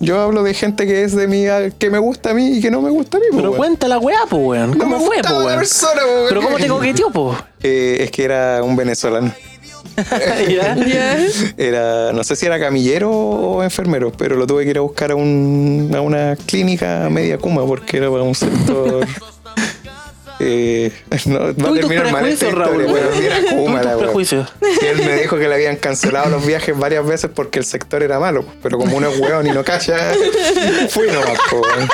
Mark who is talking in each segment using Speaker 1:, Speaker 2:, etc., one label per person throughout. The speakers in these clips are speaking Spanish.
Speaker 1: Yo hablo de gente que es de mí, a- que me gusta a mí y que no me gusta a mí, po,
Speaker 2: Pero
Speaker 1: weón.
Speaker 2: cuenta la weá, po, weón.
Speaker 1: No
Speaker 2: ¿Cómo
Speaker 1: me
Speaker 2: fue,
Speaker 1: gustaba
Speaker 2: po,
Speaker 1: la
Speaker 2: weón?
Speaker 1: persona, po, weón.
Speaker 2: Pero ¿cómo te coqueteó, po?
Speaker 1: Eh, es que era un venezolano.
Speaker 2: Ya.
Speaker 3: Ya.
Speaker 1: Era, no sé si era camillero o enfermero, pero lo tuve que ir a buscar a, un- a una clínica media cuma porque era para un sector. Eh, no, va a
Speaker 2: Tú y tus
Speaker 1: terminar mal esta
Speaker 2: prejuicios, Raúl.
Speaker 1: historia, pero sí era
Speaker 2: Tú y
Speaker 1: Kuma,
Speaker 2: tus
Speaker 1: la wea.
Speaker 2: prejuicios.
Speaker 1: Y él me dijo que le habían cancelado los viajes varias veces porque el sector era malo, pero como uno es hueón y no calla, fui nomás, po, weón.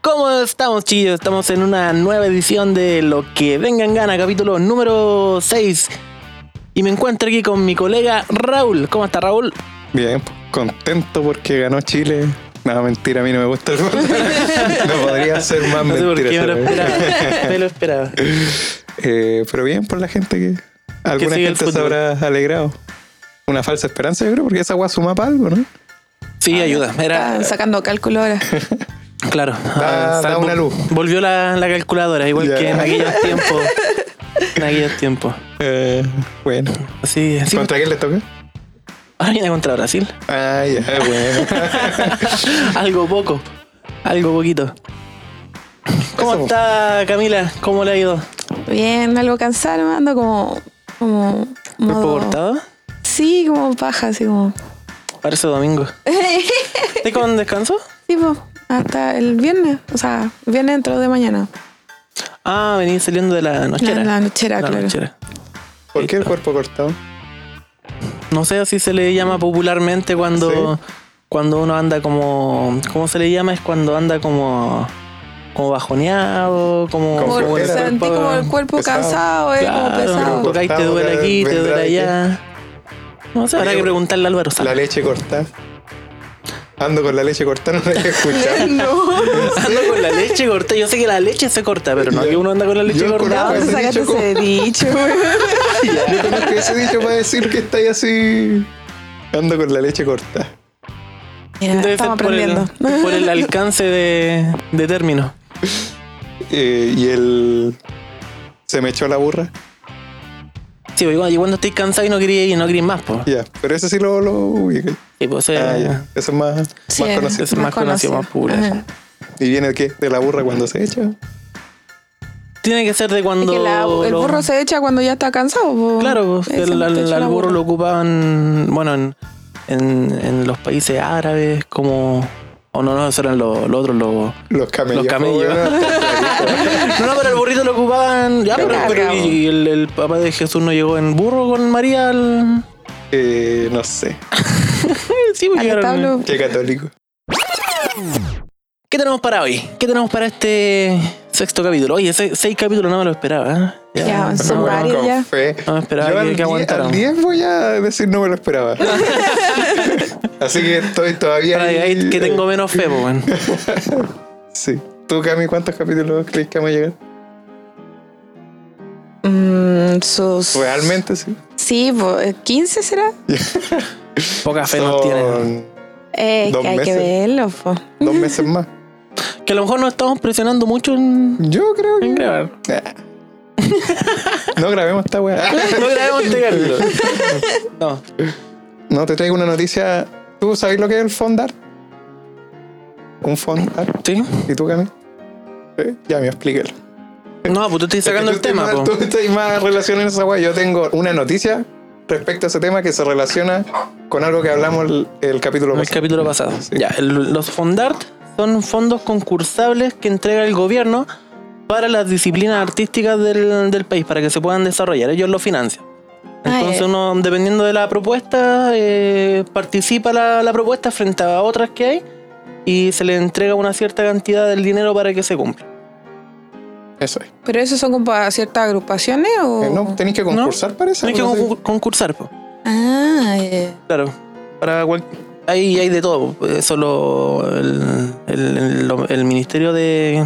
Speaker 2: ¿Cómo estamos, chicos? Estamos en una nueva edición de Lo que vengan gana, capítulo número 6. Y me encuentro aquí con mi colega Raúl. ¿Cómo está Raúl?
Speaker 1: Bien, pues, contento porque ganó Chile. No, mentira, a mí no me gusta el fútbol. No podría ser más
Speaker 2: No sé por qué me lo
Speaker 1: mentiroso.
Speaker 2: esperaba. Me lo esperaba.
Speaker 1: Eh, pero bien por la gente que. Alguna
Speaker 2: sigue el
Speaker 1: gente se
Speaker 2: fútbol.
Speaker 1: habrá alegrado. Una falsa esperanza, yo creo, porque esa agua suma para algo, ¿no? Ah,
Speaker 2: Sí, ayuda. Era,
Speaker 3: Está sacando cálculo ahora.
Speaker 2: claro.
Speaker 1: Da-
Speaker 2: Ah,
Speaker 1: da una luz.
Speaker 2: Volvió la, la calculadora, igual
Speaker 1: Ya.
Speaker 2: que en aquellos tiempos. En aquellos tiempos.
Speaker 1: Eh, bueno.
Speaker 2: Así, así.
Speaker 1: ¿Contra quién le toca?
Speaker 2: Ahora viene contra Brasil.
Speaker 1: Ah, ya, bueno.
Speaker 2: Algo poco. Algo poquito. ¿Cómo
Speaker 1: Eso.
Speaker 2: está Camila? ¿Cómo le ha ido?
Speaker 3: Bien, algo cansado, me ando como. como
Speaker 2: ¿Cuerpo
Speaker 3: modo-
Speaker 2: cortado?
Speaker 3: Sí, como paja, así como.
Speaker 2: Parece domingo. ¿Estás con descanso?
Speaker 3: Sí, po, hasta el viernes. O sea, viernes dentro de mañana.
Speaker 2: Ah, venís saliendo de la nochera.
Speaker 3: La- la nochera,
Speaker 2: La
Speaker 3: claro.
Speaker 2: nochera.
Speaker 1: ¿Por qué el cuerpo cortado?
Speaker 2: No sé si se le llama popularmente cuando, cuando uno anda como. ¿Cómo se le llama? Es cuando anda como. como bajoneado, como.
Speaker 1: Como
Speaker 3: Como
Speaker 1: fuera.
Speaker 3: sentí como el cuerpo
Speaker 1: Pesado.
Speaker 3: cansado, eh, como
Speaker 2: Claro,
Speaker 3: pesado.
Speaker 2: porque ahí te duele aquí, te duele allá. No sé, habrá
Speaker 1: Oye,
Speaker 2: que preguntarle a Álvaro Sala.
Speaker 1: La leche cortada. Ando con la leche cortada, no la he escuchado.
Speaker 3: No,
Speaker 2: Ando con la leche corta. Yo sé que la leche se corta, pero no
Speaker 1: Yo-
Speaker 2: que uno anda con la leche
Speaker 1: yo
Speaker 2: cortada.
Speaker 1: conozco
Speaker 3: ¿dónde
Speaker 1: ese
Speaker 3: sacaste
Speaker 1: dicho como-
Speaker 3: ese dicho?
Speaker 1: Yo conozco ese dicho para decir que estáis así. Ando con la leche cortada.
Speaker 3: Mira,
Speaker 2: Debe ser
Speaker 3: estamos
Speaker 2: por el-
Speaker 3: aprendiendo.
Speaker 2: Por el, alcance de, de término.
Speaker 1: Eh, y él se me echó la burra.
Speaker 2: Sí, porque cuando, y cuando estoy cansado y no quería ir, no quería más, po.
Speaker 1: Ya, pero ese sí lo, lo ubica.
Speaker 2: Sí, pues, eh,
Speaker 1: Ah, ya. Eso es más,
Speaker 3: Sí,
Speaker 1: más conocido.
Speaker 2: Es más conocido, más popular.
Speaker 3: Ajá.
Speaker 1: ¿Y viene de qué? ¿De la burra cuando se echa?
Speaker 2: Tiene que ser de
Speaker 3: Es
Speaker 2: cuando.
Speaker 3: que la- el
Speaker 2: lo-
Speaker 3: burro se echa cuando ya está cansado. po.
Speaker 2: Claro, pues,
Speaker 3: Ese
Speaker 2: el, al-
Speaker 3: te echa
Speaker 2: al
Speaker 3: la
Speaker 2: burro
Speaker 3: burra.
Speaker 2: lo ocupaban, bueno, en, en, en los países árabes, como. O no, no, eso eran los los otros, los.
Speaker 1: Los camellos.
Speaker 2: Los camellos.
Speaker 1: Bueno,
Speaker 2: No, no, pero el burrito lo ocupaban. Ya, pero,
Speaker 3: carga,
Speaker 2: pero
Speaker 3: vos.
Speaker 2: y el, el papá de Jesús no llegó en burro con María al.
Speaker 1: eh, no sé.
Speaker 2: Sí, pues,
Speaker 3: Al
Speaker 2: llegaron-
Speaker 3: establo.
Speaker 1: Qué católico.
Speaker 2: ¿Qué tenemos para hoy? ¿Qué tenemos para este sexto capítulo? Oye, se- seis, capítulos no me lo esperaba. ¿eh?
Speaker 3: Ya, avanzó
Speaker 2: no,
Speaker 3: varios.
Speaker 1: con
Speaker 3: ya.
Speaker 1: fe.
Speaker 2: No me esperaba
Speaker 1: Yo
Speaker 2: que-
Speaker 1: al
Speaker 2: que
Speaker 1: die-
Speaker 2: aguantaran.
Speaker 1: al 10 voy a decir no me lo esperaba. Así que estoy todavía.
Speaker 2: Para que ahí que tengo menos fe, pues, weón.
Speaker 1: Sí. ¿Tú, Cami, cuántos capítulos crees que vamos a llegar?
Speaker 3: Mm, sus...
Speaker 1: Realmente sí.
Speaker 3: Sí, po, eh, 15 será.
Speaker 2: Poca fe nos tienen.
Speaker 1: Son
Speaker 3: Eh,
Speaker 1: Dos
Speaker 3: que hay
Speaker 1: meses.
Speaker 3: que verlo. po.
Speaker 1: dos meses más.
Speaker 2: Que a lo mejor nos estamos presionando mucho en,
Speaker 1: Yo creo
Speaker 2: en
Speaker 1: que.
Speaker 2: grabar.
Speaker 1: Ah. No grabemos esta weá.
Speaker 2: No grabemos este capítulo. No.
Speaker 1: No, te traigo una noticia. ¿Tú sabes lo que es el fondar? ¿Un fondar?
Speaker 2: ¿Sí?
Speaker 1: ¿Y tú, Cami? Eh, Ya me explíquelo.
Speaker 2: No, pues tú estás sacando el
Speaker 1: Tú
Speaker 2: tema,
Speaker 1: estás
Speaker 2: po.
Speaker 1: más- Tú estás más relacionado en esa weá. Yo tengo una noticia respecto a ese tema que se relaciona con algo que hablamos el, el capítulo
Speaker 2: En el
Speaker 1: pasado.
Speaker 2: capítulo pasado.
Speaker 1: Sí.
Speaker 2: Ya, el- los Fondart son fondos concursables que entrega el gobierno para las disciplinas artísticas del, del país, para que se puedan desarrollar. Ellos lo financian.
Speaker 3: Ah,
Speaker 2: Entonces
Speaker 3: ya.
Speaker 2: uno, dependiendo de la propuesta, eh, participa la, la propuesta frente a otras que hay y se le entrega una cierta cantidad del dinero para que se cumpla.
Speaker 1: Eso es.
Speaker 3: ¿Pero esos son como para ciertas agrupaciones o...?
Speaker 1: Eh, no, tenéis que concursar, parece.
Speaker 2: Tienes que
Speaker 1: algo así.
Speaker 2: concu- concursar, po.
Speaker 3: Ah, eh.
Speaker 2: Claro. Para cual- Ahí hay de todo. Eso lo. El, el- el- lo- el Ministerio de.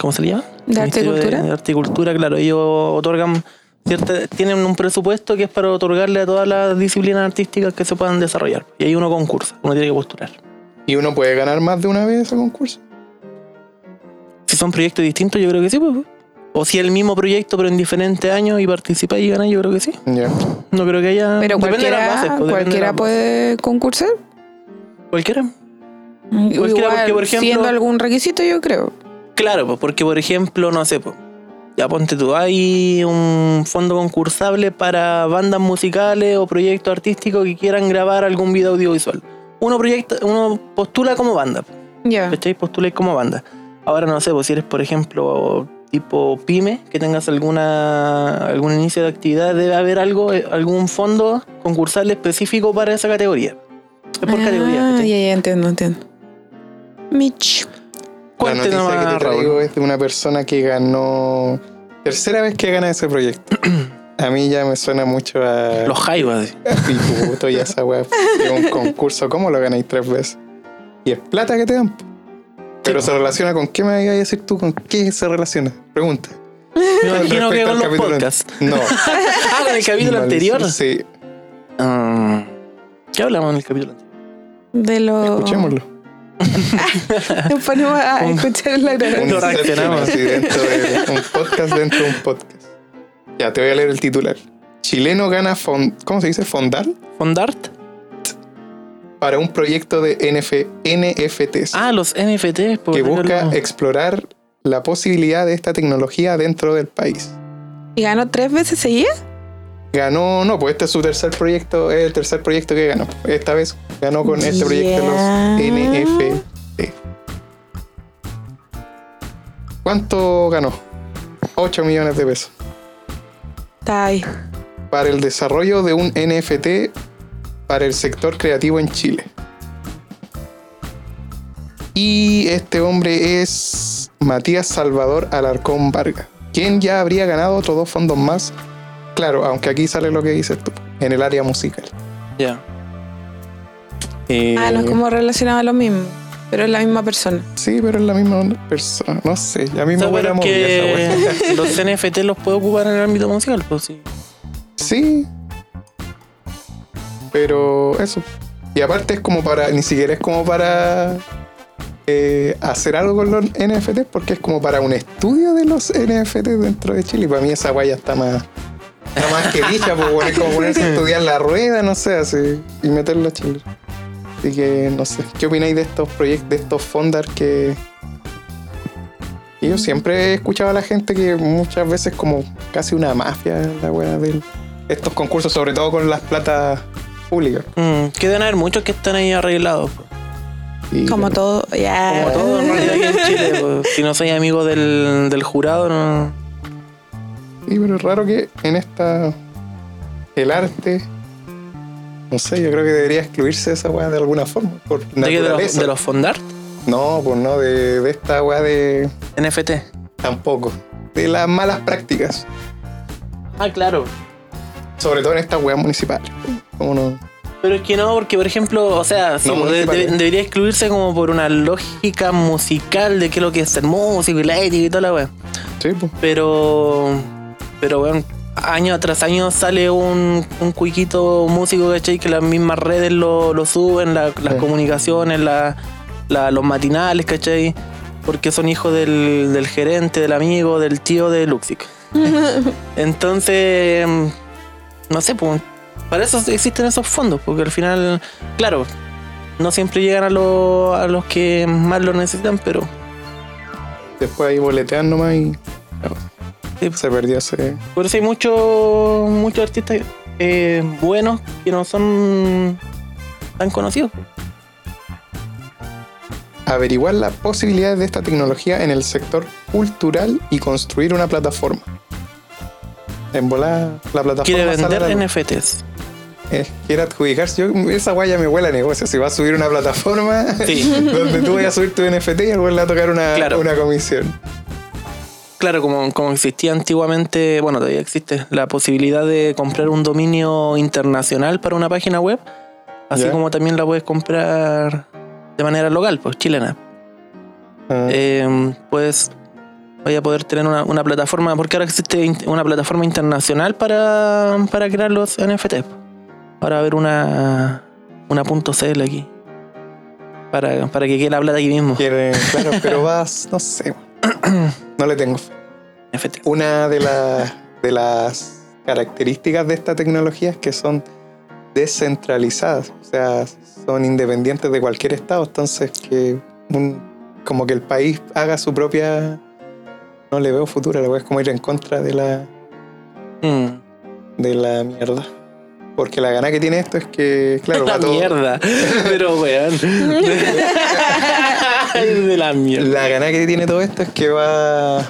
Speaker 2: ¿Cómo se le llama?
Speaker 3: ¿De Arte y
Speaker 2: Ministerio
Speaker 3: Cultura?
Speaker 2: De, Arte y Cultura, claro. Ellos otorgan cierta- tienen un presupuesto que es para otorgarle a todas las disciplinas artísticas que se puedan desarrollar. Y ahí uno concursa, uno tiene que postular.
Speaker 1: ¿Y uno puede ganar más de una vez a concurso?
Speaker 2: Si son proyectos distintos, yo creo que sí. pues. O si es el mismo proyecto, pero en diferentes años y participáis y ganáis, yo creo que sí.
Speaker 1: Ya.
Speaker 2: No creo que haya.
Speaker 3: Pero
Speaker 2: depende de las
Speaker 3: cualquiera,
Speaker 2: bases, pues, depende de
Speaker 3: cualquiera
Speaker 2: las bases.
Speaker 3: puede concursar.
Speaker 2: Cualquiera.
Speaker 3: Igual,
Speaker 2: porque, por ejemplo-
Speaker 3: siendo algún requisito, yo creo.
Speaker 2: Claro, pues, porque por ejemplo, no sé, pues, ya ponte tú, hay un fondo concursable para bandas musicales o proyectos artísticos que quieran grabar algún video audiovisual. Uno, proyecta, uno postula como banda, pues,
Speaker 3: Ya.
Speaker 2: ¿cachai? Postuláis como banda. Ahora no sé, pues si eres, por ejemplo, tipo pyme, que tengas alguna algún inicio de actividad, debe haber algo, eh, algún fondo concursable específico para esa categoría. Es por
Speaker 3: Ah,
Speaker 2: categoría.
Speaker 3: ya,
Speaker 2: ¿cachai?
Speaker 3: ya entiendo, entiendo. Mitch.
Speaker 1: La
Speaker 2: Cuéntenos
Speaker 1: noticia que te
Speaker 2: más, Raúl.
Speaker 1: traigo es de una persona que ganó. Tercera vez que gana ese proyecto. A mí ya me suena mucho a.
Speaker 2: Los jaivas. así.
Speaker 1: Y puto, y esa weá. Es un concurso, ¿cómo lo ganáis tres veces? Y es plata que te dan. po. Pero se relaciona con qué me ibas a decir tú, con qué se relaciona. Pregunta.
Speaker 2: Me imagino
Speaker 1: Respecto
Speaker 2: que con
Speaker 1: al
Speaker 2: los
Speaker 1: capítulo-
Speaker 2: podcasts.
Speaker 1: No.
Speaker 2: Ah, con el capítulo
Speaker 1: Mal-
Speaker 2: anterior.
Speaker 1: Sí,
Speaker 2: Ah, ¿Qué hablamos en el capítulo anterior?
Speaker 3: De lo.
Speaker 1: escuchémoslo.
Speaker 2: Oh.
Speaker 3: Nos ponemos a
Speaker 2: Un-
Speaker 3: escuchar la grabación.
Speaker 1: Un
Speaker 2: Lo
Speaker 1: set
Speaker 2: reaccionamos.
Speaker 1: así dentro de un podcast dentro de un podcast. Ya, te voy a leer el titular. Chileno gana fon- ¿cómo se dice? Fondal
Speaker 2: ¿Fondart?
Speaker 1: para un proyecto de NF NFTs
Speaker 2: Ah, los NFTs. por
Speaker 1: que
Speaker 2: Dios,
Speaker 1: busca
Speaker 2: no.
Speaker 1: explorar la posibilidad de esta tecnología dentro del país.
Speaker 3: ¿Y ganó tres veces seguidas?
Speaker 1: Ganó, no, pues este es su tercer proyecto, es el tercer proyecto que ganó. Esta vez ganó con este proyecto
Speaker 3: Ya.
Speaker 1: los NFT. ¿Cuánto ganó? 8 millones de pesos.
Speaker 3: Está ahí.
Speaker 1: para el desarrollo de un NFT para el sector creativo en Chile. Y este hombre es Matías Salvador Alarcón Vargas, quien ya habría ganado otros dos fondos más. Claro, aunque aquí sale lo que dices tú, en el área musical.
Speaker 2: Ya. Eh,
Speaker 3: Ah, no es como relacionado a lo mismo. Pero es la misma persona.
Speaker 1: Sí, pero es la misma onda- persona, no sé, la
Speaker 2: o
Speaker 1: misma
Speaker 2: sea,
Speaker 1: buena
Speaker 2: pero es
Speaker 1: movida esa wea.
Speaker 2: que los NFTs los puedo ocupar en el ámbito musical, pues sí.
Speaker 1: Sí. Pero eso. Y aparte es como para, ni siquiera es como para eh, hacer algo con los NFTs, porque es como para un estudio de los NFTs dentro de Chile. Y para mí esa guaya está más, está más que dicha, pues, bueno, es como ponerse a estudiar la rueda, no sé, así, y meterlo a Chile. Así que no sé, ¿qué opináis de estos proyectos, de estos fondar que... y Yo siempre he escuchado a la gente que muchas veces como casi una mafia la weá de estos concursos, sobre todo con las platas públicas.
Speaker 2: Mm, que deben haber muchos que están ahí arreglados. pues.
Speaker 1: Y-
Speaker 3: Como todo. Ya.
Speaker 2: Como todo en realidad aquí en Chile. pues. Si no soy amigo del, del jurado, no.
Speaker 1: Sí, pero es raro que en esta. El arte. No sé, yo creo que debería excluirse esa weá de alguna forma. Por
Speaker 2: ¿De, qué? ¿De los,
Speaker 1: naturaleza.
Speaker 2: de los Fondart?
Speaker 1: No, pues no, de, de esta weá de.
Speaker 2: NFT.
Speaker 1: Tampoco. De las malas prácticas.
Speaker 2: Ah, claro.
Speaker 1: Sobre todo en estas weas municipales. Como no.
Speaker 2: Pero es que no, porque por ejemplo, o sea, sí,
Speaker 1: No,
Speaker 2: pues, de-
Speaker 1: municipales.
Speaker 2: de- debería excluirse como por una lógica musical de qué es lo que es ser músico y la ética y toda la wea.
Speaker 1: Sí, pues.
Speaker 2: Pero, pero weón, año tras año sale un, un cuiquito músico, ¿cachai? Que las mismas redes lo, lo suben, la- las
Speaker 1: Sí.
Speaker 2: comunicaciones, la- la- los matinales, ¿cachai? Porque son hijos del, del gerente, del amigo, del tío de Luxic. Entonces, mm, no sé, pues, para eso existen esos fondos, porque al final, claro, no siempre llegan a, los a los que más lo necesitan, pero
Speaker 1: Después ahí boletean nomás y.
Speaker 2: Sí, pues.
Speaker 1: Se perdió ese.
Speaker 2: Por eso hay muchos muchos artistas eh, buenos que no son tan conocidos.
Speaker 1: averiguar las posibilidades de esta tecnología en el sector cultural y construir una plataforma. En volar la plataforma.
Speaker 2: Quiere
Speaker 1: sale a la
Speaker 2: vender
Speaker 1: luz.
Speaker 2: NFTs.
Speaker 1: Eh, quiere adjudicarse. Yo, esa guaya me huele a negocio. Si va a subir una plataforma
Speaker 2: Sí.
Speaker 1: donde tú vayas a subir tu NFT y al güey le va a tocar una,
Speaker 2: Claro.
Speaker 1: una comisión.
Speaker 2: Claro, como, como existía antiguamente, bueno, todavía existe la posibilidad de comprar un dominio internacional para una página web, así
Speaker 1: Ya.
Speaker 2: como también la puedes comprar de manera local, pues chilena.
Speaker 1: Ah,
Speaker 2: Eh, puedes vaya a poder tener una, una plataforma, porque ahora existe in- una plataforma internacional para, para crear los NFTs. Ahora va a haber una, una punto .cl aquí. Para, para que quede la plata aquí mismo.
Speaker 1: Quiere- claro, pero vas, no sé. No le tengo fe.
Speaker 2: NFT.
Speaker 1: Una de, las de las características de esta tecnología es que son descentralizadas, o sea, son independientes de cualquier estado, entonces que un- como que el país haga su propia... No le veo futuro, la wea es como ir en contra de la,
Speaker 2: Mm.
Speaker 1: de la mierda. Porque la gana que tiene esto es que, claro,
Speaker 2: la
Speaker 1: va todo-
Speaker 2: mierda. Pero weón. de la mierda.
Speaker 1: la gana que tiene todo esto es que va...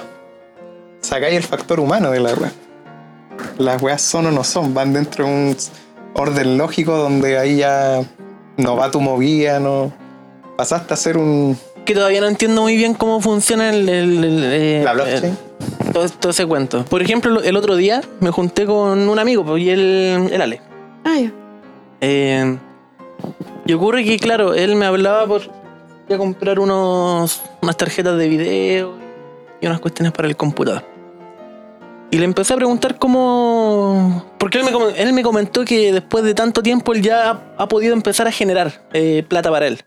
Speaker 1: Sacáis el factor humano de la wea. Las weas son o no son, van dentro de un orden lógico donde ahí ya no va tu movida, no... Pasaste a ser un...
Speaker 2: Que todavía no entiendo muy bien cómo funciona el, el- el, eh,
Speaker 1: La blockchain.
Speaker 2: el- todo, todo ese cuento. Por ejemplo, el otro día me junté con un amigo, pues, y el, el Ale.
Speaker 3: Ah, ya.
Speaker 2: Eh, y ocurre que, claro, él me hablaba por ir a comprar unos, unas tarjetas de video y unas cuestiones para el computador. Y le empecé a preguntar cómo... Porque él me, com- él me comentó que después de tanto tiempo él ya ha, ha podido empezar a generar eh, plata para él.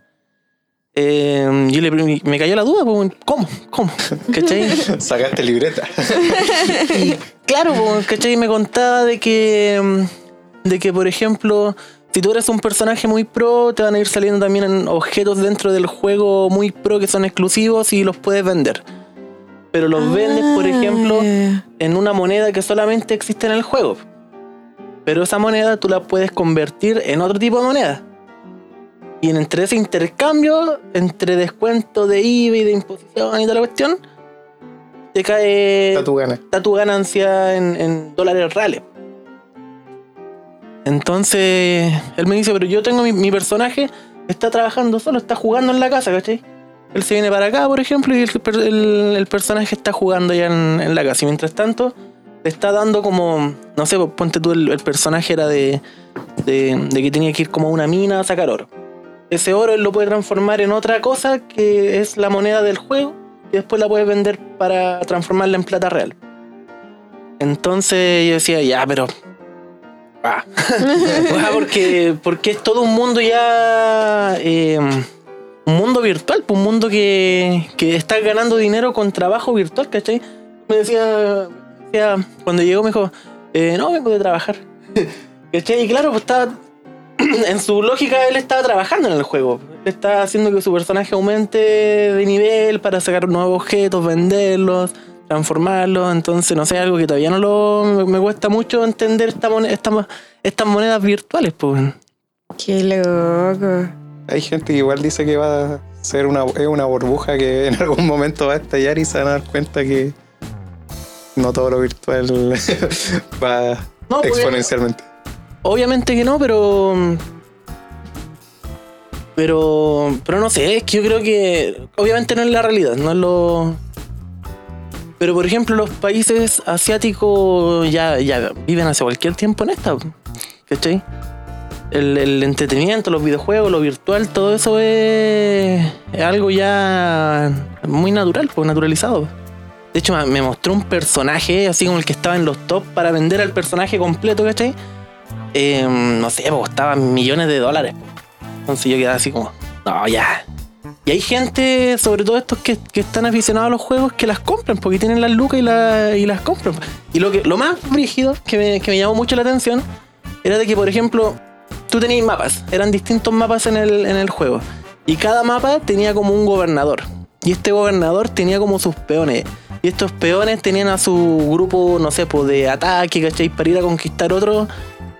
Speaker 2: Eh, y le, pre- me cayó la duda, pues, ¿cómo? ¿Cómo? ¿Cachai?
Speaker 1: Sacaste libreta.
Speaker 2: Y claro, po, ¿cachai? Me contaba de que, mm, de que, por ejemplo, si tú eres un personaje muy pro, te van a ir saliendo también en objetos dentro del juego muy pro que son exclusivos y los puedes vender. Pero los
Speaker 3: Ah,
Speaker 2: vendes, por ejemplo,
Speaker 3: ya.
Speaker 2: en una moneda que solamente existe en el juego. Pero esa moneda tú la puedes convertir en otro tipo de moneda. Y en- entre ese intercambio, entre descuento de IVA y de imposición y toda la cuestión, te cae
Speaker 1: Está tu gana.
Speaker 2: está tu ganancia en, en dólares reales. Entonces, él me dice, pero yo tengo mi, mi personaje, está trabajando solo, está jugando en la casa, ¿cachai? Él se viene para acá, por ejemplo, y el, per- el- el personaje está jugando ya en, en la casa. Y mientras tanto, te está dando como, no sé, pues, ponte tú, el, el personaje era de, de, de que tenía que ir como a una mina a sacar oro. Ese oro él lo puede transformar en otra cosa que es la moneda del juego, y después la puede vender para transformarla en plata real. Entonces yo decía, ya, pero. Ah. Ah, porque, porque es todo un mundo ya. eh, un mundo virtual, pues, un mundo que, que está ganando dinero con trabajo virtual, ¿cachai? Me decía, decía cuando llegó, me dijo, eh, no, vengo de trabajar. ¿cachai? Y claro, pues estaba. en su lógica, él estaba trabajando en el juego. Está haciendo que su personaje aumente de nivel para sacar nuevos objetos, venderlos transformarlo, entonces no sé, algo que todavía no lo me, me cuesta mucho entender esta mone- esta mo- estas monedas virtuales, pues. weón.
Speaker 3: Qué loco.
Speaker 1: Hay gente que igual dice que va a ser una, es una burbuja que en algún momento va a estallar y se van a dar cuenta que no todo lo virtual va
Speaker 2: No, porque-
Speaker 1: exponencialmente.
Speaker 2: Obviamente que no, pero pero pero no sé, es que yo creo que obviamente no es la realidad, no es lo pero por ejemplo, los países asiáticos ya, ya viven hace cualquier tiempo en esta. ¿Cachai? El, el entretenimiento, los videojuegos, lo virtual, todo eso es, es algo ya muy natural, pues naturalizado. De hecho, me mostró un personaje, así como el que estaba en los top, para vender al personaje completo, ¿cachai? Eh, no sé, pues costaban millones de dólares. Entonces yo quedaba así como, no, ya. Y hay gente, sobre todo estos que, que están aficionados a los juegos, que las compran, porque tienen las lucas y, la- y las compran. Y lo, que, lo más rígido que me, que me llamó mucho la atención era de que, por ejemplo, tú tenías mapas, eran distintos mapas en el, en el juego. Y cada mapa tenía como un gobernador. Y este gobernador tenía como sus peones. Y estos peones tenían a su grupo, no sé, pues de ataque, ¿cachai? Para ir a conquistar otros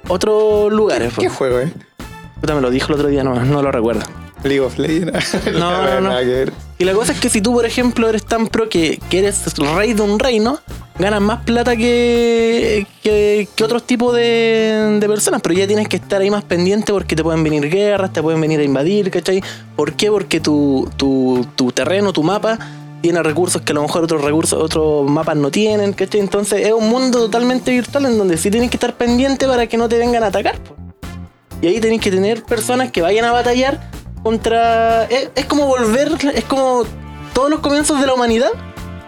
Speaker 2: otros lugares.
Speaker 1: ¿Qué
Speaker 2: pues.
Speaker 1: juego, eh?
Speaker 2: Puta, me lo dijo el otro día, no, no lo recuerdo.
Speaker 1: League of Legends. La
Speaker 2: No,
Speaker 1: verdad,
Speaker 2: no, no.
Speaker 1: nada que ver.
Speaker 2: Y la cosa es que si tú, por ejemplo, eres tan pro que, que eres rey de un reino, ganas más plata que, que, que otros tipos de, de personas, pero ya tienes que estar ahí más pendiente porque te pueden venir guerras, te pueden venir a invadir, ¿cachai? ¿Por qué? Porque tu, tu, tu terreno, tu mapa, tiene recursos que a lo mejor otros recursos, otros mapas no tienen, ¿cachai? Entonces es un mundo totalmente virtual en donde sí tienes que estar pendiente para que no te vengan a atacar. po. Y ahí tenéis que tener personas que vayan a batallar eh, contra. Es, es como volver. Es como todos los comienzos de la humanidad.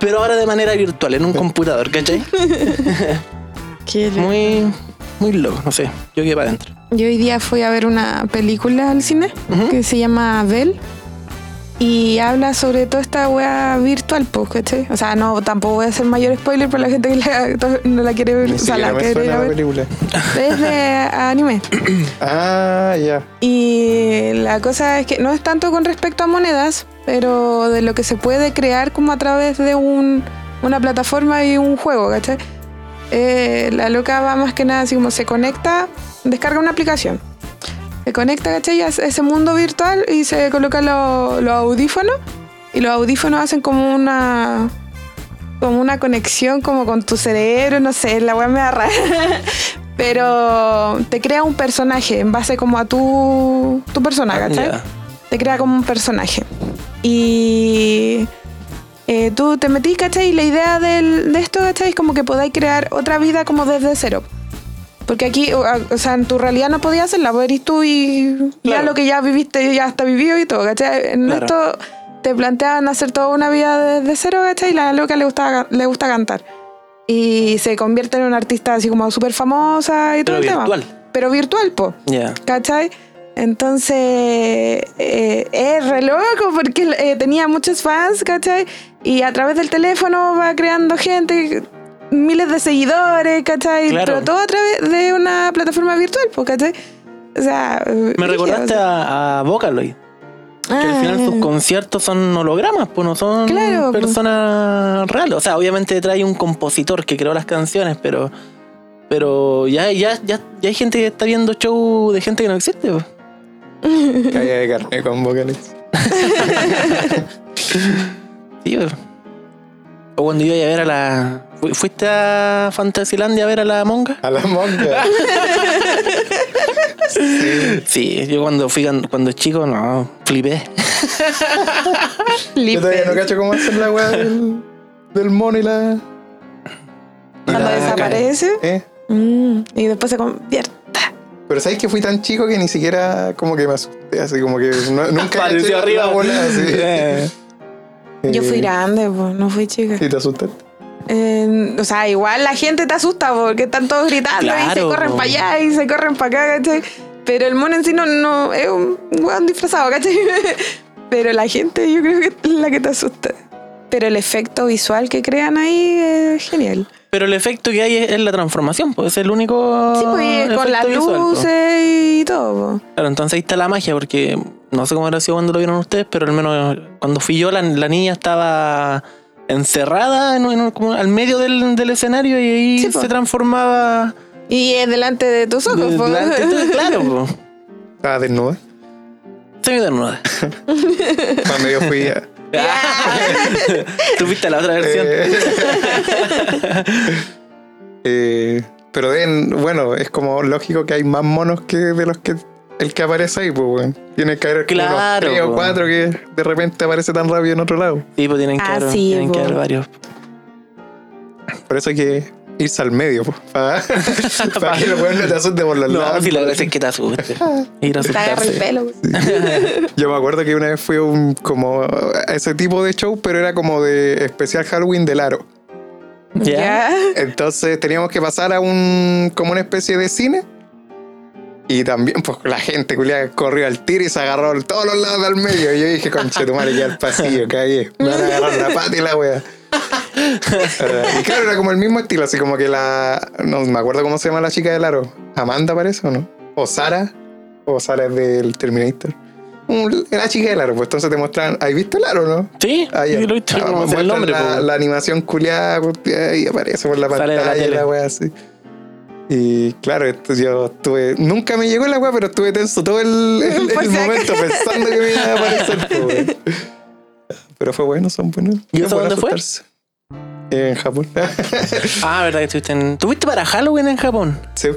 Speaker 2: pero ahora de manera virtual, en un computador, ¿cachai?
Speaker 3: Qué loco.
Speaker 2: Muy, muy loco, no sé. Yo quedé para adentro.
Speaker 3: Yo hoy día fui a ver una película al cine
Speaker 2: Ujú.
Speaker 3: que se llama Bell y habla sobre toda esta wea virtual, po, ¿cachai? O sea, no, tampoco voy a hacer mayor spoiler para la gente que la- to- no la quiere ver.
Speaker 1: Ni
Speaker 3: o sea,
Speaker 1: siquiera
Speaker 3: la
Speaker 1: me
Speaker 3: quiere ir
Speaker 1: suena
Speaker 3: a
Speaker 1: la
Speaker 3: ver.
Speaker 1: película.
Speaker 3: Es de anime.
Speaker 1: Ah, ya.
Speaker 3: Y la cosa es que no es tanto con respecto a monedas, pero de lo que se puede crear como a través de un, una plataforma y un juego, ¿cachai? Eh, la loca va más que nada así como se conecta, descarga una aplicación. Se conecta, ¿cachai? A ese mundo virtual y se coloca lo- los audífonos. Y los audífonos hacen como una como una conexión como con tu cerebro, no sé, la weá me agarra. Pero te crea un personaje en base como a tu, tu persona, ¿cachai?
Speaker 2: Ya.
Speaker 3: te crea como un personaje. Y eh, tú te metís, ¿cachai? Y la idea del- de esto, ¿cachai? Es como que podáis crear otra vida como desde cero. Porque aquí, o, a- o sea, en tu realidad no podías hacerla, vos eres tú y ya
Speaker 2: Claro.
Speaker 3: lo que ya viviste ya está vivido y todo, ¿cachai? En
Speaker 2: Claro.
Speaker 3: esto te planteaban hacer toda una vida desde cero, ¿cachai? Y la loca le gusta, le gusta cantar. Y se convierte en una artista así como súper famosa y todo
Speaker 2: Pero
Speaker 3: el tema.
Speaker 2: virtual.
Speaker 3: Pero virtual, po.
Speaker 2: Ya.
Speaker 3: ¿cachai? Entonces, eh, es re loco porque eh, tenía muchos fans, ¿cachai? Y a través del teléfono va creando gente, miles de seguidores, ¿cachai?
Speaker 2: Claro.
Speaker 3: Pero todo a través de una plataforma virtual, pues, ¿cachai? O sea...
Speaker 2: Me recordaste a, a Vocaloid. Que al final sus conciertos son hologramas, pues no son
Speaker 3: Ah. Claro, pues.
Speaker 2: personas reales. O sea, obviamente trae un compositor que creó las canciones, pero pero ya, ya, ya, ya hay gente que está viendo show de gente que no existe. pues.
Speaker 1: Calle de carne con vocales.
Speaker 2: Sí, pues. O cuando yo iba a ver a la. fu- ¿Fuiste a Fantasylandia a ver a la monga?
Speaker 1: A la monja.
Speaker 2: Sí, yo cuando fui can- cuando chico, no, flipé.
Speaker 1: Yo todavía
Speaker 2: pues.
Speaker 1: no cacho cómo hacer la weá del, del mono y la.
Speaker 3: Cuando
Speaker 1: Ah,
Speaker 3: desaparece
Speaker 1: ¿eh?
Speaker 3: mm, y después se convierte.
Speaker 1: Pero sabes que fui tan chico que ni siquiera como que me asusté, así como que no- nunca
Speaker 2: Apareció
Speaker 1: caché
Speaker 2: arriba.
Speaker 1: la bola, así.
Speaker 2: Eh.
Speaker 3: Yo fui
Speaker 1: Eh,
Speaker 3: grande, pues, no fui chica.
Speaker 1: ¿Y te asustaste?
Speaker 3: Eh, o sea, igual la gente te asusta porque están todos gritando y se
Speaker 2: Claro,
Speaker 3: corren
Speaker 2: po.
Speaker 3: para allá y se corren para acá, ¿cachai? Pero el mono en sí no, no es un weón disfrazado, ¿cachai? Pero la gente yo creo que es la que te asusta. Pero el efecto visual que crean ahí es genial.
Speaker 2: Pero el efecto que hay es, es la transformación, pues es el único.
Speaker 3: Sí, pues y con
Speaker 2: efecto
Speaker 3: las
Speaker 2: visual, pues.
Speaker 3: luces y todo. po.
Speaker 2: Claro, entonces ahí está la magia, porque no sé cómo habrá sido cuando lo vieron ustedes, pero al menos cuando fui yo, la, la niña estaba encerrada en, un- en un- como al medio del, del escenario y ahí
Speaker 3: Sí, pues. po.
Speaker 2: se transformaba.
Speaker 3: Y es delante de tus ojos,
Speaker 2: de-
Speaker 3: po.
Speaker 2: delante de todo, claro, pues. po.
Speaker 1: Estaba desnuda.
Speaker 2: Semidesnuda.
Speaker 1: Cuando yo fui a.
Speaker 2: Tú viste la otra versión.
Speaker 1: Eh, eh, pero den, bueno, es como lógico que hay más monos que de los que el que aparece ahí, pues, weón. Tiene que haber como unos
Speaker 2: Claro, pues.
Speaker 1: tres o
Speaker 2: po.
Speaker 1: cuatro que de repente aparece tan rápido en otro lado.
Speaker 2: Sí, pues tienen que,
Speaker 3: Ah,
Speaker 2: haber,
Speaker 3: sí,
Speaker 2: tienen que
Speaker 3: po.
Speaker 2: haber varios.
Speaker 1: Por eso hay que irse al medio, pues, para, que los weones no te asusten por los
Speaker 2: No,
Speaker 1: lados.
Speaker 2: si la gracia es que te asuste. Ir a
Speaker 3: Te agarra el
Speaker 2: asustarse.
Speaker 3: pelo.
Speaker 1: Yo me acuerdo que una vez fui a un como a ese tipo de show, pero era como de especial Halloween del aro.
Speaker 2: Ya.
Speaker 3: Ya.
Speaker 1: Entonces teníamos que pasar a un como una especie de cine. Y también, pues la gente culiada corrió al tiro y se agarró en todos los lados del medio. Y yo dije, conche, tu madre, que al pasillo, caí. Me van a agarrar la pata y la wea. Eh, y claro, era como el mismo estilo, así como que la. No me acuerdo cómo se llama la chica del aro. Amanda parece o no. O Sara. O Sara es del Terminator. Un- La chica del aro, pues entonces te mostraban. ¿Has visto el aro, no?
Speaker 2: Sí,
Speaker 1: Ah, ya.
Speaker 2: yo lo he visto
Speaker 1: Ah,
Speaker 2: como sea
Speaker 1: muestran
Speaker 2: el nombre. pues.
Speaker 1: la,
Speaker 2: po.
Speaker 1: la animación culiada pues, y aparece por la
Speaker 2: Sale de la
Speaker 1: pantalla y
Speaker 2: tele.
Speaker 1: la wea así. Y claro, esto yo estuve. Nunca me llegó la wea, pero estuve tenso todo el, el-
Speaker 3: Por
Speaker 1: el
Speaker 3: si acaso.
Speaker 1: momento pensando que me iba a aparecer. po, wea. pero fue bueno, son buenos.
Speaker 2: ¿Y
Speaker 1: es
Speaker 2: eso
Speaker 1: bueno
Speaker 2: dónde fue?
Speaker 1: asustarse. En Japón.
Speaker 2: Ah, verdad que estuviste en. ¿Tuviste para Halloween en Japón?
Speaker 1: Sí,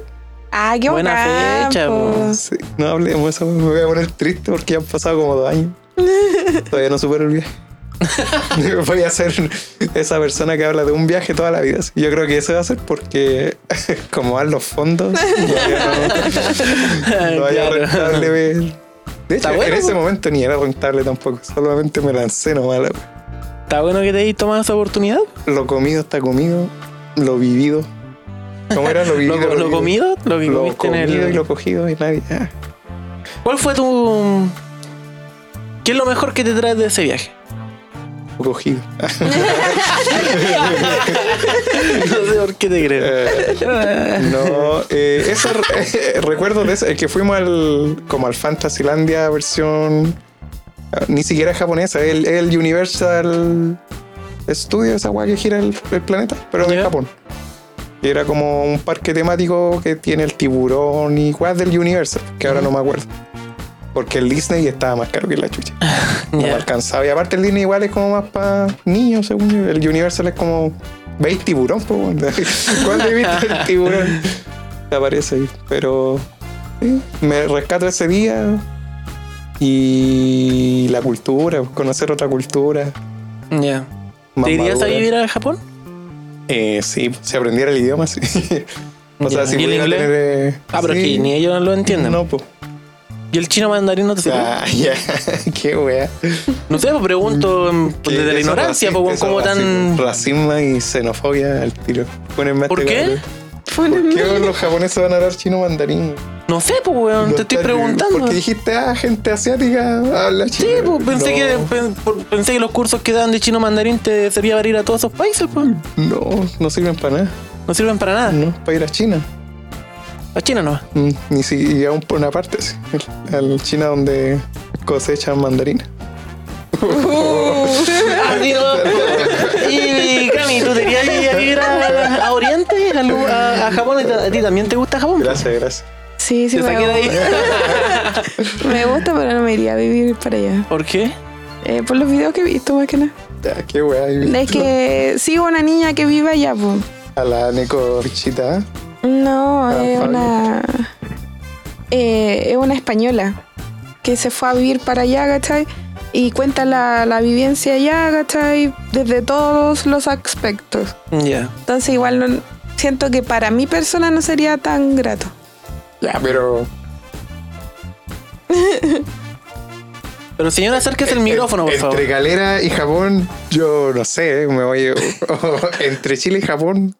Speaker 3: Ah, qué
Speaker 2: Buena
Speaker 3: bacán,
Speaker 2: fecha,
Speaker 3: po.
Speaker 2: po.
Speaker 1: sí. No hablemos de eso, me voy a poner triste porque ya han pasado como dos años. Todavía no supero el viaje. Voy a ser esa persona que habla de un viaje toda la vida. Yo creo que eso va a ser porque, como van los fondos, todavía no, todavía
Speaker 2: Claro.
Speaker 1: rentable ver. De hecho,
Speaker 2: Está
Speaker 1: en
Speaker 2: bueno,
Speaker 1: ese
Speaker 2: pues.
Speaker 1: momento ni era rentable tampoco. Solamente me lancé nomás. la wea.
Speaker 2: Está bueno que te hayas tomado esa oportunidad.
Speaker 1: Lo comido está comido, lo vivido. ¿Cómo era lo vivido?
Speaker 2: Lo,
Speaker 1: vivido?
Speaker 2: lo comido, lo que
Speaker 1: Lo
Speaker 2: comiste en
Speaker 1: comido
Speaker 2: el.
Speaker 1: y lo cogido y nadie. ah.
Speaker 2: ¿Cuál fue tu. ¿Qué es lo mejor que te traes de ese viaje?
Speaker 1: Lo cogido.
Speaker 2: no sé por qué te creo.
Speaker 1: Eh, no, eh, eso eh, recuerdo de eso, el que fuimos al como al Fantasylandia versión ah, ni siquiera japonesa, el, el Universal Studio, esa weá que gira el, el planeta, pero de
Speaker 2: Ya.
Speaker 1: Japón. Y era como un parque temático que tiene el tiburón y weas del Universal, que ahora no me acuerdo. Porque el Disney estaba más caro que la chucha. No me
Speaker 2: Ya.
Speaker 1: alcanzaba. Y aparte el Disney igual es como más para niños, según yo. El Universal es como... ¿Veis tiburón? po, weón? ¿Cuándo he visto el tiburón? Te aparece ahí. Pero... sí, me rescato ese día. Y la cultura, conocer otra cultura.
Speaker 2: Ya.
Speaker 1: más
Speaker 2: ¿Te irías a
Speaker 1: madura.
Speaker 2: vivir a Japón?
Speaker 1: Eh, sí, si aprendiera el idioma, sí. o sea,
Speaker 2: Ya.
Speaker 1: si
Speaker 2: ¿Y el
Speaker 1: pudiera
Speaker 2: inglés?
Speaker 1: tener... eh,
Speaker 2: Ah, pero
Speaker 1: sí,
Speaker 2: es que ni ellos lo entienden.
Speaker 1: No, pues.
Speaker 2: ¿Y el chino mandarín no te sirve?
Speaker 1: Ah, ya. Qué wea.
Speaker 2: No sé, pues pregunto em,
Speaker 1: Mm, Que
Speaker 2: desde la
Speaker 1: eso
Speaker 2: ignorancia,
Speaker 1: raci-
Speaker 2: pues,
Speaker 1: eso
Speaker 2: como tan.
Speaker 1: racismo- Racismo y xenofobia al tiro. Pónenme a
Speaker 2: ¿Por
Speaker 1: este
Speaker 2: qué?
Speaker 1: cabrón.
Speaker 3: Ponen-
Speaker 1: ¿Por qué los japoneses van a hablar chino mandarín?
Speaker 2: No sé, pues, weón,
Speaker 1: Los
Speaker 2: te estoy
Speaker 1: tal-
Speaker 2: preguntando.
Speaker 1: Porque dijiste, ah, gente asiática habla
Speaker 2: Sí,
Speaker 1: chino.
Speaker 2: pues pensé,
Speaker 1: No,
Speaker 2: que, pen- por- pensé que los cursos que dan de chino mandarín te servían para ir a todos esos países, pues.
Speaker 1: No, no sirven para nada.
Speaker 2: No sirven para nada.
Speaker 1: No, para ir a China.
Speaker 2: A China nomás.
Speaker 1: Mm, Ni siquiera aún por una parte, sí. Al- Al China donde cosechan mandarina.
Speaker 2: Así no. Y Cami, ¿tú te querías ir a vivir a, a Oriente? A, lu- a- a Japón? ¿A ti también te gusta Japón?
Speaker 1: Gracias, gracias.
Speaker 3: Sí, sí,
Speaker 2: Te
Speaker 3: me,
Speaker 2: saqué de ahí.
Speaker 3: gusta. me gusta, pero no me iría a vivir para allá.
Speaker 2: ¿Por qué?
Speaker 3: Eh, por los videos que he visto, más que nada.
Speaker 1: Ya, qué weá. he visto
Speaker 3: Es que sigo una niña que vive allá, pues.
Speaker 1: A la Neko Bichita.
Speaker 3: No,
Speaker 1: Ah,
Speaker 3: es
Speaker 1: Fabio.
Speaker 3: una. eh, es una española que se fue a vivir para allá, ¿cachai? Y cuenta la, la vivencia allá, ¿cachai? Desde todos los aspectos.
Speaker 2: Ya.
Speaker 3: Entonces, igual no- siento que para mi persona no sería tan grato.
Speaker 1: Ya, pero.
Speaker 2: Pero señor, acérquese el micrófono, por
Speaker 1: Eh, entre
Speaker 2: favor.
Speaker 1: galera y Japón, yo no sé, eh, me voy. entre Chile y Japón,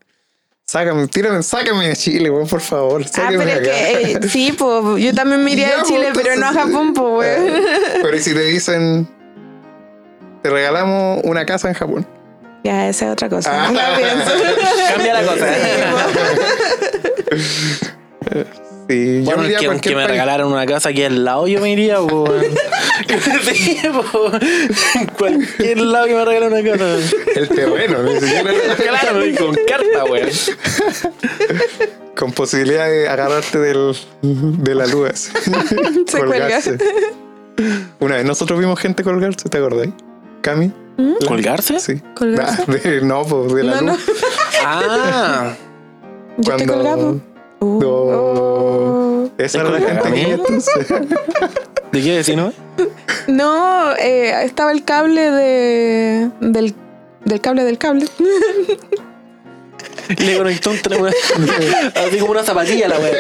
Speaker 1: sácame, tírame, sácame de Chile, weón, por favor.
Speaker 3: Ah,
Speaker 1: Sáqueme
Speaker 3: pero
Speaker 1: de
Speaker 3: es que
Speaker 1: acá.
Speaker 3: eh, sí, pues yo también me iría
Speaker 1: Ya,
Speaker 3: a
Speaker 1: pues,
Speaker 3: Chile, pero
Speaker 1: entonces,
Speaker 3: no a Japón, pues, weón.
Speaker 1: eh, Pero ¿y si te dicen, te regalamos una casa en Japón.
Speaker 3: Ya, esa es otra cosa.
Speaker 1: Ah.
Speaker 3: No la pienso.
Speaker 2: Cambia la cosa.
Speaker 1: Sí,
Speaker 2: Bueno,
Speaker 1: yo iría a
Speaker 2: que,
Speaker 1: cualquier
Speaker 2: que me
Speaker 1: país.
Speaker 2: regalaron una casa aquí al lado, yo me iría, po, weón. Sí, po. En cualquier lado que me regalaron una casa.
Speaker 1: El terreno, ni siquiera.
Speaker 2: Claro, y con carta, weón.
Speaker 1: Con posibilidad de agarrarte del, de la luz. así.
Speaker 3: Se
Speaker 1: Colgarse. Una vez nosotros vimos gente colgarse, ¿te acordás? Cami. La-
Speaker 2: ¿Colgarse?
Speaker 1: Sí.
Speaker 3: ¿Mm? ¿Colgarse?
Speaker 1: Nah, de- no, pues de la
Speaker 3: No, no.
Speaker 1: luz.
Speaker 2: Ah.
Speaker 3: Yo te
Speaker 1: Cuando-
Speaker 3: colgaba. Uh,
Speaker 1: No.
Speaker 3: oh.
Speaker 1: Esa
Speaker 2: ¿Te
Speaker 1: era la
Speaker 2: colgaste?
Speaker 1: gente que yo entonces.
Speaker 2: ¿De qué decís, no?
Speaker 3: No, eh, estaba el cable de, del, del cable del cable.
Speaker 2: Le conectó un tren, weón. Así como una zapatilla a la weón.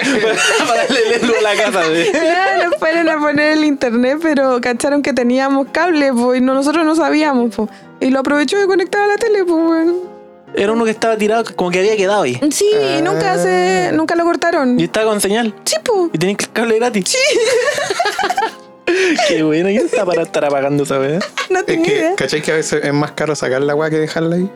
Speaker 2: Para darle luz a la casa, weón.
Speaker 3: Ya, Nos Ah, fueron a poner el internet, pero cacharon que teníamos cable, pues, y no- nosotros no sabíamos, pues. Y lo aprovechó de conectar a la tele, pues, weón.
Speaker 2: Era uno que estaba tirado, como que había quedado ahí.
Speaker 3: Sí,
Speaker 1: Ah.
Speaker 3: y nunca se, nunca lo cortaron.
Speaker 2: Y estaba con señal.
Speaker 3: Sí, pues.
Speaker 2: Y tenía el cable gratis. Qué bueno, ¿quién está para estar apagando esa weón?
Speaker 3: No
Speaker 1: Es
Speaker 3: tenía
Speaker 1: que,
Speaker 3: idea.
Speaker 1: ¿cachai que a veces es más caro sacar la agua que dejarla ahí?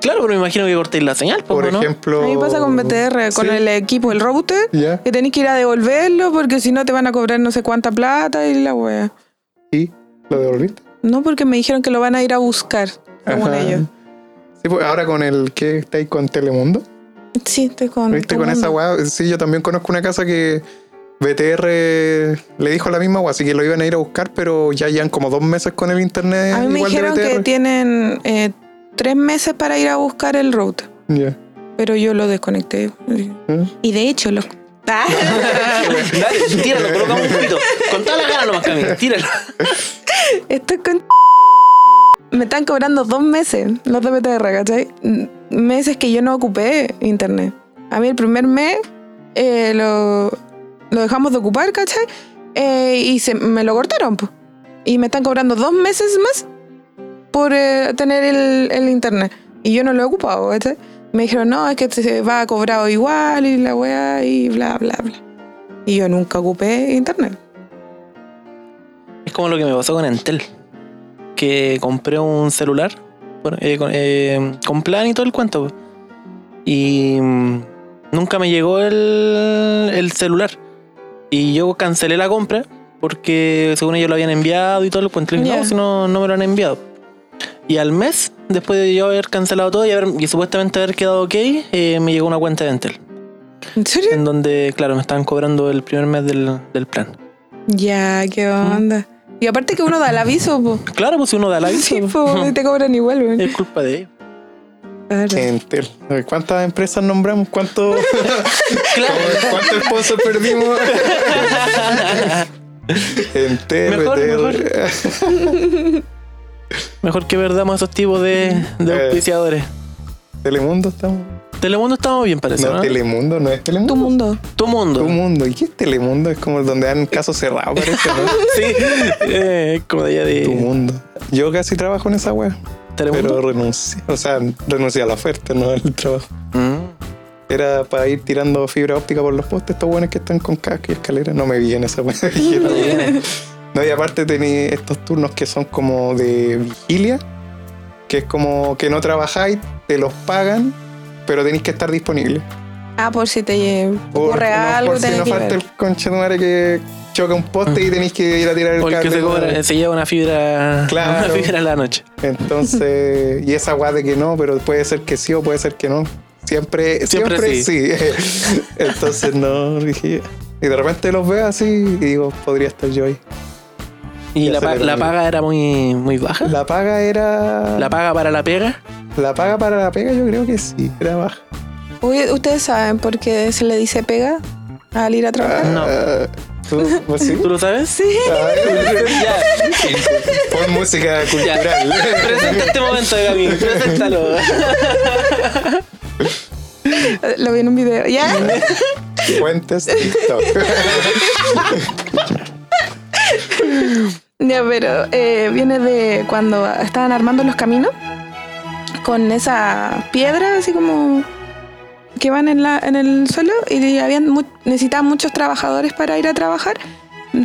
Speaker 2: Claro, pero me imagino que cortéis la señal, po,
Speaker 1: Por
Speaker 2: ¿no?
Speaker 1: ejemplo.
Speaker 3: A mí pasa con BTR, con
Speaker 1: Sí,
Speaker 3: el equipo, el router,
Speaker 1: Ya.
Speaker 3: que tenés que ir a devolverlo porque si no te van a cobrar no sé cuánta plata y la wea.
Speaker 1: ¿Y lo devolviste?
Speaker 3: No, porque me dijeron que lo van a ir a buscar, según
Speaker 1: Ajá.
Speaker 3: ellos.
Speaker 1: Sí, pues ahora con el que está ahí con Telemundo.
Speaker 3: Sí, estoy con.
Speaker 1: ¿Viste?
Speaker 3: todo
Speaker 1: Con
Speaker 3: el
Speaker 1: esa
Speaker 3: mundo.
Speaker 1: weá. Sí, yo también conozco una casa que BTR le dijo la misma weá, así que lo iban a ir a buscar, pero ya llevan como dos meses con el internet.
Speaker 3: A mí me
Speaker 1: igual
Speaker 3: dijeron
Speaker 1: de
Speaker 3: que
Speaker 1: BTR.
Speaker 3: tienen eh, tres meses para ir a buscar el router,
Speaker 1: Ya.
Speaker 3: pero yo lo desconecté.
Speaker 1: ¿Eh?
Speaker 3: Y de hecho, los. Ah,
Speaker 2: Dale, tíralo, colocamos un poquito. Con toda la gana nomás, Camila, tíralo.
Speaker 3: esto es con. Me están cobrando dos meses los de BTR, ¿cachai? M- Meses que yo no ocupé internet. A mí el primer mes eh, lo, lo dejamos de ocupar, ¿cachai? Eh, y se, me lo cortaron, po. Y me están cobrando dos meses más por eh, tener el, el internet. Y yo no lo he ocupado, ¿cachai? Me dijeron, no, es que se va a cobrar igual y la weá y bla, bla, bla. Y yo nunca ocupé internet.
Speaker 2: Es como lo que me pasó con Entel. Que compré un celular bueno, eh, con, eh, con plan y todo el cuento. po. Y mm, nunca me llegó el, el celular. Y yo cancelé la compra porque según ellos lo habían enviado y todo el cuento. Le dije,
Speaker 3: Ya.
Speaker 2: No, si no, no me lo han enviado. Y al mes, después de yo haber cancelado todo y, haber- y supuestamente haber quedado ok, eh, me llegó una cuenta de Entel.
Speaker 3: ¿En serio?
Speaker 2: En donde, claro, me estaban cobrando el primer mes del, del plan.
Speaker 3: Ya, qué onda. Y aparte que uno da el aviso, po.
Speaker 2: Claro, pues si uno da la
Speaker 3: Sí, pues. po, y te cobran igual, weón.
Speaker 2: es culpa de ellos.
Speaker 3: Claro.
Speaker 1: Entel. ¿Cuántas empresas nombramos? ¿Cuánto- ¿Cuántos esposos perdimos? Entel,
Speaker 2: Mejor,
Speaker 1: Entel.
Speaker 2: mejor. Mejor que perdamos esos tipos de, de
Speaker 1: Eh.
Speaker 2: auspiciadores.
Speaker 1: Telemundo estamos.
Speaker 2: Telemundo estamos bien, parece,
Speaker 1: No,
Speaker 2: ¿no?
Speaker 1: Telemundo, no es
Speaker 3: Tu
Speaker 1: Telemundo.
Speaker 3: mundo.
Speaker 2: Tu mundo.
Speaker 1: Tu mundo. ¿Y qué es Telemundo? Es como donde dan casos cerrados, parece, ¿no?
Speaker 2: Sí. Eh, como de allá
Speaker 1: Tu
Speaker 2: de
Speaker 1: mundo. Yo casi trabajo en esa wea, pero
Speaker 2: Telemundo.
Speaker 1: renuncié. O sea, renuncié a la oferta, no al trabajo.
Speaker 2: Mm.
Speaker 1: Era para ir tirando fibra óptica por los postes, estos buenos que están con casco y escalera. No me vi en esa wea. Dije, no, wea. No, y aparte tenía estos turnos que son como de vigilia, que es como que no trabajáis, te los pagan, pero tenéis que estar disponible.
Speaker 3: Ah, por si te ocurre
Speaker 1: no,
Speaker 3: algo,
Speaker 1: por si
Speaker 3: tenés
Speaker 1: no
Speaker 3: que
Speaker 1: falta
Speaker 3: ver. Ah.
Speaker 1: el concha de madre que choca un poste y tenéis que ir a tirar el
Speaker 2: Porque
Speaker 1: cable.
Speaker 2: se, cobra- se lleva una fibra.
Speaker 1: Claro.
Speaker 2: Una fibra a la noche.
Speaker 1: Entonces, y esa guada de que no, pero puede ser que sí o puede ser que no. Siempre,
Speaker 2: Siempre
Speaker 1: siempre, sí. Entonces, no, dije. Y de repente los veo así y digo, podría estar yo ahí.
Speaker 2: Y
Speaker 1: Ya
Speaker 2: la,
Speaker 1: se
Speaker 2: pa-
Speaker 1: le
Speaker 2: la
Speaker 1: cambió.
Speaker 2: paga era muy, muy baja.
Speaker 1: La paga era.
Speaker 2: La paga para la pega.
Speaker 1: la paga para la pega, yo creo que sí, era baja.
Speaker 3: Uy, Ustedes saben por qué se le dice pega al ir a trabajar.
Speaker 2: No.
Speaker 1: Ah, ¿Tú, vos sí? pues,
Speaker 2: ¿Tú lo sabes?
Speaker 3: Sí.
Speaker 1: Ay,
Speaker 2: Ya,
Speaker 1: Pon música
Speaker 2: ya.
Speaker 1: cultural.
Speaker 2: Presenta este momento, Gaby. Preséntalo.
Speaker 3: Lo vi en un video. Ya.
Speaker 1: Fuentes TikTok.
Speaker 3: Ya, pero eh, viene de cuando estaban armando los caminos con esas piedras así como que van en, la, en el suelo y habían mu- necesitaban muchos trabajadores para ir a trabajar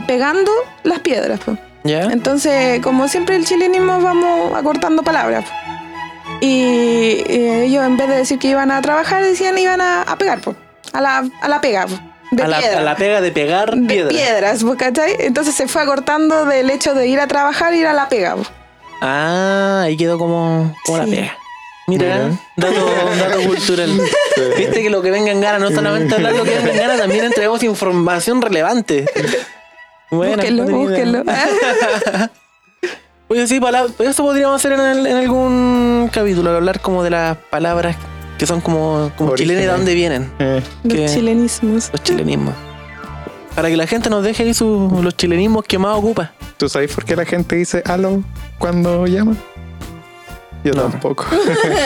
Speaker 3: pegando las piedras. po.
Speaker 2: ¿Ya?
Speaker 3: Entonces, como siempre el chilenismo, vamos acortando palabras. po. Y, eh, ellos en vez de decir que iban a trabajar, decían iban a, a pegar, po. a, la, a la pega. po, de
Speaker 2: A la,
Speaker 3: piedra
Speaker 2: a la pega de pegar
Speaker 3: de
Speaker 2: piedra.
Speaker 3: piedras, ¿vos cachai? Entonces se fue acortando del hecho de ir a trabajar, ir a la pega. ¿vos?
Speaker 2: Ah, ahí quedó como, como la
Speaker 3: Sí.
Speaker 2: pega. Mira,
Speaker 1: Mira.
Speaker 2: Dato, dato cultural. Viste que lo que venga en gana, no solamente hablar lo que venga en gana, también entregamos información relevante. Bueno,
Speaker 3: búsquenlo, búsquenlo. Ah,
Speaker 2: Oye, sí, pala- eso podríamos hacer en, el- en algún capítulo, hablar como de las palabras que son como, como
Speaker 1: Orígenes.
Speaker 2: chilenas, de dónde vienen,
Speaker 1: Eh,
Speaker 2: ¿Qué?
Speaker 3: Los chilenismos.
Speaker 2: los chilenismos. Para que la gente nos deje ahí sus- los chilenismos que más ocupa.
Speaker 1: ¿Tú sabes por qué la gente dice aló cuando llama? Yo
Speaker 2: No.
Speaker 1: tampoco.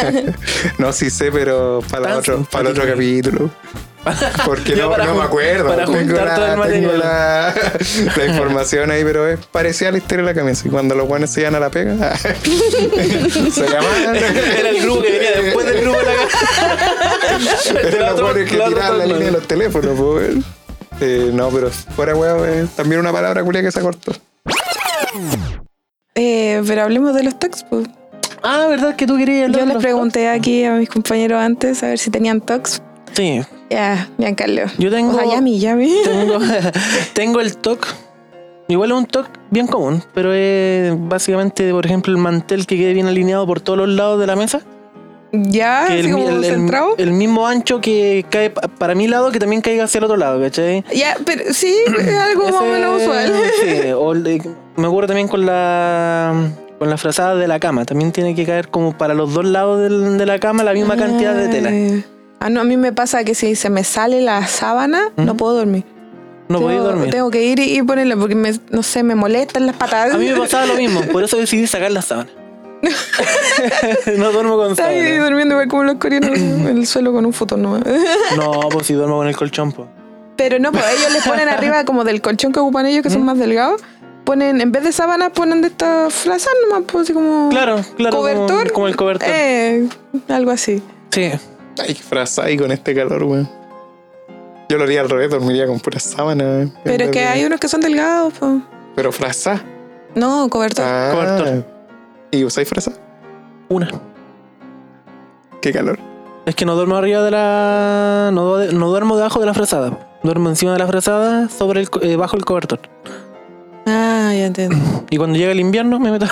Speaker 1: no, sí sé, pero para,
Speaker 2: Tan
Speaker 1: otro, para otro
Speaker 2: simpático.
Speaker 1: capítulo. Porque
Speaker 2: Ya
Speaker 1: no,
Speaker 2: para
Speaker 1: no me
Speaker 2: jun-
Speaker 1: acuerdo.
Speaker 2: para juntar todo el material.
Speaker 1: la, la información ahí, pero es parecida a la historia de la camisa. Y cuando los buenos se iban a la pega, se llamaban.
Speaker 2: Era el grupo que venía
Speaker 1: Eh,
Speaker 2: después del grupo de la
Speaker 1: Eran los buenos que tiraban la línea de los teléfonos, po, weón. Eh, No, pero fuera huevo es también una palabra culia que se cortó.
Speaker 3: Eh, pero hablemos de los tocs. po.
Speaker 2: Ah, ¿verdad que tú querías hablar de
Speaker 3: Yo les
Speaker 2: los-
Speaker 3: pregunté aquí a mis compañeros antes a ver si tenían tocs.
Speaker 2: Sí,
Speaker 3: Ya, Giancarlo.
Speaker 2: yo tengo...
Speaker 3: O sea, Yami, Yami.
Speaker 2: tengo, tengo el TOC. Igual es un TOC bien común, pero es básicamente, por ejemplo, el mantel que quede bien alineado por todos los lados de la mesa.
Speaker 3: Ya,
Speaker 2: que
Speaker 3: Ah, así
Speaker 2: el, mi-
Speaker 3: como
Speaker 2: el- el-
Speaker 3: centrado.
Speaker 2: el mismo ancho que cae pa- para mi lado, que también caiga hacia el otro lado, ¿cachai?
Speaker 3: Ya, pero sí, es algo más o
Speaker 2: Ese-
Speaker 3: menos usual.
Speaker 2: sí, o el de- me ocurre también con la con la frazada de la cama. También tiene que caer como para los dos lados del- de la cama la misma cantidad de tela.
Speaker 3: Ay. Ah, no, a mí me pasa que si se me sale la sábana, no
Speaker 2: Ujú.
Speaker 3: puedo dormir.
Speaker 2: No
Speaker 3: tengo,
Speaker 2: podéis dormir.
Speaker 3: Tengo que ir y, y ponerla porque me, no sé, me molestan las patadas.
Speaker 2: A mí me pasaba lo mismo, por eso decidí sacar la sábana. no duermo con
Speaker 3: Estaba ahí
Speaker 2: sábana.
Speaker 3: durmiendo igual como los coreanos en el suelo con un futón nomás.
Speaker 2: No, pues si duermo con el colchón, pues. ¿Mm?
Speaker 3: Pero no, pues ellos les ponen arriba como del colchón que ocupan ellos, que son más delgados, ponen, en vez de sábanas, ponen de estas frazas nomás, pues así como.
Speaker 2: Claro, claro. como-
Speaker 3: Cobertor.
Speaker 2: Como, el cobertor.
Speaker 3: Eh, algo así.
Speaker 2: Sí.
Speaker 1: Ay, qué frazada y con este calor, weón. Yo lo haría al revés, dormiría con pura sábana. weón. En
Speaker 3: Pero
Speaker 1: vez
Speaker 3: es que
Speaker 1: de-
Speaker 3: hay unos que son delgados, pues.
Speaker 1: Pero frazada.
Speaker 3: No, cobertor.
Speaker 1: Ah.
Speaker 2: Cobertor.
Speaker 1: ¿Y usáis frazada?
Speaker 2: Una.
Speaker 1: Qué calor.
Speaker 2: Es que no duermo arriba de la. No, du- no duermo debajo de la frazada. Duermo encima de la frazada, sobre el, co- eh, bajo el cobertor.
Speaker 3: Ah, ya entiendo.
Speaker 2: Y cuando llega el invierno, me meto.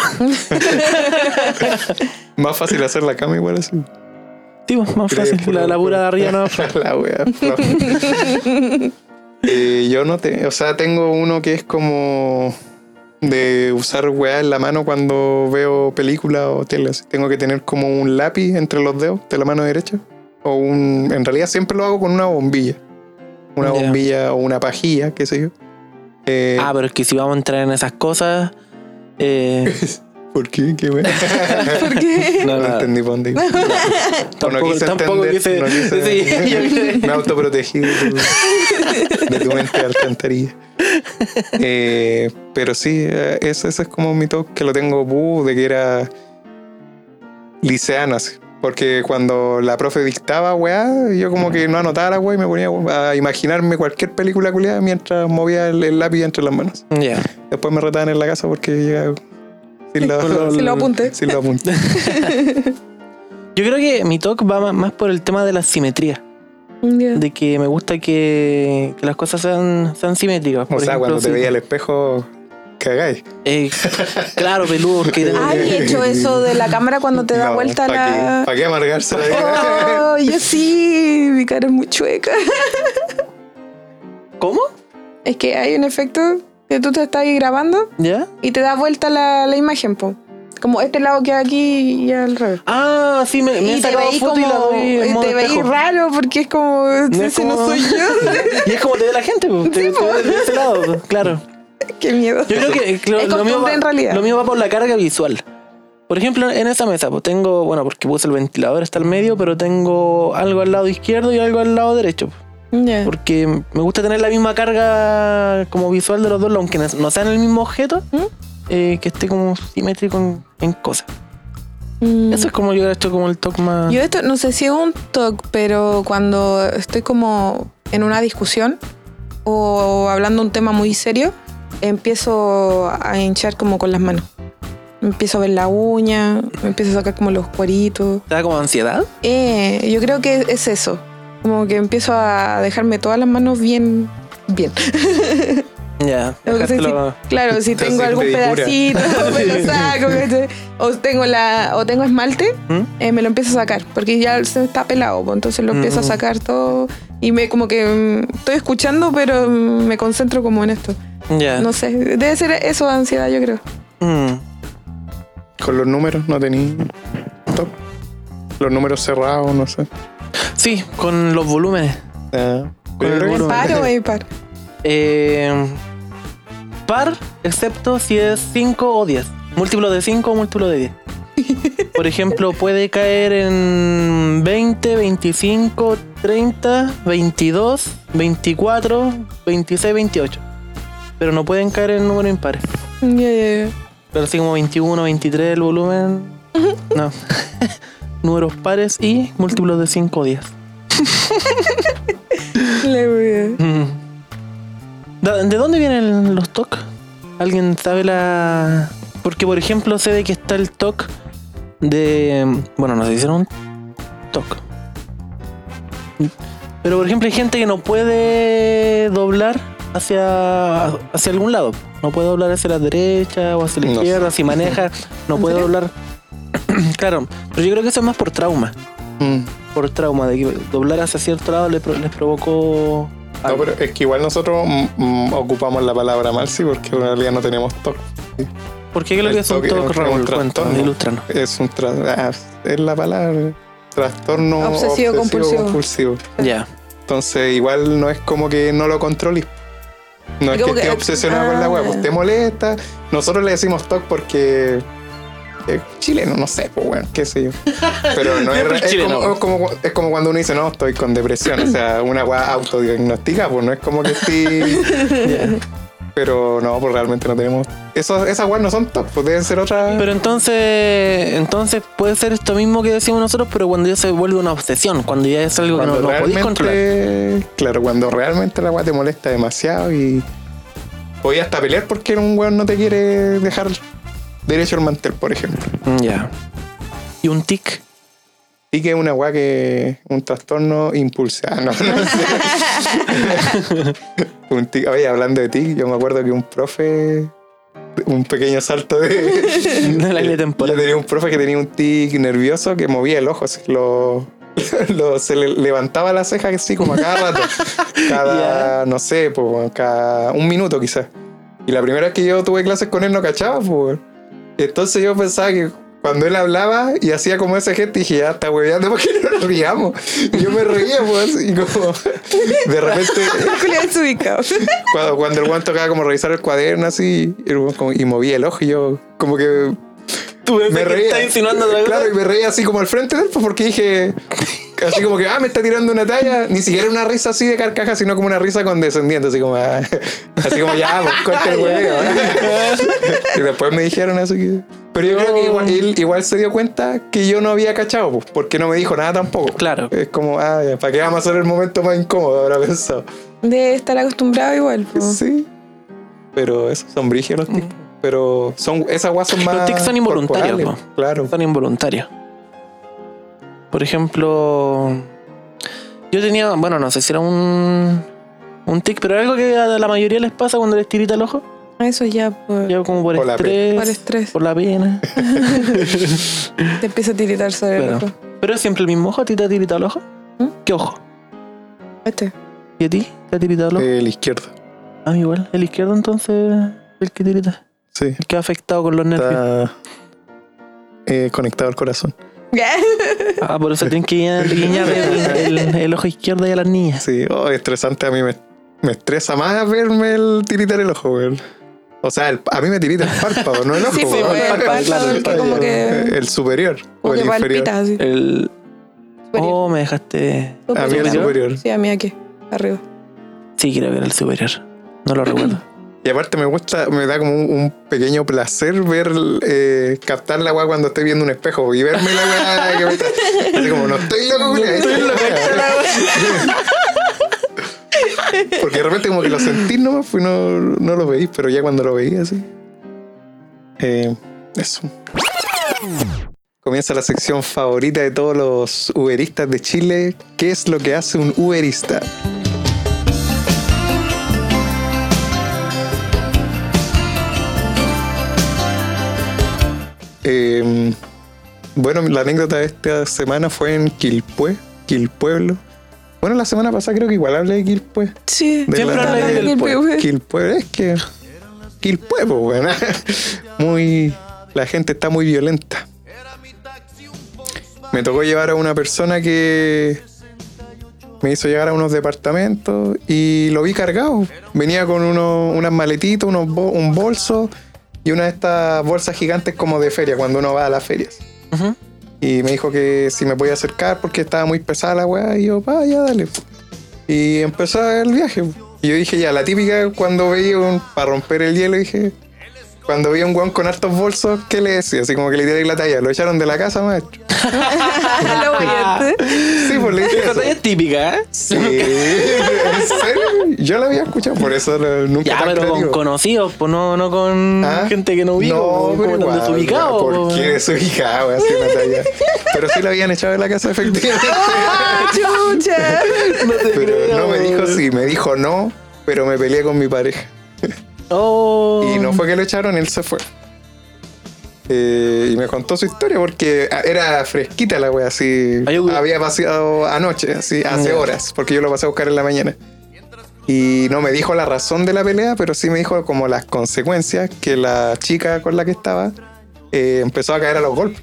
Speaker 1: Más fácil hacer la cama igual así.
Speaker 2: Tío, más
Speaker 1: Creo que
Speaker 2: fácil. La, la pura de arriba no.
Speaker 1: la wea. no. Eh, yo no te, o sea, tengo uno que es como de usar weá en la mano cuando veo película o tele. así. Tengo que tener como un lápiz entre los dedos de la mano derecha. O un. En realidad siempre lo hago con una bombilla. Una
Speaker 2: Ya.
Speaker 1: bombilla o una pajilla, qué sé yo. Eh,
Speaker 2: Ah, pero es que si vamos a entrar en esas cosas. Eh,
Speaker 1: ¿Por qué? ¿Qué wea?
Speaker 3: ¿Por qué?
Speaker 2: no,
Speaker 1: No,
Speaker 2: no,
Speaker 1: entendí por dónde iba.
Speaker 2: tampoco,
Speaker 1: no quise
Speaker 2: tampoco quise.
Speaker 1: entender, no quise-
Speaker 2: Sí, yo quise-
Speaker 1: Me autoprotegí de tu, de tu mente de alcantarilla. Eh, pero sí, eh, ese, ese es como mi toque que lo tengo bu, de que era liceano. así. Porque cuando la profe dictaba, weá, yo como que no anotaba la weá y me ponía a imaginarme cualquier película culiada mientras movía el, el lápiz entre las manos.
Speaker 2: Ya.
Speaker 1: Después me retaban en la casa porque llegaba sin la-
Speaker 3: Si lo apunte.
Speaker 1: sin los apuntes.
Speaker 2: Yo creo que mi talk va ma- más por el tema de la simetría.
Speaker 3: Ya.
Speaker 2: De que me gusta que, que las cosas sean, sean simétricas.
Speaker 1: O
Speaker 2: Por
Speaker 1: sea,
Speaker 2: ejemplo,
Speaker 1: cuando te
Speaker 2: si-
Speaker 1: veía al espejo, cagáis.
Speaker 2: eh, claro, peludo. Que,
Speaker 3: ¿Hay hecho eso de la cámara cuando te da vuelta la.
Speaker 1: ¿Para qué amargarse la vida?
Speaker 3: Oh, yo sí, mi cara es muy chueca.
Speaker 2: ¿Cómo?
Speaker 3: Es que hay un efecto que tú te estás ahí grabando
Speaker 2: ¿Ya?
Speaker 3: y te da vuelta la, la imagen, po. Como este lado que aquí y al revés.
Speaker 2: Ah, sí, me, me
Speaker 3: Y
Speaker 2: han
Speaker 3: te
Speaker 2: sacado
Speaker 3: veí
Speaker 2: foto y la
Speaker 3: como.
Speaker 2: doy en
Speaker 3: y
Speaker 2: modo
Speaker 3: Te veí
Speaker 2: espejo.
Speaker 3: raro porque es como.
Speaker 2: No
Speaker 3: No
Speaker 2: es
Speaker 3: ese no
Speaker 2: como-
Speaker 3: soy yo.
Speaker 2: Y es como te ve la gente, po, te, te ve de ese lado, po, claro.
Speaker 3: Qué miedo.
Speaker 2: Yo creo que creo-
Speaker 3: Es
Speaker 2: lo, mío
Speaker 3: costumbre
Speaker 2: va,
Speaker 3: en realidad.
Speaker 2: lo mío va por la carga visual. Por ejemplo, en esa mesa, pues tengo, bueno, porque puse el ventilador hasta el medio, pero tengo algo al lado izquierdo y algo al lado derecho. po,
Speaker 3: Ya.
Speaker 2: Porque me gusta tener la misma carga como visual de los dos, lados, aunque no sean el mismo objeto,
Speaker 3: ¿Mm?
Speaker 2: eh, que esté como simétrico en, en cosas.
Speaker 3: Mm.
Speaker 2: Eso es como yo esto como el toque más.
Speaker 3: Yo esto no sé si es un TOC, pero cuando estoy como en una discusión o hablando un tema muy serio, empiezo a hinchar como con las manos. Empiezo a ver la uña, me empiezo a sacar como los cueritos.
Speaker 2: ¿Te da como ansiedad?
Speaker 3: Eh, yo creo que es eso. Como que empiezo a dejarme todas las manos bien, bien.
Speaker 2: Ya.
Speaker 3: Lo que sé
Speaker 2: dejártelo-
Speaker 3: si- claro, si
Speaker 1: Te
Speaker 3: tengo
Speaker 1: haces
Speaker 3: algún
Speaker 1: pedicura.
Speaker 3: pedacito, me lo saco, ¿cachai? o tengo la, o tengo esmalte,
Speaker 2: ¿Mm?
Speaker 3: eh, me lo empiezo a sacar, porque ya se está pelado, pues, entonces lo empiezo a
Speaker 2: Mm.
Speaker 3: sacar todo y me como que mm, estoy escuchando, pero mm, me concentro como en esto.
Speaker 2: ¿Mm? Ya.
Speaker 3: No sé, debe ser eso ansiedad, yo creo.
Speaker 2: Mm.
Speaker 1: Con los números no tenía top. Los números cerrados, no sé.
Speaker 2: Sí, con los volúmenes.
Speaker 1: Ah,
Speaker 2: Con
Speaker 1: yo creo
Speaker 2: el
Speaker 1: que-
Speaker 2: Bueno,
Speaker 3: ¿Par o impar?
Speaker 2: Eh, par, excepto si es 5 o 10. Múltiplo de 5 o múltiplo de 10. Por ejemplo, puede caer en 20, 25, 30, 22, 24, 26, 28. Pero no pueden caer en números impares.
Speaker 3: Ya, ya, ya.
Speaker 2: Pero así como 21, 23 el volumen. No. números pares y múltiplos de 5 o 10.
Speaker 3: La wea.
Speaker 2: Mm. ¿De de dónde vienen los TOC? ¿Alguien sabe la...? Porque, por ejemplo, sé de que está el TOC de... Bueno, nos hicieron un TOC. Pero, por ejemplo, hay gente que no puede doblar hacia, hacia algún lado. No puede doblar hacia la derecha o hacia la
Speaker 1: No sé.
Speaker 2: izquierda. Si maneja, no
Speaker 3: ¿En
Speaker 2: puede
Speaker 3: serio?
Speaker 2: doblar... claro, pero yo creo que eso es más por trauma.
Speaker 1: Mm.
Speaker 2: Por trauma, de que doblar hacia cierto lado le pro- les provocó...
Speaker 1: No, pero es que igual nosotros mm, mm, ocupamos la palabra mal, sí, porque en realidad no tenemos top.
Speaker 2: ¿Por qué creo que
Speaker 1: El
Speaker 2: son
Speaker 1: toque es
Speaker 2: todos
Speaker 1: un
Speaker 2: Raúl?
Speaker 1: trastorno.
Speaker 2: Cuéntanos, ilústranos.
Speaker 1: Es un tra- ah, es la palabra. Trastorno
Speaker 3: Obsesivo compulsivo.
Speaker 1: compulsivo.
Speaker 2: Ya.
Speaker 1: Entonces, igual no es como que no lo controles. No es que
Speaker 3: Como
Speaker 1: estés
Speaker 3: que-
Speaker 1: obsesionado con la weá,
Speaker 3: Ah.
Speaker 1: pues te molesta. Nosotros le decimos TOC porque. eh, chileno, no sé, pues weón, qué sé yo. Pero no es,
Speaker 2: Siempre
Speaker 1: es
Speaker 2: chileno.
Speaker 1: como, es, como, es como cuando uno dice, no, estoy con depresión. O sea, una weá autodiagnosticada, pues no es como que sí. Pero no, pues realmente no tenemos. Esos, esas weas no son top, pues deben ser otras.
Speaker 2: Pero entonces, entonces puede ser esto mismo que decimos nosotros, pero cuando ya se vuelve una obsesión, cuando ya es algo
Speaker 1: cuando
Speaker 2: que no, no podéis controlar.
Speaker 1: realmente. Claro, cuando realmente la wea te molesta demasiado y. Podías hasta pelear porque un weón no te quiere dejar derecho al mantel, por ejemplo.
Speaker 2: Mm, Ya. Y un tic.
Speaker 1: Y que es una weá que. un trastorno impulsado. No, no sé. un tic. Oye, hablando de tic, yo me acuerdo que un profe. Un pequeño salto de.
Speaker 2: de la línea
Speaker 1: Eh, Yo
Speaker 2: temporal.
Speaker 1: tenía un profe que tenía un tic nervioso que movía el ojo, así, lo, lo- se le levantaba la ceja así como a cada rato. Cada, no sé, po, cada un minuto quizás. Y la primera vez que yo tuve clases con él no cachaba, pues. Entonces yo pensaba que cuando él hablaba y hacía como ese gesto, dije, ya está hueveando porque no nos riamos. Y yo me reía, pues, y como de repente
Speaker 3: Julián es ubicado.
Speaker 1: cuando, cuando el guan tocaba como revisar el cuaderno así, y, el weón como- y movía el ojo y yo como que
Speaker 2: Tú ves
Speaker 1: me
Speaker 2: que
Speaker 1: reía.
Speaker 2: está insinuando otra cosa.
Speaker 1: Claro, y me reía así como al frente de él, pues, porque dije, así como que, ah, me está tirando una talla. Ni siquiera una risa así de carcaja, sino como una risa condescendiente, así como, ah, así como, ya, pues, corta el hueveo. y después me dijeron eso. que- Pero yo creo que igual, él igual se dio cuenta que yo no había cachado, pues, porque no me dijo nada tampoco.
Speaker 2: Claro.
Speaker 1: Es como, ah, ya, ¿para qué vamos a hacer el momento más incómodo? Habrá pensado.
Speaker 3: De estar acostumbrado igual.
Speaker 2: Mm.
Speaker 3: po.
Speaker 1: Sí. Pero eso, son brigios los tics. Pero son, esas guas son más.
Speaker 2: tics son involuntarios,
Speaker 1: corporales, Claro.
Speaker 2: son involuntarios. Por ejemplo, yo tenía, bueno, no sé si era un, un tic, pero algo que a la mayoría les pasa cuando les tirita el ojo.
Speaker 3: Eso ya por,
Speaker 2: Ya como por,
Speaker 1: Por la
Speaker 2: estrés,
Speaker 3: por estrés.
Speaker 2: por la pena.
Speaker 3: Te empieza a tiritar sobre
Speaker 2: Claro.
Speaker 3: el ojo.
Speaker 2: Pero es siempre el mismo ojo, ¿a ti te ha tiritado el ojo?
Speaker 3: ¿Mm?
Speaker 2: ¿Qué ojo?
Speaker 3: Este.
Speaker 2: ¿Y a ti? ¿Te ha tiritado el ojo?
Speaker 1: El izquierdo.
Speaker 2: A mí igual. El izquierdo entonces, el que tirita.
Speaker 1: Sí.
Speaker 2: El que ha afectado con los nervios.
Speaker 1: Está eh, conectado al corazón.
Speaker 2: Ah, por eso tienen que guiñar, guiñar el, el- el ojo izquierdo y a las niñas.
Speaker 1: Sí. Oh, estresante. A mí me, me estresa más verme el tiritar el ojo, weón. O sea, el- a mí me tirita el párpado, no el ojo.
Speaker 3: Sí, pues,
Speaker 1: weón.
Speaker 2: el
Speaker 3: el
Speaker 2: párpado, claro,
Speaker 3: párpado
Speaker 2: el
Speaker 3: el que
Speaker 2: párpado.
Speaker 3: como que,
Speaker 1: El superior
Speaker 3: como
Speaker 1: o el
Speaker 3: que
Speaker 1: inferior. Eh,
Speaker 3: palpita así.
Speaker 2: El...
Speaker 3: Superior.
Speaker 2: Oh, me dejaste...
Speaker 1: A mí el
Speaker 2: ¿Superior?
Speaker 1: superior.
Speaker 3: Sí, a mí aquí, arriba.
Speaker 2: Sí, creo que era el superior. No lo recuerdo.
Speaker 1: Y aparte me gusta, me da como un, un pequeño placer ver, eh, captar la weá cuando estoy viendo un espejo y verme la weá que me está- Así como, no estoy loco, Julia, esta es la weá. Porque de repente como que lo sentís nomás, pues no, no lo veís, pero ya cuando lo veís así. Eh, eso. Comienza la sección favorita de todos los Uberistas de Chile. ¿Qué es lo que hace un Uberista? Eh, bueno, la anécdota de esta semana fue en Quilpue, Quilpueblo. Bueno, la semana pasada creo que igual hablé de Quilpue.
Speaker 3: Sí.
Speaker 1: De
Speaker 2: Siempre
Speaker 1: la-
Speaker 2: hablé
Speaker 1: de-
Speaker 2: del
Speaker 1: del
Speaker 3: pue.
Speaker 1: pue. Quilpue, es que. Quilpue, pues, bueno. Muy. La gente está muy violenta. Me tocó llevar a una persona que. Me hizo llegar a unos departamentos y lo vi cargado. Venía con unos, unas maletitas, unos bo- un bolso y una de estas bolsas gigantes como de feria, cuando uno va a las ferias.
Speaker 2: Ujú.
Speaker 1: Y me dijo que si me podía acercar porque estaba muy pesada la weá. Y yo, pa, ya dale. Y empezó el viaje. Y yo dije, ya, la típica cuando veía un. para romper el hielo, dije. Cuando veía un guan con hartos bolsos, ¿qué le decía? Así como que le tiré la talla. Lo echaron de la casa, maestro.
Speaker 3: Ah, Lo voy a-
Speaker 1: Sí, pues le dije.
Speaker 2: Esa
Speaker 1: eso.
Speaker 2: talla es típica, ¿eh?
Speaker 1: Sí, en serio. Yo la había escuchado, por eso no- nunca.
Speaker 2: Ya,
Speaker 1: tan
Speaker 2: pero con
Speaker 1: creativo.
Speaker 2: conocidos, pues no, no con
Speaker 1: ¿Ah?
Speaker 2: gente que no ubico,
Speaker 1: No, pero
Speaker 2: pues, como tan
Speaker 1: igual,
Speaker 2: desubicado.
Speaker 1: ¿Por
Speaker 2: pues.
Speaker 1: qué desubicado? Así una talla. Pero sí la habían echado de la casa, efectivamente.
Speaker 3: ¡Ah, chucha!
Speaker 2: No te
Speaker 1: Pero
Speaker 2: creo,
Speaker 1: no me dijo
Speaker 2: weón.
Speaker 1: sí, me dijo no, pero me peleé con mi pareja.
Speaker 2: Oh.
Speaker 1: Y no fue que lo echaron, él se fue. Eh, y me contó su historia porque ah, era fresquita la wea, así.
Speaker 2: Ay, güey.
Speaker 1: Había pasado anoche, así, hace
Speaker 2: Ya.
Speaker 1: horas, porque yo lo pasé a buscar en la mañana. Y no me dijo la razón de la pelea, pero sí me dijo como las consecuencias que la chica con la que estaba eh, empezó a caer a los golpes.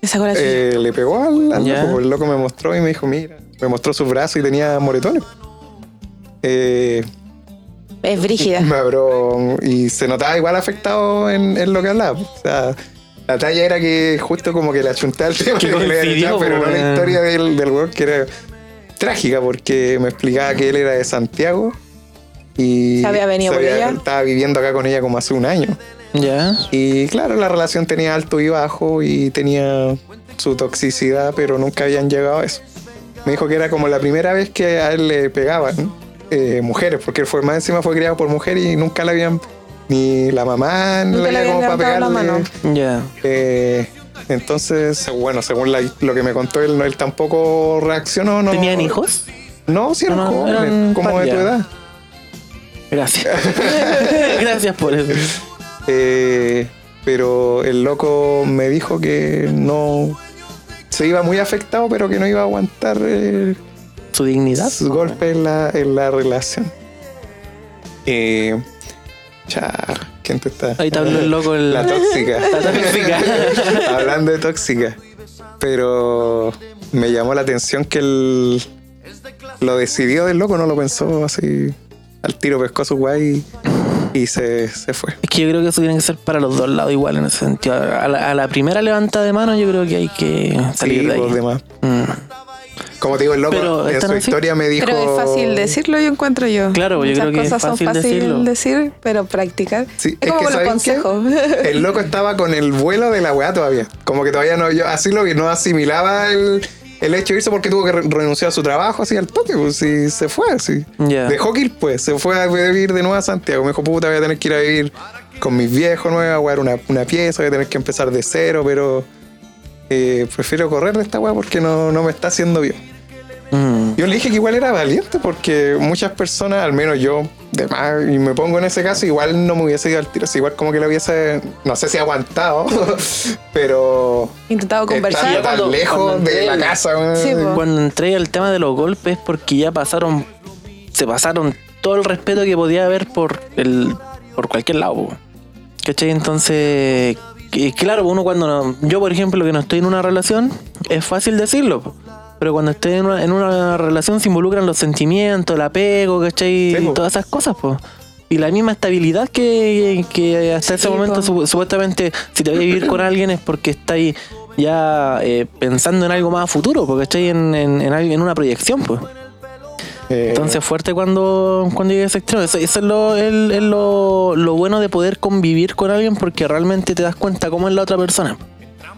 Speaker 3: Esa cola chucha.
Speaker 1: Eh, le pegó al, al
Speaker 2: Ya.
Speaker 1: loco, el loco me mostró y me dijo, mira, me mostró sus brazos y tenía moretones. Eh,
Speaker 3: Es brígida.
Speaker 1: me abrió- y se notaba igual afectado en, en lo que hablaba. O sea, la talla era que justo como que la chunté al tema
Speaker 2: Que
Speaker 1: que le habían
Speaker 2: coincidió,
Speaker 1: echado, pero no la
Speaker 2: weón.
Speaker 1: historia del, del weón que era trágica porque me explicaba que él era de Santiago Y
Speaker 3: ¿Se había venido por ella?
Speaker 1: Estaba viviendo acá con ella como hace un año.
Speaker 2: Ya.
Speaker 1: Y claro, la relación tenía alto y bajo y tenía su toxicidad, pero nunca habían llegado a eso. Me dijo que era como la primera vez que a él le pegaban eh, mujeres, porque él fue más encima fue criado por mujeres y nunca le habían ni la mamá ni
Speaker 3: Nunca le
Speaker 1: había
Speaker 3: habían levantado la mano.
Speaker 2: Ya.
Speaker 1: Eh, entonces, bueno, según la- lo que me contó él, no- él tampoco reaccionó. No,
Speaker 2: ¿Tenían hijos?
Speaker 1: No, sí, eran
Speaker 2: No,
Speaker 1: jóvenes,
Speaker 2: eran
Speaker 1: como de tu
Speaker 2: ya.
Speaker 1: edad.
Speaker 2: Gracias. Gracias por eso.
Speaker 1: Eh, pero el loco me dijo que no se iba muy afectado, pero que no iba a aguantar eh,
Speaker 2: Su dignidad.
Speaker 1: sus golpes en la, en la relación. Eh, cha, ¿quién te está?
Speaker 2: Ahí te habló el loco el...
Speaker 1: La tóxica.
Speaker 2: La tóxica.
Speaker 1: Hablando de tóxica. Pero me llamó la atención que el, lo decidió del loco, no lo pensó así. Al tiro pescó a su guay y, y se, se fue.
Speaker 2: Es que yo creo que eso tiene que ser para los dos lados igual en ese sentido. A la, a la primera levantada de mano yo creo que hay que salir
Speaker 1: Sí, pues,
Speaker 2: de ahí.
Speaker 1: los demás.
Speaker 2: Mm.
Speaker 1: Como te digo, el loco
Speaker 2: Pero,
Speaker 1: en
Speaker 2: ¿están
Speaker 1: su
Speaker 2: así?
Speaker 1: historia me dijo.
Speaker 3: Pero es fácil decirlo, yo encuentro yo.
Speaker 2: Claro, yo
Speaker 3: Muchas
Speaker 2: creo que es
Speaker 3: cosas
Speaker 2: fácil
Speaker 3: son fácil
Speaker 2: decirlo.
Speaker 3: decir, pero practicar.
Speaker 1: Sí,
Speaker 3: es
Speaker 1: es
Speaker 3: como
Speaker 1: que
Speaker 3: los
Speaker 1: ¿saben qué? Eh,
Speaker 3: consejos.
Speaker 1: El loco estaba con el vuelo de la weá todavía. Como que todavía no, yo así lo vi, no asimilaba el, el hecho de irse porque tuvo que re- renunciar a su trabajo así al toque, pues sí, se fue así.
Speaker 2: Ya.
Speaker 1: Dejó que ir, pues, se fue a vivir de nuevo a Santiago. Me dijo, puta, voy a tener que ir a vivir con mis viejos nueva, voy a dar una, una pieza, voy a tener que empezar de cero, pero eh, prefiero correr de esta weá porque no, no me está haciendo bien.
Speaker 2: Mm.
Speaker 1: Yo le dije que igual era valiente porque muchas personas, al menos yo, de más, y me pongo en ese caso, igual no me hubiese ido al tiro. así igual como que lo hubiese, no sé si aguantado, pero
Speaker 3: Intentado
Speaker 1: estando
Speaker 3: conversar.
Speaker 1: tan
Speaker 2: Cuando-
Speaker 1: lejos
Speaker 2: cuando
Speaker 1: de la
Speaker 2: entré-
Speaker 1: casa.
Speaker 3: Sí, po.
Speaker 2: Cuando entré al tema de los golpes porque ya pasaron, se pasaron todo el respeto que podía haber por el, por cualquier lado. po. ¿Cachai? Entonces, y claro, uno cuando no- yo por ejemplo que no estoy en una relación, es fácil decirlo. po. Pero cuando estoy en una, en una relación se involucran los sentimientos, el apego, ¿cachai?
Speaker 1: Sí, po.
Speaker 2: y todas esas cosas, pues. Y la misma estabilidad que, que hasta ese
Speaker 3: Sí,
Speaker 2: momento
Speaker 3: po.
Speaker 2: su- supuestamente si te vas a vivir con alguien es porque estáis ya eh, pensando en algo más a futuro, porque estáis en, en, en al- en una proyección, pues.
Speaker 1: Eh,
Speaker 2: Entonces fuerte cuando, cuando llega ese extremo. Eso, eso es, lo, el- es lo, lo bueno de poder convivir con alguien porque realmente te das cuenta cómo es la otra persona.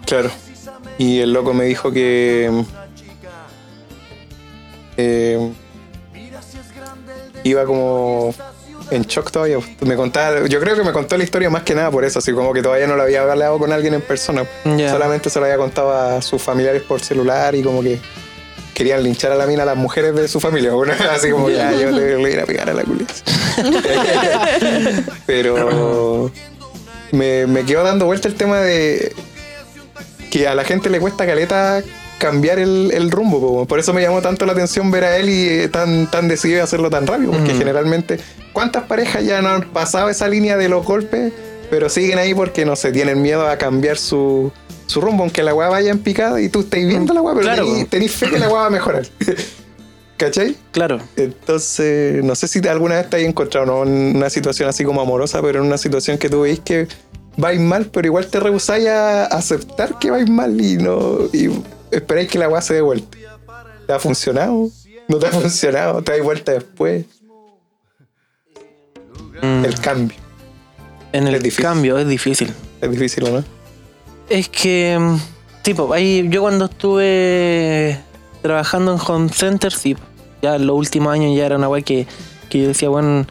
Speaker 1: Claro. Y el loco me dijo que. eh, iba como en shock todavía. Me contaba, yo creo que me contó la historia más que nada por eso, así como que todavía no lo había hablado con alguien en persona.
Speaker 2: Ya.
Speaker 1: Solamente se lo había contado a sus familiares por celular y como que querían linchar a la mina a las mujeres de su familia. Bueno, así como ya yo le, le voy a ir a pegar a la culia. Pero me, me quedó dando vuelta el tema de que a la gente le cuesta caleta cambiar el, el rumbo. po. Por eso me llamó tanto la atención ver a él y eh, tan, tan decidido a hacerlo tan rápido. Porque
Speaker 2: Mm.
Speaker 1: generalmente, ¿cuántas parejas ya no han pasado esa línea de los golpes? Pero siguen ahí porque no se tienen miedo a cambiar su, su rumbo, aunque la weá vaya en picada y tú estés viendo la weá, pero
Speaker 2: Mm. Claro,
Speaker 1: tení-
Speaker 2: po.
Speaker 1: tenís fe que la weá va a mejorar. ¿Cachai?
Speaker 2: Claro.
Speaker 1: Entonces, no sé si te- alguna vez te has encontrado ¿no? en una situación así como amorosa, pero en una situación que tú veis que vais mal, pero igual te rehusáis a aceptar que vais mal y no y esperáis que la weá se dé vuelta. ¿Te ha funcionado? ¿No te ha funcionado? ¿Te dais vuelta después?
Speaker 2: Mm.
Speaker 1: El cambio.
Speaker 2: en el
Speaker 1: es difícil.
Speaker 2: cambio es difícil.
Speaker 1: Es difícil, ¿o ¿no?
Speaker 2: Es que, mm, tipo, ahí yo cuando estuve trabajando en home center, sí, ya en los últimos años ya era una weá que, que yo decía, bueno,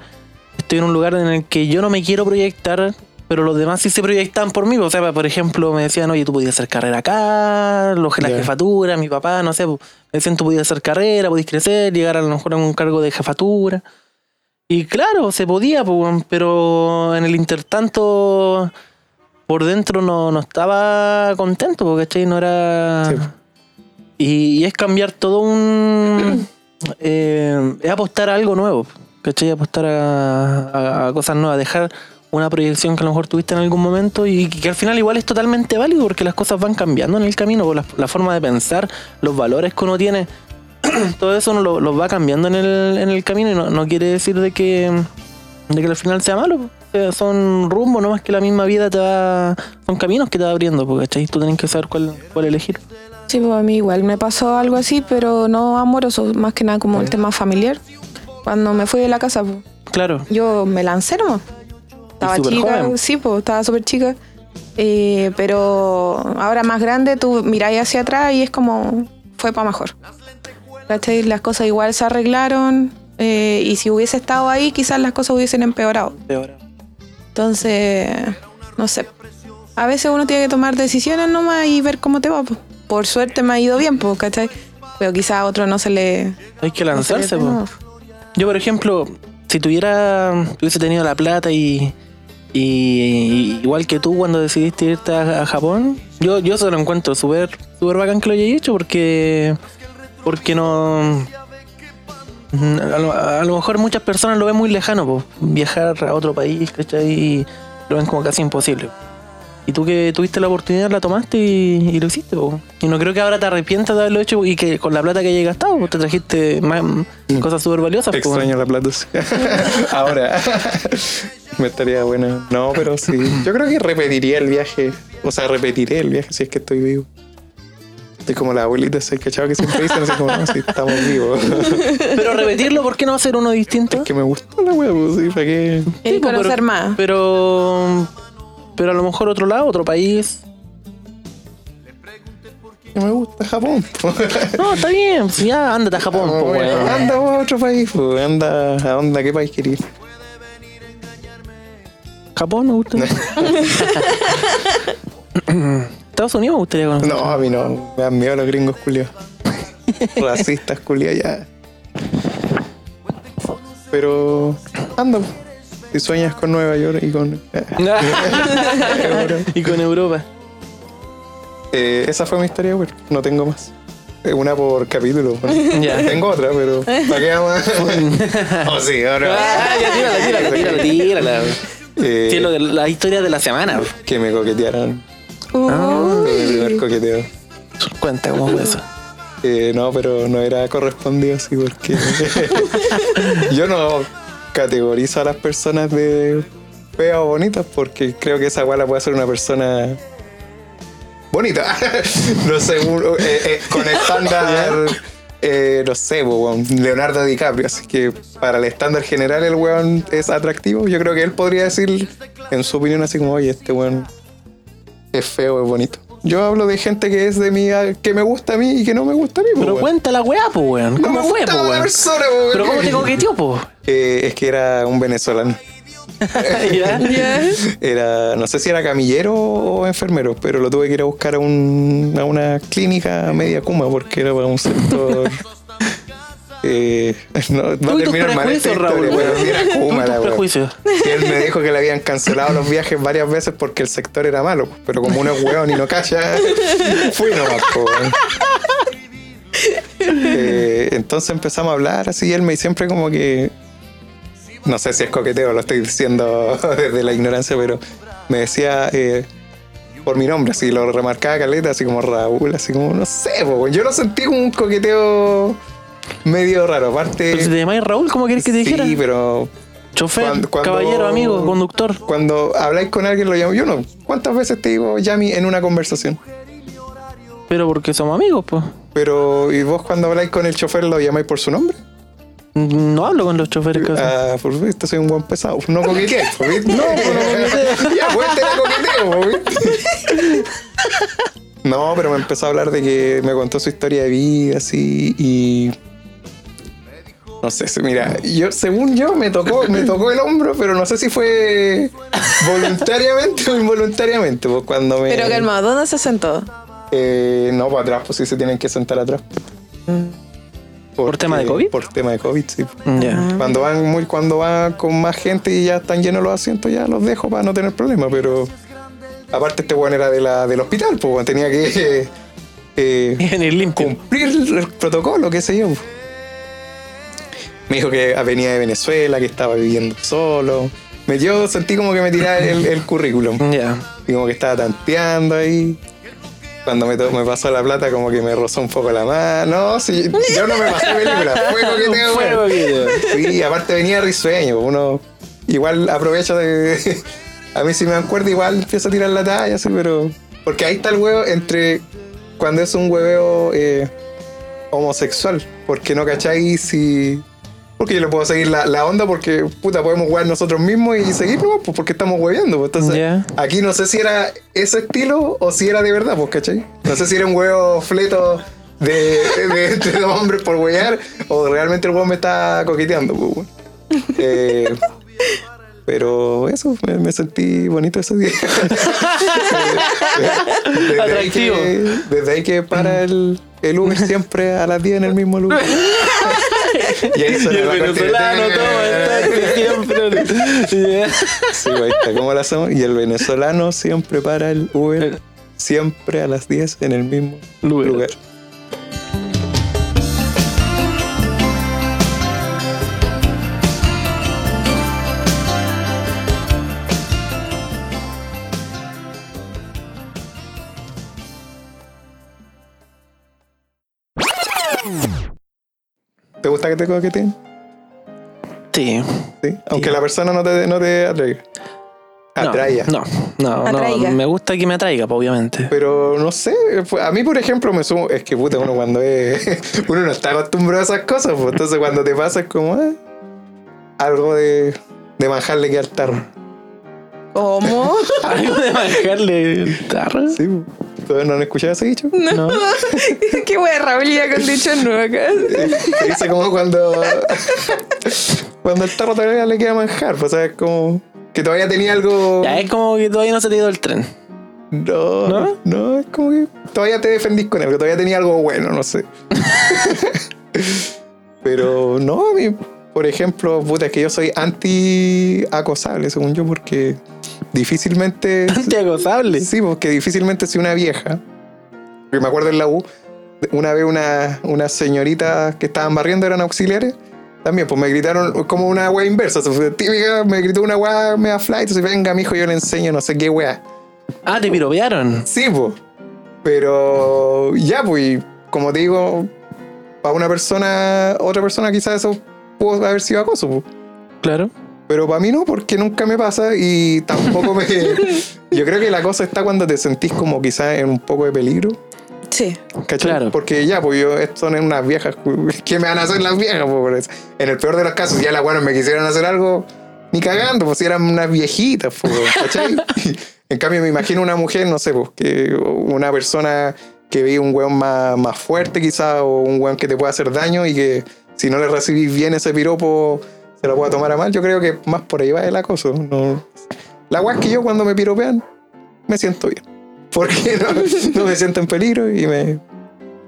Speaker 2: estoy en un lugar en el que yo no me quiero proyectar, pero los demás sí se proyectan por mí. O sea, por ejemplo, me decían, oye, tú podías hacer carrera acá, los, la
Speaker 1: Ya.
Speaker 2: jefatura, mi papá, no sé, me decían, tú podías hacer carrera, podías crecer, llegar a lo mejor a un cargo de jefatura. Y claro, se podía, po, weón, pero en el intertanto por dentro no, no estaba contento, porque no era.
Speaker 1: Sí.
Speaker 2: Y, y es cambiar todo un. eh, es apostar a algo nuevo, ¿cachai? Apostar a, a- a cosas nuevas, dejar una proyección que a lo mejor tuviste en algún momento y que al final igual es totalmente válido porque las cosas van cambiando en el camino, po, la, la forma de pensar, los valores que uno tiene, todo eso uno lo, los va cambiando en el, en el camino y no, no quiere decir de que, de que al final sea malo. po. O sea, Son rumbos, no más que la misma vida te va. Son caminos que te va abriendo, po, ¿cachai? Tú tenés que saber cuál, cuál elegir.
Speaker 3: Sí, pues a mí igual me pasó algo así, pero no amoroso, más que nada como el tema familiar. Cuando me fui de la casa, pues,
Speaker 2: claro.
Speaker 3: Yo me lancé nomás. Estaba
Speaker 2: súper
Speaker 3: chica,
Speaker 2: joven.
Speaker 3: sí, pues estaba súper chica. Eh, pero ahora más grande, tú miráis hacia atrás y es como fue para mejor. ¿Cachai? Las cosas igual se arreglaron eh, y si hubiese estado ahí, quizás las cosas hubiesen empeorado.
Speaker 2: Peor.
Speaker 3: Entonces, no sé. A veces uno tiene que tomar decisiones nomás y ver cómo te va. po. Por suerte me ha ido bien, pues, ¿cachai? Pero quizás a otro no se le.
Speaker 2: Hay que
Speaker 3: no se le-
Speaker 2: lanzarse, po.
Speaker 3: no.
Speaker 2: Yo, por ejemplo, si tuviera, tuviese tenido la plata y, y- y igual que tú cuando decidiste irte a, a Japón, yo, yo eso lo encuentro súper súper bacán que lo hayas hecho porque, porque no... mm, A lo, a lo mejor muchas personas lo ven muy lejano, po, viajar a otro país, ¿cachai? Y lo ven como casi imposible. Y tú que tuviste la oportunidad, la tomaste y, y lo hiciste, po. Y no creo que ahora te arrepientas de haberlo hecho y que con la plata que hayas gastado, po, te trajiste más, cosas súper valiosas, po.
Speaker 1: Extraño la plata. sí. Ahora. Me estaría bueno. No, pero sí. Yo creo que repetiría el viaje. O sea, repetiré el viaje si es que estoy vivo. Estoy como la abuelita, ese cachado que siempre dicen así como, no, si estamos vivos.
Speaker 2: Pero repetirlo, ¿por qué no hacer uno distinto?
Speaker 1: es que me gustó la wea, pues, sí, para qué.
Speaker 3: Queréis
Speaker 2: Sí, pues,
Speaker 3: conocer
Speaker 2: pero-
Speaker 3: más.
Speaker 2: Pero. Pero a lo mejor otro lado, otro país.
Speaker 1: Que me gusta Japón. po.
Speaker 2: No, está bien, pues ya ándate a Japón, po, weón.
Speaker 1: Anda vos a otro país, po. anda a onda, ¿qué país querís?
Speaker 2: Japón me gusta. Estados Unidos me gustaría conocer.
Speaker 1: No, a mí no, me dan miedo los gringos culiados. Racistas culiados ya. Pero anda, po. si sueñas con Nueva York y con...
Speaker 2: y con Europa.
Speaker 1: Eh, esa fue mi historia, güey. No tengo más. Eh, Una por capítulo. bueno.
Speaker 2: Ya.
Speaker 1: Tengo otra, pero... ¿Para qué más? oh, sí, ahora...
Speaker 2: Ah, ya tírala, tírala, tírala, tírala.
Speaker 1: Eh,
Speaker 2: Sí, lo de la historia de la semana.
Speaker 1: Que me coquetearon.
Speaker 3: Uh,
Speaker 1: Fue mi primer coqueteo.
Speaker 2: Cuenta cómo fue eso.
Speaker 1: Eh, no, pero no era correspondido así porque yo no categorizo a las personas de feas o bonitas porque creo que esa guala puede ser una persona bonita. no sé, un- eh, eh, con estándar, eh, no sé, po, weón, Leonardo DiCaprio. Así que para el estándar general el weón es atractivo. Yo creo que él podría decir en su opinión así como, oye, este weón es feo, es bonito. Yo hablo de gente que es de mí, ah, que me gusta a mí y que no me gusta a mí. po,
Speaker 2: Pero
Speaker 1: weón.
Speaker 2: cuenta la weá, po, weón.
Speaker 1: No
Speaker 2: ¿Cómo
Speaker 1: me
Speaker 2: fue,
Speaker 1: gustaba
Speaker 2: po,
Speaker 1: la
Speaker 2: weón?
Speaker 1: persona, po, weón.
Speaker 2: Pero ¿cómo te coqueteó, po?
Speaker 1: Eh, es que era un venezolano.
Speaker 2: Ya.
Speaker 1: Era, no sé si era camillero o enfermero, pero lo tuve que ir a buscar a, un- a una clínica media cuma porque era para un sector. Eh, no, va a
Speaker 2: Tú y tus
Speaker 1: terminar mal esta
Speaker 2: prejuicios, Raúl.
Speaker 1: historia, weón. Sí, era
Speaker 2: Tú y
Speaker 1: Kuma,
Speaker 2: tus
Speaker 1: la weón.
Speaker 2: prejuicios.
Speaker 1: Y él me dijo que le habían cancelado los viajes varias veces porque el sector era malo, pero como uno es hueón y no calla, fui nomás, po, weón. Eh, entonces empezamos a hablar así y él me siempre como que no sé si es coqueteo, lo estoy diciendo desde la ignorancia, pero me decía eh, por mi nombre, así lo remarcaba Caleta, así como Raúl, así como no sé, po, weón. yo lo sentí como un coqueteo medio raro, aparte
Speaker 2: Pero si te llamáis Raúl, ¿cómo querés que te dijera?
Speaker 1: sí, pero
Speaker 2: Chofer,
Speaker 1: Cuando- cuando-
Speaker 2: caballero, amigo, conductor.
Speaker 1: Cuando habláis con alguien lo llamo yo no. ¿Cuántas veces te digo Yami en una conversación?
Speaker 2: Pero porque somos amigos, pues.
Speaker 1: Pero ¿y vos cuando habláis con el chofer lo llamáis por su nombre?
Speaker 2: No hablo con los choferes casi.
Speaker 1: Ah, por viste, soy un buen pesado. No coqueteé, por viste. No, Ya, pues te la coqueteo, por viste. No, pero me empezó a hablar de que me contó su historia de vida, así, y... No sé, se- mira, yo, según yo, me tocó, me tocó el hombro, pero no sé si fue voluntariamente o involuntariamente, pues cuando me...
Speaker 3: pero calmado, ¿dónde se sentó?
Speaker 1: Eh, no, para atrás, pues sí se tienen que sentar atrás. Porque-
Speaker 2: tema de COVID? Mm.
Speaker 1: Por tema de COVID, sí.
Speaker 2: Ya.
Speaker 1: Cuando van muy, cuando van con más gente y ya están llenos los asientos, ya los dejo para no tener problemas, pero aparte este weón era de la, del hospital, pues weón, tenía que eh, eh,
Speaker 2: En el limpio.
Speaker 1: cumplir el protocolo, qué sé yo. Me dijo que venía de Venezuela, que estaba viviendo solo. Me, yo sentí como que me tiraba el, el currículum.
Speaker 2: Ya.
Speaker 1: Y como que estaba tanteando ahí. Cuando me, to- me pasó la plata, como que me rozó un poco la mano. No, sí, yo no me pasé película. Fuego que tengo.
Speaker 2: Fue
Speaker 1: weón.
Speaker 2: coqueteo.
Speaker 1: Sí, aparte venía risueño. pues Uno igual aprovecha de. A mí si me acuerdo, igual empiezo a tirar la talla, sí, pero. Porque ahí está el huevo entre cuando es un hueveo eh, homosexual. Porque no cacháis si Porque yo le puedo seguir la, la onda porque, puta, podemos jugar nosotros mismos y seguir, ¿no? Pues porque estamos hueveando. pues. Entonces,
Speaker 2: Ya.
Speaker 1: aquí no sé si era ese estilo o si era de verdad, pues, ¿cachai? No sé si era un huevo fleto de, de, de dos hombres por huevear o realmente el huevo me está coqueteando, pues, weón. Eh, pero eso, me, me sentí bonito ese día. Desde ahí
Speaker 2: Atractivo.
Speaker 1: que- desde ahí que para el, el Uber siempre a las 10 en el mismo lugar. y ahí
Speaker 2: Y
Speaker 1: suena
Speaker 2: el
Speaker 1: la
Speaker 2: venezolano
Speaker 1: cortinita.
Speaker 2: toma el taxi siempre.
Speaker 1: Sí, ahí está, ¿cómo la hacemos? Y el venezolano siempre para el Uber siempre a las 10 en el mismo
Speaker 2: Lugar.
Speaker 1: lugar. ¿Te gusta que te coqueteen?
Speaker 2: Sí.
Speaker 1: Sí, aunque la persona no te, no te atraiga.
Speaker 2: No,
Speaker 1: Atraiga.
Speaker 2: No, no, no,
Speaker 3: Atraiga.
Speaker 2: Me gusta que me atraiga, pues, obviamente.
Speaker 1: Pero no sé, fue- a mí por ejemplo me sumo, es que puta, uno cuando es, uno no está acostumbrado a esas cosas, pues, entonces cuando te pasa es como ah, algo de, de manjarle que al tarro.
Speaker 3: ¿Cómo?
Speaker 2: Algo de bajarle el tarro.
Speaker 1: Sí, pues. ¿Todavía no han escuchado ese dicho?
Speaker 2: No.
Speaker 3: Qué wea, Raúl, ya con dicho nuevo acá.
Speaker 1: Se dice como cuando, cuando el tarro todavía le queda manjar, pues, o sea, es como que todavía tenía algo...
Speaker 2: Ya es como que todavía no se te ha ido el tren.
Speaker 1: No,
Speaker 2: ¿No?
Speaker 1: no, es como que todavía te defendís con él, que todavía tenía algo bueno, no sé. Pero no, a mí, por ejemplo, puta, es que yo soy anti-acosable, según yo, porque difícilmente.
Speaker 2: Antiagosable.
Speaker 1: sí, porque difícilmente si una vieja, que me acuerdo en la U, una vez una- unas señoritas que estaban barriendo eran auxiliares. También, pues me gritaron como una wea inversa. fue Típica, me gritó una wea mea fly. Entonces, venga, mijo, yo le enseño no sé qué wea.
Speaker 2: Ah, te piropearon.
Speaker 1: Sí, pues. Pero ya, pues, y como te digo, para una persona, otra persona quizás eso pudo haber sido acoso, po.
Speaker 2: Claro.
Speaker 1: Pero para mí no, porque nunca me pasa y tampoco me... Yo creo que la cosa está cuando te sentís como quizás en un poco de peligro.
Speaker 3: Sí.
Speaker 1: ¿Cachai?
Speaker 2: Claro.
Speaker 1: Porque ya, pues yo, estos son unas viejas. ¿Qué me van a hacer las viejas? po? Por eso. En el peor de los casos, ya las buenas me quisieran hacer algo, ni cagando, pues si eran unas viejitas, po, ¿cachai? en cambio, me imagino una mujer, no sé, pues que una persona que ve un weón más, más fuerte, quizás, o un weón que te pueda hacer daño y que si no le recibís bien ese piropo, se lo pueda tomar a mal. Yo creo que más por ahí va el acoso. No. La weá es que yo cuando me piropean, me siento bien. Porque no, no me siento en peligro y me,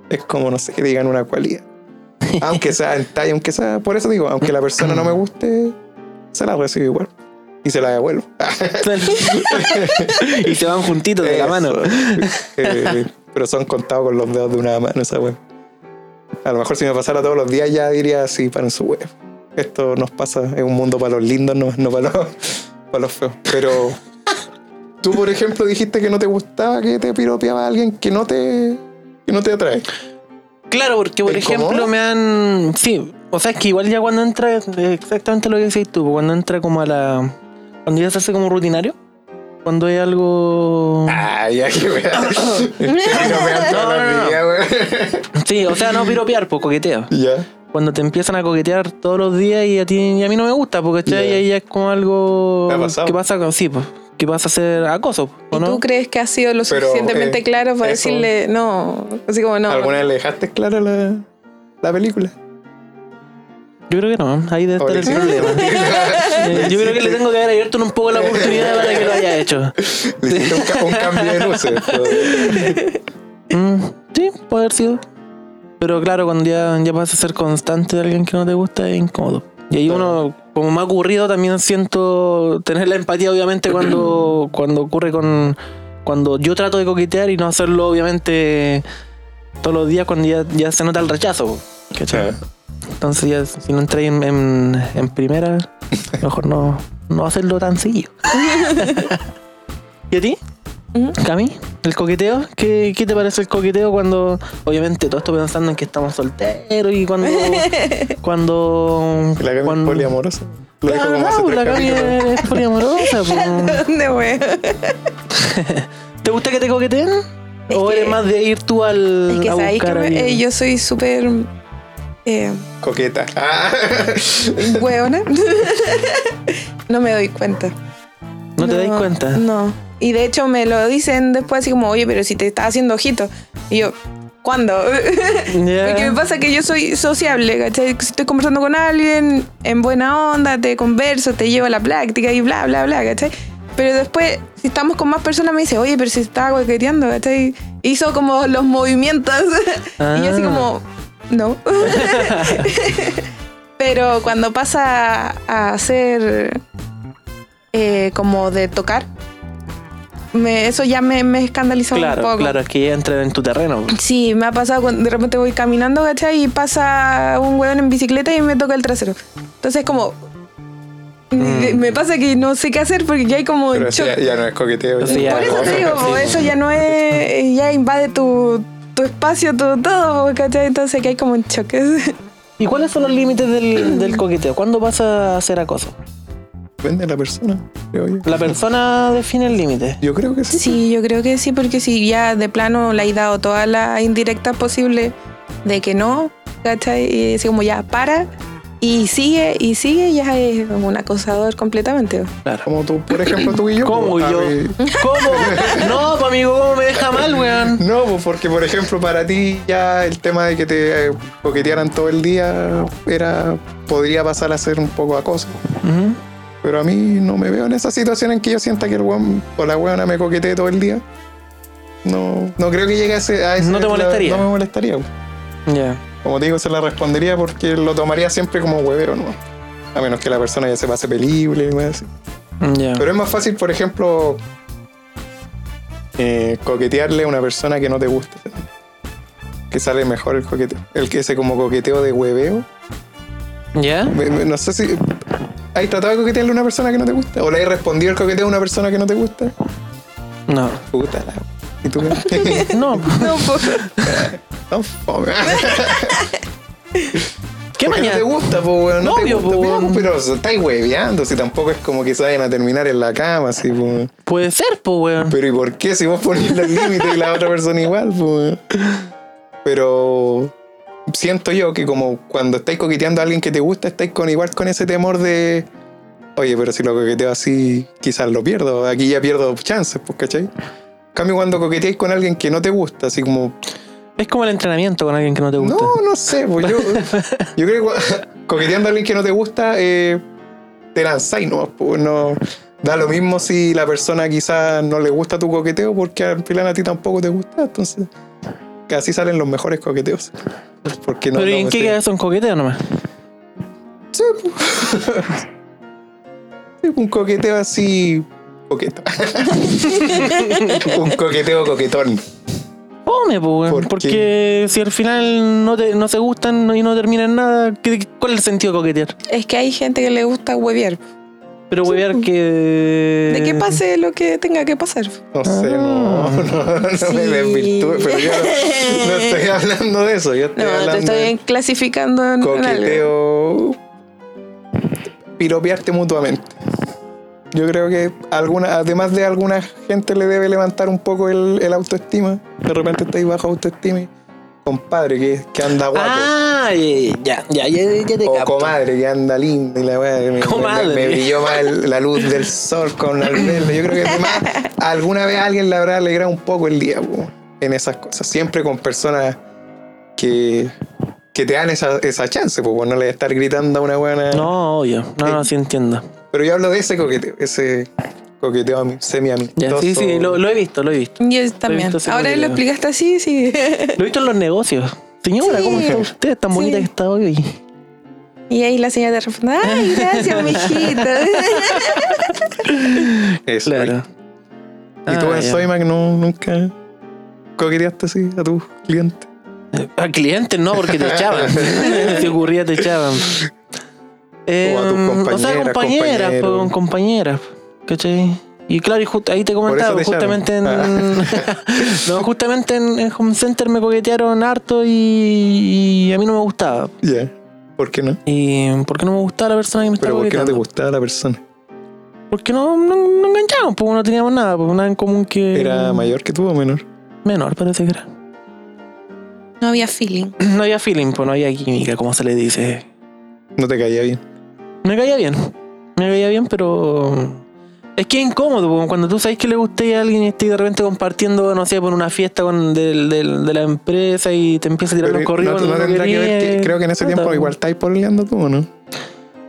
Speaker 1: es como, no sé, que digan una cualidad. Aunque sea en talla, aunque sea. Por eso digo, aunque la persona no me guste, se la recibo igual. Y se la devuelvo.
Speaker 2: y se van juntitos de la
Speaker 1: Eso.
Speaker 2: mano.
Speaker 1: Eh, pero son contados con los dedos de una mano, esa web. A lo mejor si me pasara todos los días ya diría así para en su web. Esto nos pasa, es un mundo para los lindos, no, no para, los, para los feos. Pero tú, por ejemplo, dijiste que no te gustaba que te piropeaba alguien que no te, que no te atrae.
Speaker 2: Claro, porque por
Speaker 1: ¿Te
Speaker 2: ejemplo
Speaker 1: incomoda?
Speaker 2: me han. Sí, o sea, es que igual ya cuando entra, exactamente lo que decís tú, cuando entra como a la. Cuando ya se hace como rutinario, cuando hay algo.
Speaker 1: Ay, Ah, ya que wea.
Speaker 3: No,
Speaker 2: no, no. Sí, o sea, no piropear, pues coqueteo.
Speaker 1: Ya.
Speaker 2: Cuando te empiezan a coquetear todos los días y a ti y a mí no me gusta, porque ¿cachai?
Speaker 1: Ya.
Speaker 2: ahí ya es como algo.
Speaker 1: ¿Te ha pasado?
Speaker 2: que pasa? con- Sí, pues. Que pasa a ser acoso, ¿o
Speaker 3: ¿Y
Speaker 2: no?
Speaker 3: tú crees que ha sido lo
Speaker 1: Pero,
Speaker 3: suficientemente
Speaker 1: eh,
Speaker 3: claro para
Speaker 1: eso-
Speaker 3: decirle no? Así como no.
Speaker 1: ¿Alguna vez le dejaste clara la, la película?
Speaker 2: Yo creo que no, ahí debe estar el
Speaker 1: Ahora sí.
Speaker 2: problema. Eh, Yo creo que le tengo que haber abierto un poco la oportunidad para que lo haya hecho.
Speaker 1: Le hiciste un, ca- un cambio de luces.
Speaker 2: Mm, sí, puede haber sido. Pero claro, cuando ya, ya pasa a ser constante de alguien que no te gusta, es incómodo. Y ahí uno, como me ha ocurrido, también siento tener la empatía, obviamente, cuando, cuando ocurre con. Cuando yo trato de coquetear y no hacerlo, obviamente, todos los días, cuando ya, ya se nota el rechazo. ¿cachai? Entonces, ya, si no entráis en, en, en primera, mejor no, no hacerlo tan seguido. ¿Y a ti?
Speaker 3: Ujú.
Speaker 2: Cami, ¿el coqueteo? ¿Qué, qué te parece el coqueteo cuando, obviamente, todo esto pensando en que estamos solteros y cuando. cuando.
Speaker 1: La Gaby es
Speaker 2: cuando-
Speaker 1: poliamorosa. Lo dijo
Speaker 2: Claro,
Speaker 1: como hace
Speaker 2: pues,
Speaker 1: tres
Speaker 2: la Gaby
Speaker 1: capítulos.
Speaker 2: es poliamorosa. pues.
Speaker 3: ¿Dónde, wea?
Speaker 2: ¿Te gusta que te coqueteen?
Speaker 3: Es
Speaker 2: ¿O
Speaker 3: que-
Speaker 2: eres más de ir tú al.
Speaker 3: Es que
Speaker 2: a
Speaker 3: sabéis que
Speaker 2: buscar a
Speaker 3: me-
Speaker 2: alguien?
Speaker 3: eh, yo soy súper eh,
Speaker 1: Coqueta. Ah.
Speaker 3: hueona. no me doy cuenta.
Speaker 2: No, te dais cuenta.
Speaker 3: No. Y de hecho me lo dicen después así como, oye, pero si te estás haciendo ojitos. Y yo, ¿cuándo?
Speaker 2: Ya.
Speaker 3: Porque me pasa que yo soy sociable, ¿cachai? Si estoy conversando con alguien en buena onda, te converso, te llevo a la práctica y bla, bla, bla, ¿cachai? Pero después, si estamos con más personas, me dice, oye, pero si estaba coqueteando, ¿cachai? Hizo como los movimientos. Y yo así
Speaker 2: Ah.
Speaker 3: como, no. pero cuando pasa a hacer eh, como de tocar, me, eso ya me, me escandaliza un
Speaker 2: Claro,
Speaker 3: poco.
Speaker 2: claro, es que ya entran en tu terreno.
Speaker 3: Sí, me ha pasado cuando de repente voy caminando, ¿cachai? Y pasa un hueón en bicicleta y me toca el trasero. Entonces como... Me
Speaker 2: Mm.
Speaker 3: me pasa que no sé qué hacer porque ya hay como...
Speaker 1: Pero eso
Speaker 3: choque.
Speaker 1: ya, ya no es coqueteo.
Speaker 2: Eso ya
Speaker 3: Por eso te digo,
Speaker 2: Sí.
Speaker 3: po, eso ya no es... eh, Ya invade tu, tu espacio, tu todo, po, ¿cachai? Entonces que hay como un choque.
Speaker 2: ¿Y cuáles son los límites del, del coqueteo? ¿Cuándo pasa a ser acoso?
Speaker 1: Depende de la persona, creo yo.
Speaker 2: La persona define el límite.
Speaker 1: Yo creo que sí.
Speaker 3: Sí, yo creo que sí, porque si ya de plano le he dado todas las indirectas posibles de que no, ¿cachai? Y así como ya para y sigue y sigue, ya es como un acosador completamente.
Speaker 2: Claro.
Speaker 1: Como tú, por ejemplo, tú y yo.
Speaker 2: ¿Cómo
Speaker 1: pues, a
Speaker 2: yo?
Speaker 1: ver.
Speaker 2: ¿Cómo? No, pues, amigo, ¿cómo me deja mal, weón?
Speaker 1: No, pues porque por ejemplo para ti ya el tema de que te eh, coquetearan todo el día era podría pasar a ser un poco acoso.
Speaker 2: Ujú.
Speaker 1: Pero a mí no me veo en esa situación en que yo sienta que el weón o la weona me coquetee todo el día. No, no creo que llegue a ese... a ese-
Speaker 2: No te molestaría.
Speaker 1: no me molestaría. pues.
Speaker 2: Ya.
Speaker 1: Como te digo, se la respondería porque lo tomaría siempre como hueveo, ¿no? A menos que la persona ya se pase pelible, weón, así.
Speaker 2: Ya.
Speaker 1: Pero es más fácil, por ejemplo, eh, coquetearle a una persona que no te guste. Que sale mejor el coqueteo. El que ese como coqueteo de hueveo.
Speaker 2: ¿Ya?
Speaker 1: Me- me- No sé si. ¿Has tratado de coquetearle a una persona que no te gusta? ¿O le has respondido el coqueteo a una persona que no te gusta?
Speaker 2: No.
Speaker 1: Puta la. ¿Y tú qué?
Speaker 2: No.
Speaker 3: No, po.
Speaker 1: pues. no, fome.
Speaker 2: ¿Qué
Speaker 1: Porque no
Speaker 2: mañana?
Speaker 1: te gusta, po, weón. No
Speaker 2: Obvio,
Speaker 1: te gusta,
Speaker 2: po,
Speaker 1: pero-
Speaker 2: weón.
Speaker 1: Pero se estáis hueveando, si tampoco es como que se vayan a terminar en la cama, así, po, weón.
Speaker 2: Puede ser, pues, weón.
Speaker 1: Pero ¿y por qué si vos ponés los límites y la otra persona igual? po, weón? Pero siento yo que como cuando estáis coqueteando a alguien que te gusta, estáis con igual con ese temor de, oye, pero si lo coqueteo así, quizás lo pierdo, aquí ya pierdo chances, pues, ¿cachai? En cambio, cuando coqueteáis con alguien que no te gusta, así como,
Speaker 2: Es como el entrenamiento con alguien que no te gusta.
Speaker 1: no, no sé, pues yo, yo creo que cua- coqueteando a alguien que no te gusta, eh, te lanzáis, no, no. Da lo mismo si la persona quizás no le gusta tu coqueteo porque al final a ti tampoco te gusta, entonces casi salen los mejores coqueteos. Porque no,
Speaker 2: Pero
Speaker 1: no, pues,
Speaker 2: ¿y en qué
Speaker 1: sí.
Speaker 2: queda eso? ¿En coqueteo nomás?
Speaker 1: Sí, po. Sí, un coqueteo así coqueto. un coqueteo coquetón.
Speaker 2: Pone, pues, weón.
Speaker 1: ¿Por
Speaker 2: porque
Speaker 1: qué?
Speaker 2: si al final no, te, no se gustan y no terminan nada, ¿qué- ¿cuál es el sentido de coquetear?
Speaker 3: Es que hay gente que le gusta huevear.
Speaker 2: Pero
Speaker 1: pues.
Speaker 2: huevear que.
Speaker 1: Eh.
Speaker 3: De que pase lo que tenga que pasar.
Speaker 1: No sé, no, no, no
Speaker 3: Sí.
Speaker 1: me desvirtúe, pero yo no, no estoy hablando de eso. Yo estoy
Speaker 3: No, te
Speaker 1: hablando
Speaker 3: estoy
Speaker 1: de
Speaker 3: clasificando en en algo.
Speaker 1: Eh, coqueteo, piropearte mutuamente. Yo creo que alguna, además de alguna gente le debe levantar un poco el, el autoestima. De repente estáis bajo autoestima. y, Compadre que, que anda guapo.
Speaker 2: Ah, eh, ya, ya, ya, ya te
Speaker 1: O
Speaker 2: capto.
Speaker 1: Oh, comadre que anda linda y la weá, me- me,
Speaker 2: Comadre.
Speaker 1: me brilló más el- la luz del sol con el verlo. Yo creo que además alguna vez alguien le habrá alegrado un poco el día po, en esas cosas. Siempre con personas que, que te dan esa, esa chance, po, po, no le voy a estar gritando a una buena.
Speaker 2: No, obvio. No, no, sí entiendo.
Speaker 1: Pero yo hablo de ese coqueteo, ese coqueteo ami- semi-amistoso.
Speaker 2: Ya, sí, sí, lo, lo he visto, lo he visto.
Speaker 3: Yo también.
Speaker 2: Estoy viendo ese
Speaker 3: Ahora lo
Speaker 2: video.
Speaker 3: explicaste así, sí.
Speaker 2: Lo he visto en los negocios. Señora,
Speaker 3: Sí.
Speaker 2: ¿cómo está usted? Tan
Speaker 3: Sí.
Speaker 2: bonita que está hoy.
Speaker 3: Y ahí la señora te responde, ay, gracias, mijita.
Speaker 1: Eso,
Speaker 2: Claro.
Speaker 1: Y tú
Speaker 2: Ah,
Speaker 1: en
Speaker 2: ya.
Speaker 1: Soymac no, nunca coqueteaste así a tus clientes.
Speaker 2: A Ah, clientes no, porque te echaban. si ocurría, te echaban. Eh,
Speaker 1: O a tus
Speaker 2: o sea,
Speaker 1: compañeras,
Speaker 2: compañeras,
Speaker 1: compañeros.
Speaker 2: pues, con compañeras. ¿Cachai? Y claro, y just- ahí te comentaba, pues,
Speaker 1: Por eso te Ah.
Speaker 2: justamente en,
Speaker 1: echaron.
Speaker 2: no, justamente en, en Home Center me coquetearon harto y, y a mí no me gustaba.
Speaker 1: Ya. ¿Por qué no?
Speaker 2: ¿Y por qué no me gustaba la persona que me estaba
Speaker 1: Pero ¿por qué no te
Speaker 2: coqueteando?
Speaker 1: gustaba la persona?
Speaker 2: Porque no, no, no enganchábamos, pues no teníamos
Speaker 1: Eh,
Speaker 2: nada, pues nada en común que.
Speaker 1: ¿Era mayor que tú o menor?
Speaker 2: Menor, parece que era.
Speaker 3: No había feeling.
Speaker 2: No había feeling, pues no había química, como se le dice.
Speaker 1: No te caía bien.
Speaker 2: Me caía bien. Me caía bien, pero. Es que es incómodo, porque cuando tú sabes que le guste a alguien y estás de repente compartiendo, no sé, por una fiesta con del, del- de la empresa y te empieza a tirar
Speaker 1: Pero
Speaker 2: los corridos.
Speaker 1: no, no
Speaker 2: cuando
Speaker 1: tendrá que ver
Speaker 2: querías.
Speaker 1: que- creo que en ese tiempo
Speaker 2: Puta. pues.
Speaker 1: igual estáis pololeando tú, ¿o no?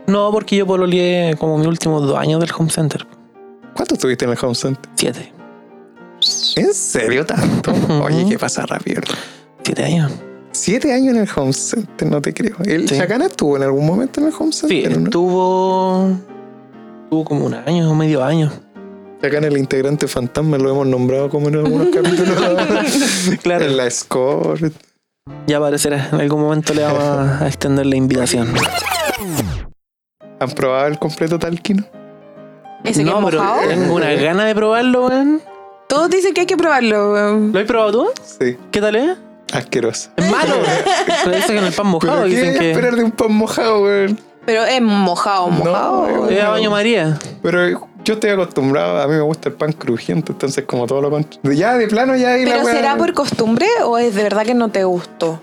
Speaker 2: No, porque yo pololeé como mis últimos dos años del home center.
Speaker 1: ¿Cuánto estuviste en el home center?
Speaker 2: Siete.
Speaker 1: ¿En serio tanto?
Speaker 2: Ujú.
Speaker 1: Oye, ¿qué pasa rápido?
Speaker 2: Siete años.
Speaker 1: Siete años en el home center, no te creo. ¿El
Speaker 2: Sí.
Speaker 1: Chacana estuvo en algún momento en el home
Speaker 2: Sí,
Speaker 1: center? ¿no?
Speaker 2: estuvo. Estuvo como un año o medio año.
Speaker 1: Chacana, el integrante fantasma, lo hemos nombrado como en algunos capítulos.
Speaker 2: Claro.
Speaker 1: en la score.
Speaker 2: Ya aparecerá. En algún momento le vamos a extender la invitación.
Speaker 1: ¿Han probado el completo talquino?
Speaker 3: Ese que es mojado.
Speaker 2: tengo una gana de probarlo, weón.
Speaker 3: Todos dicen que hay que probarlo. weón.
Speaker 2: ¿Lo has probado tú?
Speaker 1: Sí,
Speaker 2: ¿Qué tal es?
Speaker 1: asqueroso.
Speaker 2: Es malo. Pero dicen que en el pan mojado
Speaker 1: ¿Pero qué
Speaker 2: dicen que
Speaker 1: esperar de un pan mojado, weón?
Speaker 3: Pero es mojado, mojado.
Speaker 1: No,
Speaker 3: weón.
Speaker 2: es a baño María.
Speaker 1: Pero yo estoy acostumbrado, a mí me gusta el pan crujiente, entonces como todo lo pan... Ya, de plano ya ahí la
Speaker 3: Pero
Speaker 1: weá-
Speaker 3: será por costumbre o es de verdad que no te gustó?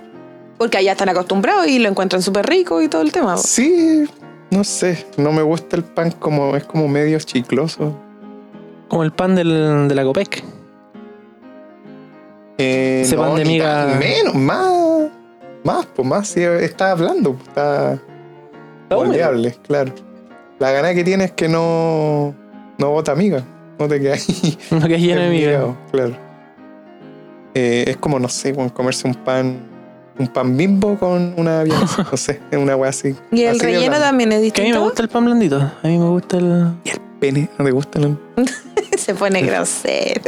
Speaker 3: Porque allá están acostumbrados y lo encuentran súper rico y todo el tema. weón.
Speaker 1: Sí, no sé, no me gusta el pan como... Es como medio chicloso.
Speaker 2: Como el pan del, de la Copec.
Speaker 1: Eh,
Speaker 2: Ese
Speaker 1: no,
Speaker 2: pan de
Speaker 1: ni
Speaker 2: miga-
Speaker 1: tan Menos, más... Más, pues más, sí, está hablando, pues, está...
Speaker 2: Está húmedo.
Speaker 1: moldeable, claro. La gana que tiene es que no... No vota amiga, no te quedas ahí.
Speaker 2: No que es lleno de miga.
Speaker 1: Enviado, Claro. Eh, es como, no sé, weón, comerse un pan, un pan bimbo con una vienesa, no sé, es una weá así.
Speaker 3: Y el
Speaker 1: Así de
Speaker 3: relleno
Speaker 1: blando.
Speaker 3: también es
Speaker 2: Que a mí me
Speaker 3: distinto.
Speaker 2: gusta el pan blandito. A mí me gusta el.
Speaker 1: Pene, ¿no te gusta? No,
Speaker 3: Se pone grosero.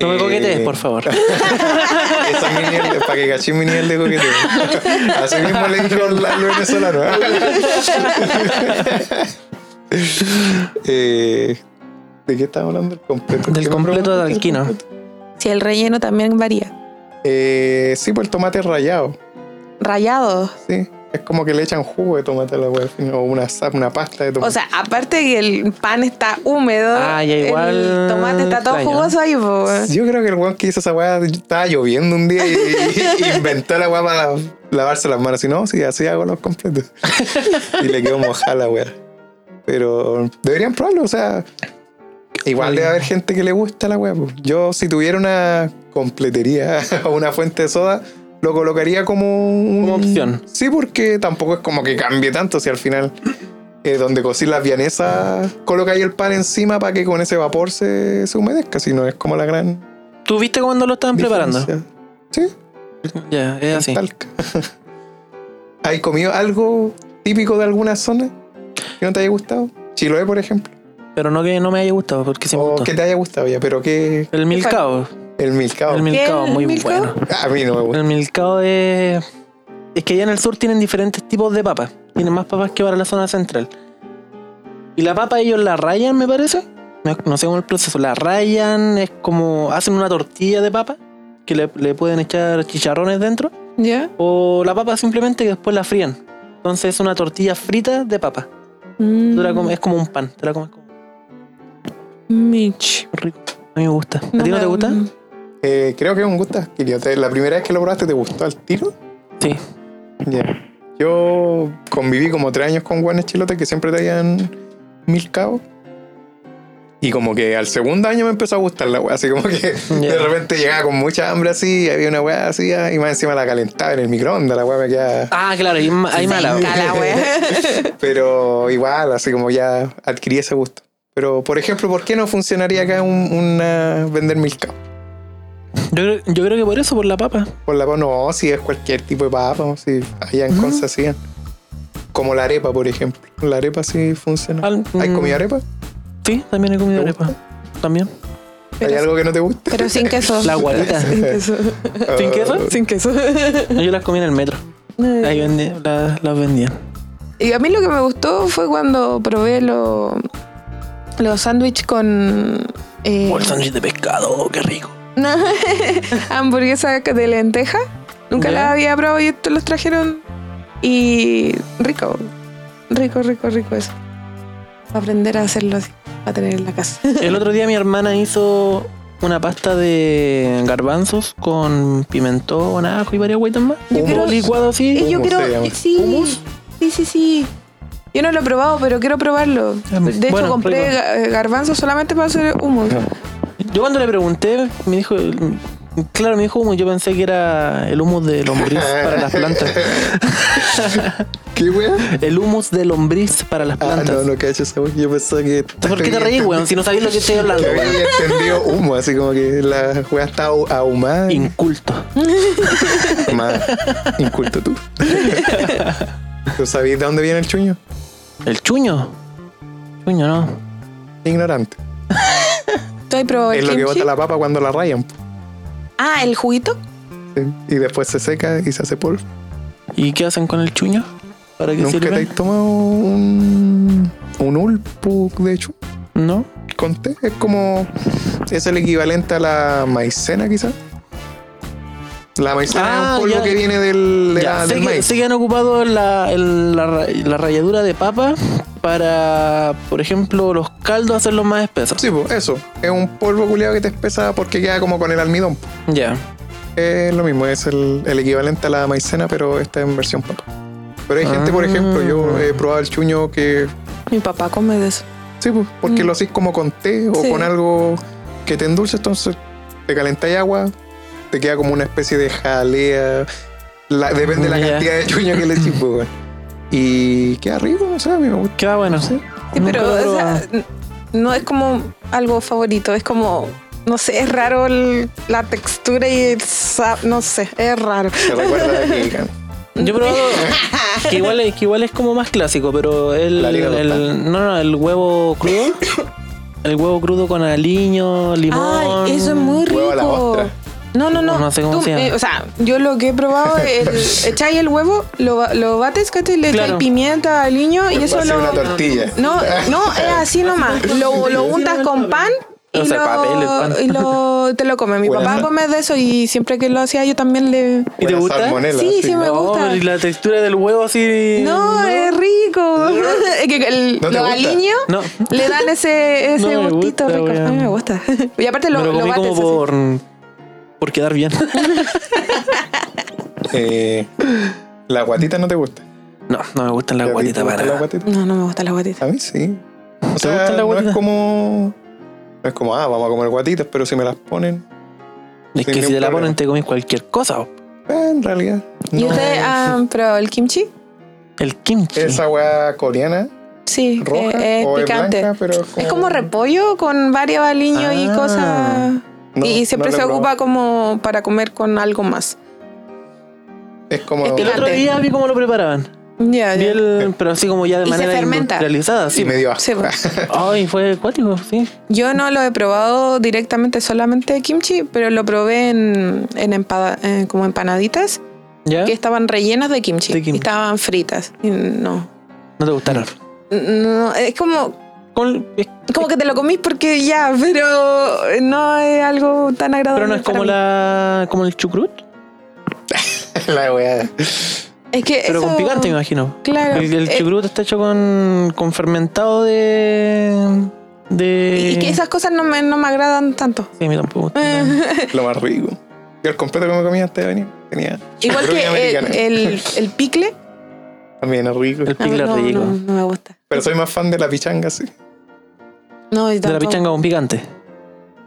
Speaker 2: No me coquetees, por favor.
Speaker 1: Eso es mi nivel de- Eh, para que caché mi nivel de coqueteo. Así mismo le dijo al al venezolano. Eh, ¿De qué estaba hablando? El completo.
Speaker 2: Del
Speaker 1: ¿Qué me
Speaker 2: completo de
Speaker 1: preguntaste?
Speaker 2: Alquino.
Speaker 3: Si el relleno también varía.
Speaker 1: Eh, sí, pues el tomate rallado.
Speaker 3: Rayado.
Speaker 1: Sí, es como que le echan jugo de tomate a la hueá al final, o una, sa- una pasta de tomate.
Speaker 3: O sea, aparte que el pan está húmedo,
Speaker 2: Ah, ya igual
Speaker 3: el tomate está todo
Speaker 2: extraño.
Speaker 3: jugoso ahí, po.
Speaker 2: Ah,
Speaker 1: yo creo que el weón que hizo esa weá estaba lloviendo un día y, y inventó la weá para lavarse las manos. Y no, sí, así hago los completos. y le quedó mojada la weá. Pero deberían probarlo, o sea, igual debe haber gente que le gusta la weá. po. Yo, si tuviera una completería o una fuente de soda, lo colocaría como, un-
Speaker 2: Como opción.
Speaker 1: Sí, porque tampoco es como que cambie tanto. Si al final, eh, donde cocís las vianesas, colocáis el pan encima para que con ese vapor se, se humedezca. Si no es como la gran.
Speaker 2: ¿Tú viste cuando lo estaban preparando?
Speaker 1: diferencia. Sí,
Speaker 2: Ya, es así.
Speaker 1: talca. ¿Hay comido algo típico de alguna zona que no te haya gustado? Chiloé, por ejemplo.
Speaker 2: Pero no que no me haya gustado, porque sí me
Speaker 1: o
Speaker 2: gustó.
Speaker 1: que te haya gustado ya, pero que
Speaker 2: El milcao.
Speaker 1: el milcao. Ah,
Speaker 2: El milcao,
Speaker 3: ¿El
Speaker 2: muy
Speaker 3: milcao?
Speaker 2: bueno.
Speaker 1: A mí no me gusta.
Speaker 2: El milcao es. Es que allá en el sur tienen diferentes tipos de papas. Tienen más papas que para la zona central. Y la papa ellos la rayan, me parece. No, no sé cómo es el proceso. La rayan, es como. Hacen una tortilla de papa que le, le pueden echar chicharrones dentro.
Speaker 3: ¿Ya?
Speaker 2: O la papa simplemente que después la frían. Entonces es una tortilla frita de papa.
Speaker 3: Mm,
Speaker 2: Tú la comes- es como un pan. Te la comes como
Speaker 3: Mitch.
Speaker 2: rico. A mí me gusta. ¿A ti no
Speaker 3: me-
Speaker 2: te gusta?
Speaker 1: Eh, creo que es un gusto adquirido. Te- La primera vez que lo probaste, ¿te gustó al tiro?
Speaker 2: Sí.
Speaker 1: Ya. Yo conviví como tres años con guanes chilotes que siempre traían mil cabos. Y como que al segundo año me empezó a gustar la weá. Así como que
Speaker 2: Ya.
Speaker 1: de repente llegaba con mucha hambre así, y había una weá así, ah, y más encima la calentaba en el microondas, la weá me quedaba.
Speaker 2: Ah, claro, hay, ma- hay mala.
Speaker 3: Venga la wea.
Speaker 1: Pero igual, así como ya adquirí ese gusto. Pero, por ejemplo, ¿por qué no funcionaría acá un, una vender mil cabos?
Speaker 2: Yo, creo- yo creo que por eso, por la papa.
Speaker 1: Por la no, si es cualquier tipo de papa, si allá
Speaker 2: Mm.
Speaker 1: en Conce hacían. Como la arepa, por ejemplo. La arepa sí funciona.
Speaker 2: Al-
Speaker 1: ¿Hay
Speaker 2: mm.
Speaker 1: comido arepa?
Speaker 2: Sí, también he comido
Speaker 1: ¿Te
Speaker 2: arepa. También.
Speaker 1: ¿Hay
Speaker 3: Pero-
Speaker 1: algo que no te guste?
Speaker 3: Pero sin queso.
Speaker 2: La guarita.
Speaker 3: Sin queso.
Speaker 2: ¿Sin
Speaker 1: Ah,
Speaker 2: queso?
Speaker 3: Sin queso.
Speaker 2: Yo las comí en el metro. Ahí vendí- la- las vendían.
Speaker 3: Y a mí lo que me gustó fue cuando probé lo- los sándwiches con. eh,
Speaker 2: O Oh, el sándwich de pescado, qué rico.
Speaker 3: no, hamburguesa de lenteja. Nunca
Speaker 2: Ya.
Speaker 3: la había probado y estos los trajeron. Y rico. Rico, rico, rico eso. Aprender a hacerlo así. A tener en la casa.
Speaker 2: El otro día mi hermana hizo una pasta de garbanzos con pimentón, ajo y varias hueitas más.
Speaker 3: Yo quiero- eh.
Speaker 2: Un licuado así.
Speaker 3: Y yo
Speaker 1: Hummus
Speaker 3: quiero.
Speaker 1: se llama.
Speaker 3: Sí,
Speaker 2: Hummus.
Speaker 3: sí, sí, sí. Yo no lo he probado, pero quiero probarlo.
Speaker 2: Ah,
Speaker 3: De hecho,
Speaker 2: bueno, Ah.
Speaker 3: compré
Speaker 2: rico.
Speaker 3: ga- eh, garbanzos solamente para hacer hummus.
Speaker 2: Yo cuando le pregunté, me dijo, claro, me dijo humo, yo pensé que era el humus de lombriz para las plantas.
Speaker 1: ¿Qué wea?
Speaker 2: El humus de lombriz para las
Speaker 1: Ah,
Speaker 2: plantas.
Speaker 1: no, no cacho esa wea. Yo pensaba que.
Speaker 2: ¿Por qué te reís, weón? Si no sabías lo que estoy hablando,
Speaker 1: Que
Speaker 2: weón.
Speaker 1: había entendido humo, así como que la wea está ahu- ahumada.
Speaker 2: Inculto.
Speaker 1: Más inculto tú. ¿Tú sabés de dónde viene el chuño?
Speaker 2: ¿El chuño? Chuño, no.
Speaker 1: Ignorante.
Speaker 3: ¿Tú has probado el
Speaker 1: Es lo que
Speaker 3: kimchi?
Speaker 1: bota la papa cuando la rayan. po.
Speaker 3: Ah, ¿el juguito?
Speaker 1: Sí. Y después se seca y se hace polvo.
Speaker 2: ¿Y qué hacen con el chuño? ¿Para qué
Speaker 1: ¿Nunca te
Speaker 2: sirve?
Speaker 1: has tomado un, un ulpuk de hecho?
Speaker 2: No.
Speaker 1: Conté. Es como. Es el equivalente a la maicena, quizás. La maicena
Speaker 2: Ah,
Speaker 1: es un polvo
Speaker 2: ya.
Speaker 1: que viene del, de
Speaker 2: Ya,
Speaker 1: la-
Speaker 2: sé,
Speaker 1: del
Speaker 2: que,
Speaker 1: maíz.
Speaker 2: sé que han ocupado la, el- la ra- la ralladura de papa para, por ejemplo, los caldos hacerlos más espesos.
Speaker 1: Sí, pues, eso. Es un polvo culiado que te espesa porque queda como con el almidón. po.
Speaker 2: Ya.
Speaker 1: Es lo mismo, es el, el equivalente a la maicena, pero esta en versión papa. Pero hay gente, por ejemplo,
Speaker 2: Ah.
Speaker 1: yo he probado el chuño que
Speaker 3: Mi papá come de eso.
Speaker 1: Sí, pues, porque lo hacís como con té o
Speaker 3: Sí.
Speaker 1: con algo que te endulce, entonces te calentáis agua, te queda como una especie de jalea. La- depende de la
Speaker 2: Ya.
Speaker 1: cantidad de chuño que le eches, pues, weón. Y queda rico, no sé, a mí me gusta.
Speaker 2: Queda bueno.
Speaker 1: Sí.
Speaker 3: Sí,
Speaker 2: Nunca
Speaker 3: pero
Speaker 2: lo he
Speaker 3: o sea,
Speaker 2: probado.
Speaker 3: n- no es como algo favorito, es como, no sé, es raro el- la textura y el sab- no sé, es raro.
Speaker 1: Te recuerda de que
Speaker 2: Yo he probado que igual, es- que igual es como más clásico, pero el,
Speaker 1: La liga
Speaker 2: el-
Speaker 1: local.
Speaker 2: no, no, el huevo crudo, el huevo crudo con aliño, limón.
Speaker 3: Ay, eso es muy rico.
Speaker 1: Huevo a la ostra.
Speaker 3: No, no, no.
Speaker 2: No sé cómo
Speaker 3: Tú,
Speaker 2: se llama.
Speaker 3: eh, o sea, yo lo que he probado es el- echáis el huevo, lo, ba- lo bates, ¿cachai? Le echáis
Speaker 2: Claro.
Speaker 3: pimienta, aliño y eso
Speaker 1: hacer
Speaker 3: lo.
Speaker 1: una tortilla.
Speaker 3: No, no, es así nomás. Lo, lo untas con pan. Y,
Speaker 2: O sea,
Speaker 3: lo,
Speaker 2: papel, el pan.
Speaker 3: y lo- te lo come. Mi
Speaker 1: Buena
Speaker 3: papá
Speaker 1: sal-
Speaker 3: come de eso y siempre que lo hacía yo también le...
Speaker 2: ¿Y te
Speaker 1: Buena
Speaker 2: gusta?
Speaker 1: salmonela,
Speaker 3: Sí, sí, me
Speaker 2: No,
Speaker 3: gusta.
Speaker 2: pero y la textura del huevo así.
Speaker 3: No, eh, es rico. Es que el,
Speaker 1: ¿No te
Speaker 3: los
Speaker 1: gusta?
Speaker 3: aliños
Speaker 2: No.
Speaker 3: le dan ese, ese
Speaker 2: No me
Speaker 3: gustito
Speaker 2: gusta,
Speaker 3: rico. A mí
Speaker 2: weón.
Speaker 3: me gusta. Y aparte lo,
Speaker 2: me lo
Speaker 3: lo
Speaker 2: comí
Speaker 3: bates
Speaker 2: como
Speaker 3: así.
Speaker 2: por, por quedar bien.
Speaker 1: Eh, la guatita no te gusta.
Speaker 2: No, no me gustan las
Speaker 1: ¿Te
Speaker 2: guatitas
Speaker 1: gusta
Speaker 2: para.
Speaker 1: la
Speaker 2: nada.
Speaker 1: guatita?
Speaker 3: No, no me gustan las
Speaker 1: A
Speaker 3: guatitas.
Speaker 1: mí sí. O
Speaker 2: ¿Te
Speaker 1: sea,
Speaker 2: gustan las
Speaker 1: no es
Speaker 2: guatitas?
Speaker 1: como. No es como, ah, vamos a comer guatitas, pero si me las ponen, Sin
Speaker 2: Es que si
Speaker 1: ningún
Speaker 2: te la
Speaker 1: problema.
Speaker 2: ponen te comís cualquier cosa. o.
Speaker 1: eh, en realidad.
Speaker 3: ¿Y ah,
Speaker 1: no
Speaker 3: ustedes
Speaker 1: es-
Speaker 3: han probado el kimchi?
Speaker 2: El kimchi.
Speaker 1: Esa weá coreana.
Speaker 3: Sí,
Speaker 1: roja
Speaker 3: eh, es
Speaker 1: o es
Speaker 3: picante.
Speaker 1: blanca, pero como-
Speaker 3: es como repollo con varios aliños y
Speaker 2: Ah.
Speaker 3: cosas.
Speaker 1: No,
Speaker 3: y siempre
Speaker 1: no lo
Speaker 3: se
Speaker 1: he
Speaker 3: ocupa como para comer con algo más.
Speaker 1: probado. Es como.
Speaker 3: es
Speaker 2: El otro
Speaker 3: picante.
Speaker 2: día vi cómo lo preparaban.
Speaker 3: Ya,
Speaker 2: Vi
Speaker 3: ya.
Speaker 2: el- pero así como ya de
Speaker 3: Y se
Speaker 2: manera
Speaker 3: fermenta.
Speaker 2: industrializada. Sí,
Speaker 1: Sí, medio asco.
Speaker 3: Sí, bueno.
Speaker 2: Ay, fue acuático, sí.
Speaker 3: Yo no lo he probado directamente solamente kimchi, pero lo probé en, en empada- eh, como empanaditas
Speaker 2: ¿Ya?
Speaker 3: que estaban rellenas de kimchi,
Speaker 2: ¿Eh? De kimchi.
Speaker 3: y estaban fritas. Y no.
Speaker 2: No te gustaron.
Speaker 3: No, es como,
Speaker 2: Con- es-
Speaker 3: como que te lo comís porque ya, pero no es algo tan agradable.
Speaker 2: pero no es
Speaker 3: para
Speaker 2: como
Speaker 3: mí.
Speaker 2: la como el chucrut,
Speaker 1: la weá.
Speaker 3: Es que
Speaker 2: pero con
Speaker 3: eso-
Speaker 2: picante, me imagino.
Speaker 3: Claro.
Speaker 2: El, el
Speaker 3: eh,
Speaker 2: chucrut está hecho con, con fermentado de. de.
Speaker 3: Y que esas cosas no me, no me agradan tanto.
Speaker 2: Sí, a mí tampoco. me
Speaker 3: Eh,
Speaker 2: gusta.
Speaker 1: Lo más rico. Yo el completo que me comí antes de venir tenía.
Speaker 3: Igual
Speaker 1: Creo
Speaker 3: que el,
Speaker 1: americana.
Speaker 3: el, el picle.
Speaker 1: También es rico.
Speaker 2: El
Speaker 3: a mí
Speaker 2: picle
Speaker 3: no,
Speaker 2: relleno.
Speaker 3: no, no me gusta.
Speaker 1: Pero soy más fan de la pichanga, sí.
Speaker 3: No, yo
Speaker 2: De la
Speaker 3: tampoco.
Speaker 2: pichanga con picante.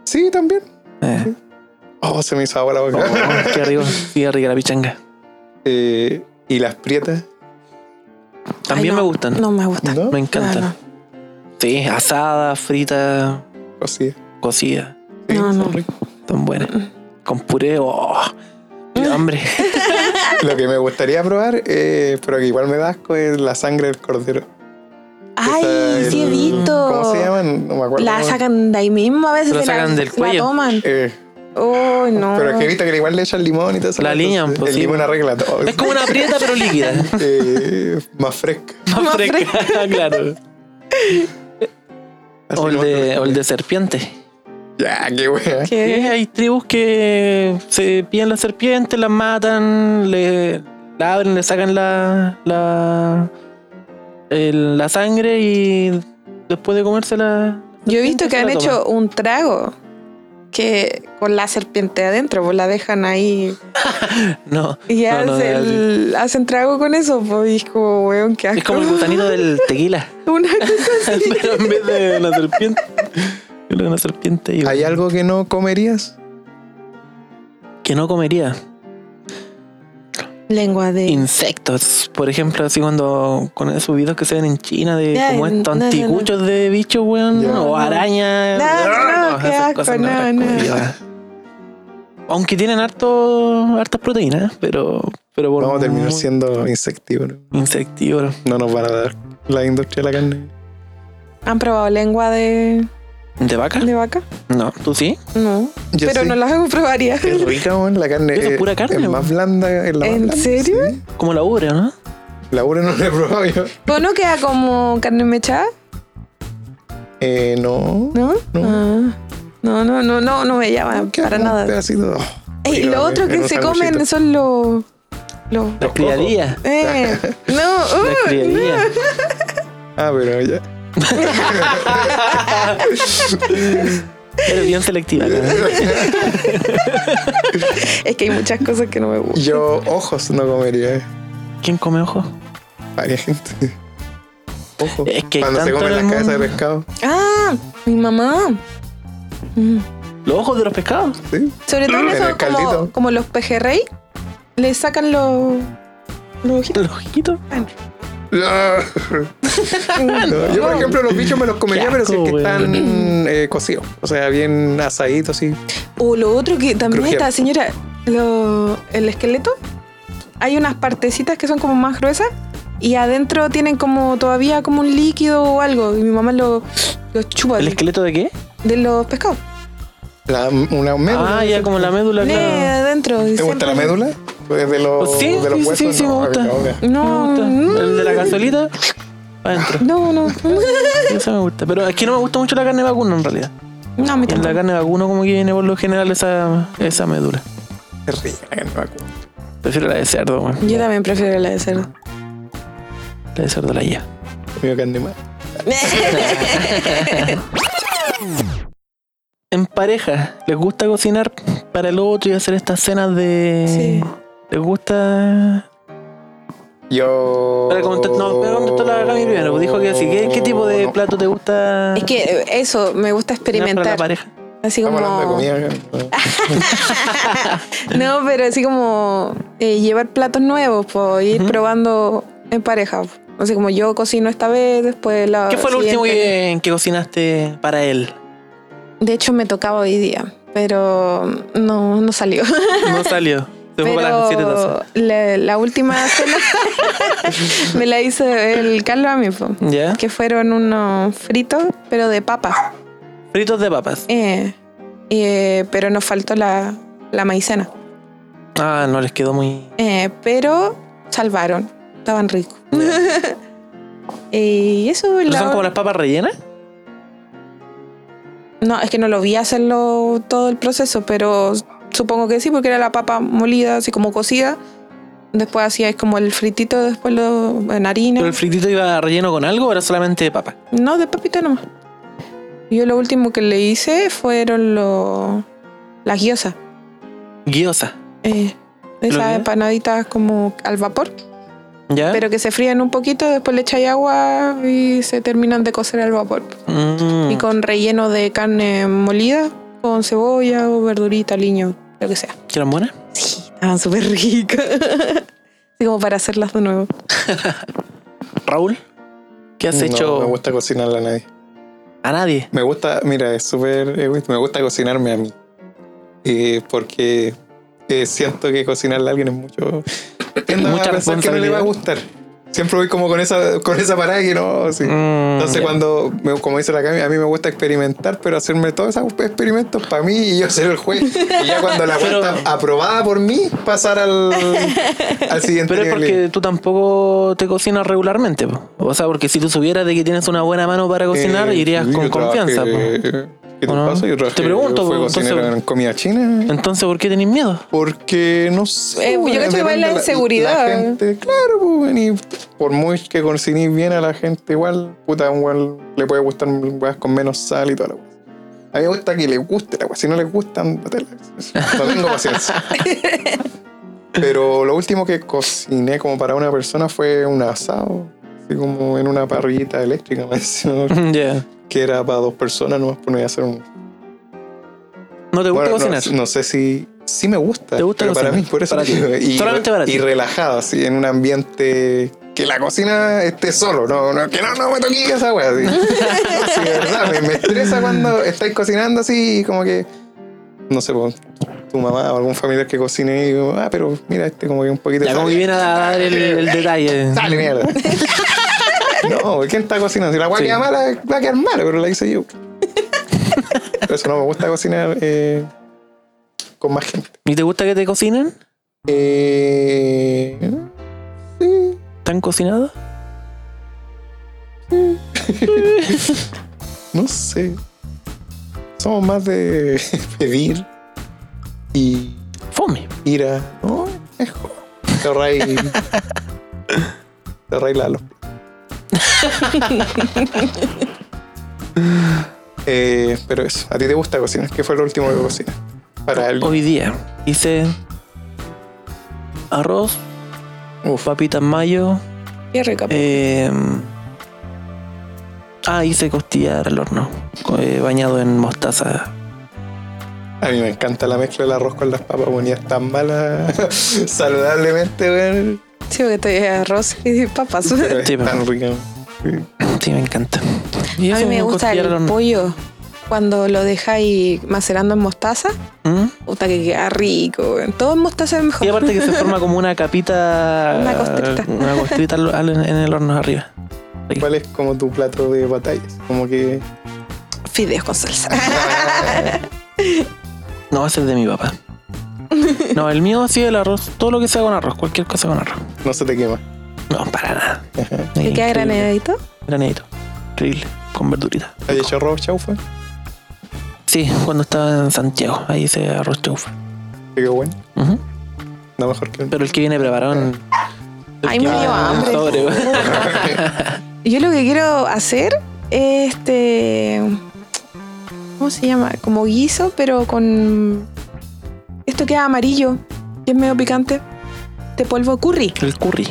Speaker 1: Sí, también.
Speaker 2: Eh.
Speaker 1: Oh, se me hizo agua la boca.
Speaker 2: Oh, qué rico. Sí, qué rica la pichanga.
Speaker 1: Eh, y las prietas.
Speaker 2: También
Speaker 3: Ay,
Speaker 2: me
Speaker 3: no,
Speaker 2: gustan.
Speaker 3: No me gustan.
Speaker 1: No.
Speaker 2: Me encantan.
Speaker 3: No,
Speaker 2: Sí, asada, frita,
Speaker 1: Cocidas.
Speaker 2: cocida.
Speaker 1: Sí,
Speaker 3: No,
Speaker 1: son
Speaker 3: no.
Speaker 1: ricas.
Speaker 2: Tan buenas.
Speaker 3: Mm.
Speaker 2: Con puré, oh. qué Hambre.
Speaker 1: Lo que me gustaría probar, eh, pero que igual me da asco, es la sangre del cordero.
Speaker 3: Ay,
Speaker 1: Esa-
Speaker 3: sí he
Speaker 1: el-
Speaker 3: visto.
Speaker 1: ¿Cómo se llaman? No me acuerdo.
Speaker 3: La
Speaker 1: cómo-
Speaker 3: sacan de ahí mismo a veces.
Speaker 2: La
Speaker 3: de
Speaker 2: sacan del cuello.
Speaker 3: La toman.
Speaker 1: Eh,
Speaker 3: Uy, no.
Speaker 1: Pero es que he visto que igual le echan limón y todo eso.
Speaker 2: La alinean,
Speaker 1: Entonces,
Speaker 2: pues,
Speaker 1: El
Speaker 2: sí.
Speaker 1: limón arregla todo.
Speaker 2: Es como una prieta, pero líquida.
Speaker 1: Eh, más fresca.
Speaker 2: Más
Speaker 3: Más
Speaker 2: fresca, claro.
Speaker 1: Así
Speaker 2: O el,
Speaker 1: nomás
Speaker 2: de,
Speaker 1: lo-
Speaker 2: o el de serpiente.
Speaker 1: Ya, qué wea.
Speaker 3: ¿Qué?
Speaker 2: Sí, hay tribus que se pillan la serpiente, la matan, le la abren, le sacan la la, el- la sangre y después de comérsela.
Speaker 3: Yo he visto que
Speaker 2: se
Speaker 3: han
Speaker 2: la toman.
Speaker 3: hecho un trago que con la serpiente adentro, pues la dejan ahí
Speaker 2: No.
Speaker 3: y
Speaker 1: Ah,
Speaker 2: no, no,
Speaker 3: hacen, hacen trago con eso, pues y es como, weón, qué asco.
Speaker 2: Es como el gusanito del tequila.
Speaker 3: Una cosa así.
Speaker 2: Pero en vez de una serpiente. yo creo que una serpiente y-
Speaker 1: ¿Hay algo que no comerías?
Speaker 2: que no comería.
Speaker 3: Lengua de...
Speaker 2: Insectos, por ejemplo, así cuando con esos videos que se ven en China de
Speaker 3: Ya,
Speaker 2: como estos
Speaker 3: no, no,
Speaker 2: anticuchos de bichos, weón,
Speaker 1: Ya.
Speaker 2: o arañas.
Speaker 3: No,
Speaker 2: Ah,
Speaker 3: no, qué
Speaker 2: esas
Speaker 3: asco,
Speaker 2: cosas
Speaker 3: no,
Speaker 2: las
Speaker 3: no.
Speaker 2: comería. Aunque tienen harto, hartas proteínas, pero, pero por
Speaker 1: Vamos a terminar
Speaker 2: muy-
Speaker 1: siendo insectívoros.
Speaker 2: insectívoros.
Speaker 1: No nos van a dar la industria de la carne.
Speaker 3: ¿Han probado lengua de,
Speaker 2: ¿De vaca?
Speaker 3: de vaca?
Speaker 2: No, tú sí.
Speaker 3: No.
Speaker 1: Yo
Speaker 3: pero
Speaker 1: sí.
Speaker 3: no las probaría.
Speaker 1: Es rica, weón, la carne.
Speaker 2: Eso es
Speaker 1: eh,
Speaker 2: pura carne,
Speaker 1: Es
Speaker 2: weón.
Speaker 1: más blanda. Es la más
Speaker 3: ¿En
Speaker 1: blanda,
Speaker 3: serio?
Speaker 1: sí.
Speaker 2: Como la ubre, ¿no?
Speaker 1: La ubre no la he probado yo.
Speaker 3: ¿Pero Pues no queda como carne mechada?
Speaker 1: Eh, no.
Speaker 3: ¿No?
Speaker 1: No.
Speaker 3: Ah. No, no, no, no, no me llama
Speaker 1: Queda
Speaker 3: para
Speaker 1: como un
Speaker 3: nada.
Speaker 1: pedacito. oh,
Speaker 3: Ey, y
Speaker 1: rico,
Speaker 3: lo
Speaker 1: weón,
Speaker 3: otro
Speaker 1: en
Speaker 3: que
Speaker 1: un
Speaker 3: se
Speaker 1: sanguchito.
Speaker 3: comen son los... los
Speaker 2: Las
Speaker 1: cocos.
Speaker 2: criadillas.
Speaker 3: eh, no,
Speaker 2: Las
Speaker 3: uh,
Speaker 2: criadillas.
Speaker 1: Ah, pero ya.
Speaker 2: Eres bien selectiva. ¿no?
Speaker 3: es que hay muchas cosas que no me gustan.
Speaker 1: Yo ojos no comería. eh.
Speaker 2: ¿Quién come ojos?
Speaker 1: Varia gente. Ojo.
Speaker 2: Es que hay
Speaker 1: Cuando se
Speaker 2: tanto
Speaker 1: comen
Speaker 2: en
Speaker 1: las cabezas
Speaker 2: el
Speaker 1: de pescado.
Speaker 2: mundo.
Speaker 3: Ah, mi mamá. Mm.
Speaker 2: ¿Los ojos de los pescados?
Speaker 1: Sí.
Speaker 3: Sobre todo
Speaker 1: Mm. En
Speaker 3: eso,
Speaker 1: el caldito.
Speaker 3: como, como los pejerrey, le sacan los... Los ojitos.
Speaker 2: ¿Los ojitos?
Speaker 1: No, yo, por
Speaker 3: No.
Speaker 1: ejemplo, los bichos me los comería,
Speaker 2: Qué
Speaker 1: pero si es que
Speaker 2: asco,
Speaker 1: están
Speaker 2: weón.
Speaker 1: eh, cocidos. O sea, bien asaditos, sí.
Speaker 3: O lo otro que también
Speaker 1: Crujiente.
Speaker 3: está, señora, lo- el esqueleto. Hay unas partecitas que son como más gruesas y adentro tienen como todavía como un líquido o algo. Y mi mamá lo, lo chupa
Speaker 2: ¿El
Speaker 3: de,
Speaker 2: esqueleto de qué?
Speaker 3: de los pescados.
Speaker 1: La- una médula.
Speaker 2: Ah, ya como la médula.
Speaker 3: Ne,
Speaker 2: claro.
Speaker 3: adentro. y
Speaker 1: ¿Te gusta
Speaker 3: siempre-
Speaker 1: la médula? Pues de los,
Speaker 2: Sí,
Speaker 1: de los
Speaker 2: sí,
Speaker 1: huesos.
Speaker 2: sí, sí,
Speaker 1: no,
Speaker 2: me gusta.
Speaker 1: a mí no, mira.
Speaker 3: No,
Speaker 2: Me
Speaker 3: mm,
Speaker 2: gusta. El de la gasolita, para adentro.
Speaker 3: no, no.
Speaker 2: Eso me gusta. Pero es que no me gusta mucho la carne de vacuno en realidad.
Speaker 3: No, a mí
Speaker 2: En la
Speaker 3: tampoco.
Speaker 2: carne de vacuno, como que viene por lo general esa, esa médula.
Speaker 1: Es rica la carne vacuna.
Speaker 2: Prefiero la de cerdo, weón.
Speaker 3: Yo también prefiero la de cerdo.
Speaker 2: La de cerdo la ya.
Speaker 1: Comido carne más.
Speaker 2: En pareja, ¿les gusta cocinar para el otro y hacer estas cenas de.
Speaker 3: Sí.
Speaker 2: ¿Les gusta.?
Speaker 1: Yo.
Speaker 2: Pero contest- no, pero contestó la Gaby primero. Pues Dijo que sí. ¿Qué, qué tipo de
Speaker 1: No,
Speaker 2: plato te gusta?
Speaker 3: Es que eh, eso, me
Speaker 2: cocinar para
Speaker 3: gusta
Speaker 2: la
Speaker 3: experimentar.
Speaker 2: pareja.
Speaker 3: Así
Speaker 1: Estamos hablando de
Speaker 3: como.
Speaker 1: comida. ¿no?
Speaker 3: No, pero así como eh, llevar platos nuevos, pues ir
Speaker 2: Ujú.
Speaker 3: probando en pareja. Así como yo cocino esta vez, después la.
Speaker 2: ¿Qué fue lo último
Speaker 3: siguiente.
Speaker 2: que, en que cocinaste para él?
Speaker 3: De hecho, me tocaba hoy día, pero no, no salió.
Speaker 2: No salió. Se fue para las siete tazas.
Speaker 3: Pero la, la última cena me la hizo el Carlos a mí, po,
Speaker 2: ¿Ya?
Speaker 3: que fueron unos fritos, pero de papa.
Speaker 2: Fritos de papas.
Speaker 3: Eh, eh, pero nos faltó la, la maicena.
Speaker 2: Ah, no les quedó muy.
Speaker 3: Eh, pero salvaron, estaban ricos. y eso
Speaker 2: ¿No
Speaker 3: la-
Speaker 2: son como las papas rellenas?
Speaker 3: No, es que no lo vi hacerlo todo el proceso, pero supongo que sí, porque era la papa molida, así como cocida. Después hacías como el fritito, después lo en harina.
Speaker 2: ¿Pero el fritito iba relleno con algo o era solamente de papa?
Speaker 3: No, de papita nomás. Yo lo último que le hice fueron los las guiosas.
Speaker 2: Guiosa.
Speaker 3: eh, esas
Speaker 2: qué? ¿Eh?
Speaker 3: empanaditas como al vapor,
Speaker 2: ¿Ya?
Speaker 3: pero que se frían un poquito, después le echáis agua y se terminan de cocer al vapor.
Speaker 2: Mm.
Speaker 3: Y con relleno de carne molida, con cebolla o verdurita, liño, lo que sea.
Speaker 2: ¿Que eran buenas?
Speaker 3: Sí,
Speaker 2: Ah,
Speaker 3: estaban súper ricas. Así como para hacerlas de nuevo.
Speaker 2: Raúl, ¿qué has
Speaker 1: No, Me
Speaker 2: hecho
Speaker 1: gusta cocinarla a nadie.
Speaker 2: a nadie?
Speaker 1: Me gusta, mira, es súper egoísta. Me gusta cocinarme a mí. Eh, porque eh, siento que cocinarle a alguien es mucho. Tiendo
Speaker 2: Mucha
Speaker 1: a pensar que no le va a
Speaker 2: responsabilidad.
Speaker 1: gustar. Siempre voy como con esa, con esa parada que no. sí.
Speaker 2: Mm,
Speaker 1: Entonces,
Speaker 2: ya.
Speaker 1: cuando, me- como dice la Cami, a mí me gusta experimentar, pero hacerme todos esos experimentos para mí y yo ser el juez. Y ya cuando la
Speaker 2: Pero-
Speaker 1: cuenta aprobada por mí, pasar al, al siguiente
Speaker 2: Pero
Speaker 1: nivel.
Speaker 2: es porque tú tampoco te cocinas regularmente. po. O sea, porque si tú supieras de que tienes una buena mano para cocinar,
Speaker 1: Eh,
Speaker 2: irías
Speaker 1: yo
Speaker 2: con
Speaker 1: trabajé-
Speaker 2: confianza.
Speaker 1: ¿Qué
Speaker 2: po.
Speaker 1: te
Speaker 2: ¿O no?
Speaker 1: pasa? Yo
Speaker 2: Te
Speaker 1: trabajé,
Speaker 2: pregunto,
Speaker 1: fue
Speaker 2: pues,
Speaker 1: cocinero
Speaker 2: entonces-
Speaker 1: en comida china.
Speaker 2: Entonces, ¿por qué tenés miedo?
Speaker 1: Porque no sé.
Speaker 3: Eh,
Speaker 1: weón,
Speaker 3: yo creo que
Speaker 1: depende
Speaker 3: igual la
Speaker 1: de
Speaker 3: inseguridad.
Speaker 1: la gente, claro, pues, y por muy que cocinís bien a la gente, igual, puta, a un weón le puede gustar weas con menos sal y toda la wea. A mí me gusta que les guste la weá. Si no les gustan, no te- no tengo paciencia. Pero lo último que cociné como para una persona fue un asado. Así como en una parrillita eléctrica, me encima,
Speaker 2: Ya.
Speaker 1: que era para dos personas, nomás ponía a hacer un...
Speaker 2: ¿No te
Speaker 1: Bueno,
Speaker 2: gusta
Speaker 1: no-
Speaker 2: cocinar?
Speaker 1: No, sé si... Sí me gusta.
Speaker 2: ¿Te gusta
Speaker 1: pero para mí,
Speaker 2: cocinar?
Speaker 1: por eso
Speaker 2: Para ti.
Speaker 1: digo, Y,
Speaker 2: Solamente para ti.
Speaker 1: Y relajado, así, en un ambiente... Que la cocina esté solo, no, no, que no, no me toque esa wea. Así. Sí, de verdad, me, me estresa cuando estáis cocinando así y como que, no sé, po, tu mamá o algún familiar que cocine y digo, ah, pero mira, este como que un poquito...
Speaker 2: Ya como que
Speaker 1: sale,
Speaker 2: viene a dar el, el detalle.
Speaker 1: sale mierda. no, ¿quién está cocinando? Si la agua
Speaker 2: Sí.
Speaker 1: queda mala, va a quedar mala, pero la hice yo. Por eso no me gusta cocinar eh, con más gente.
Speaker 2: ¿Y te gusta que te cocinen?
Speaker 1: Eh, sí,
Speaker 2: ¿Tan cocinado?
Speaker 1: no sé. Somos más de pedir y...
Speaker 2: Fome.
Speaker 1: Ira, no, es joven. Te ahorráis. te ahorráis Lalo. Eh, pero eso, ¿a ti te gusta cocinar? ¿Qué fue lo último que cocinas? Para el.
Speaker 2: Hoy día hice arroz,
Speaker 1: Uf,
Speaker 2: papitas mayo.
Speaker 3: Qué rico.
Speaker 2: eh, ah, hice costillar al horno, co- eh, bañado en mostaza.
Speaker 1: a mí me encanta la mezcla del arroz con las papas, bueno, y es tan mala saludablemente, weón.
Speaker 3: Sí, porque estoy arroz y papas.
Speaker 1: Pero es
Speaker 2: Sí, pero-
Speaker 1: tan rica.
Speaker 2: Sí, me encanta. Y
Speaker 3: A mí
Speaker 2: eso,
Speaker 3: me gusta
Speaker 2: costillar al
Speaker 3: el
Speaker 2: horno.
Speaker 3: pollo. Cuando lo dejáis macerando en mostaza,
Speaker 2: ¿Mm?
Speaker 3: puta que queda rico. weón. Todo en mostaza es
Speaker 2: Y
Speaker 3: mejor.
Speaker 2: aparte que se forma como una capita.
Speaker 3: Una costrita.
Speaker 2: Una costrita al- al- en el horno arriba.
Speaker 1: ¿Cuál es como tu plato de batallas? Como que.
Speaker 3: Fideos con salsa.
Speaker 2: No, ese es de mi papá. No, el mío sí el arroz. Todo lo que sea con arroz, cualquier cosa con arroz.
Speaker 1: No se te quema.
Speaker 2: No, para nada.
Speaker 3: ¿Te queda
Speaker 2: Increíble.
Speaker 3: granadito?
Speaker 2: Granadito. Increíble. Con verdurita.
Speaker 1: ¿Hay hecho arroz chaufa?
Speaker 2: Sí, cuando estaba en Santiago. Ahí hice arroz chaufa.
Speaker 1: Qué bueno.
Speaker 2: Ujú.
Speaker 1: No mejor que
Speaker 2: Pero el que viene preparado en. el
Speaker 3: Ay,
Speaker 2: que
Speaker 3: me
Speaker 2: viene
Speaker 3: dio
Speaker 2: en un
Speaker 3: hambre.
Speaker 2: Ah, sobre, güey.
Speaker 3: Yo lo que quiero hacer es este. ¿Cómo se llama? Como guiso, pero con. Esto que es amarillo, que es medio picante. De polvo curry.
Speaker 2: El curry.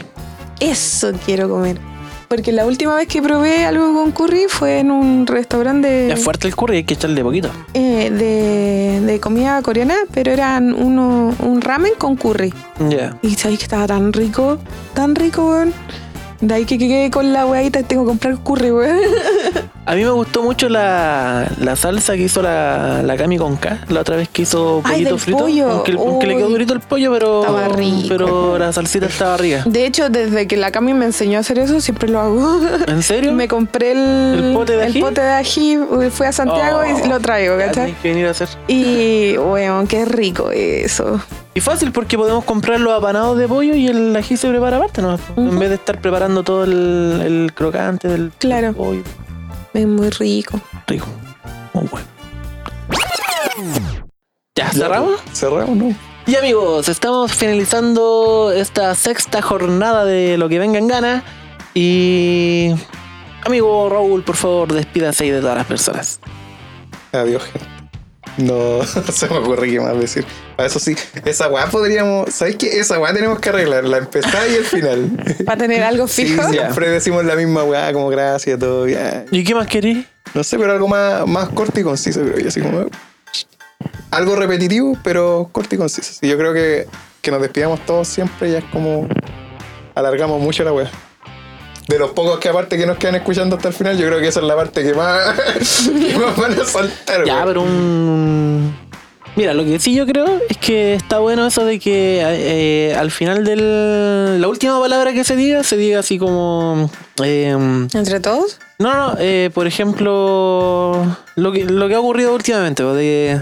Speaker 3: Eso quiero comer. Porque la última vez que probé algo con curry fue en un restaurante de,
Speaker 2: Es fuerte el curry, hay que echarle poquito.
Speaker 3: eh, de, de comida coreana, pero eran uno, un ramen con curry.
Speaker 2: Ya.
Speaker 3: Y sabéis que estaba tan rico, tan rico, weón. De ahí que quedé con la weadita, tengo que comprar curry, weón.
Speaker 2: A mí me gustó mucho la, la salsa que hizo la, la Cami con K la otra vez que hizo
Speaker 3: Ay,
Speaker 2: pollito
Speaker 3: del
Speaker 2: frito.
Speaker 3: pollo.
Speaker 2: Aunque, aunque le quedó
Speaker 3: Uy.
Speaker 2: durito el pollo,
Speaker 3: Estaba
Speaker 2: pero,
Speaker 3: rico.
Speaker 2: pero la salsita estaba rica.
Speaker 3: De hecho, desde que la Cami me enseñó a hacer eso, siempre lo hago.
Speaker 2: ¿En serio?
Speaker 3: Me compré el,
Speaker 2: ¿El pote de ají?
Speaker 3: pote de ají, fui a Santiago
Speaker 2: Oh.
Speaker 3: y lo traigo,
Speaker 2: Ya,
Speaker 3: ¿cachai?
Speaker 2: tenés que venir a hacer.
Speaker 3: Y, weón, qué rico eso.
Speaker 2: Y fácil porque podemos comprar los apanados de pollo y el ají se prepara aparte, ¿no? En
Speaker 3: Ujú.
Speaker 2: vez de estar preparando todo el, el crocante del
Speaker 3: Claro.
Speaker 2: pollo.
Speaker 3: Es muy rico.
Speaker 2: Rico. Muy bueno. ¿Ya cerramos?
Speaker 1: Cerramos, ¿no?
Speaker 2: Y amigos, estamos finalizando esta sexta jornada de lo que venga en gana. Y. Amigo Raúl, por favor, despídase ahí de todas las personas.
Speaker 1: Adiós, gente. Ah, No, se me ocurre qué más decir. Ah, Eso sí, esa weá podríamos. ¿Sabes qué? Esa weá tenemos que arreglar, la empezada y el final.
Speaker 3: Para tener algo
Speaker 1: Sí,
Speaker 3: fijo.
Speaker 1: siempre decimos la misma weá, como gracias, todo. ya.
Speaker 2: ¿Y qué más querés?
Speaker 1: No sé, pero algo más, más corto y conciso, creo yo. Así como. Algo repetitivo, pero corto y conciso. Sí, yo creo que, que nos despidamos todos siempre, ya es como. Alargamos mucho la weá. De los pocos que aparte que nos quedan escuchando hasta el final, yo creo que esa es la parte que más, que más van a saltar.
Speaker 2: Ya,
Speaker 1: weón.
Speaker 2: pero un. Mira, lo que sí yo creo es que está bueno eso de que eh, al final de la última palabra que se diga, se diga así como. em,
Speaker 3: Entre todos.
Speaker 2: No, no, eh, por ejemplo, lo que, lo que ha ocurrido últimamente, po, de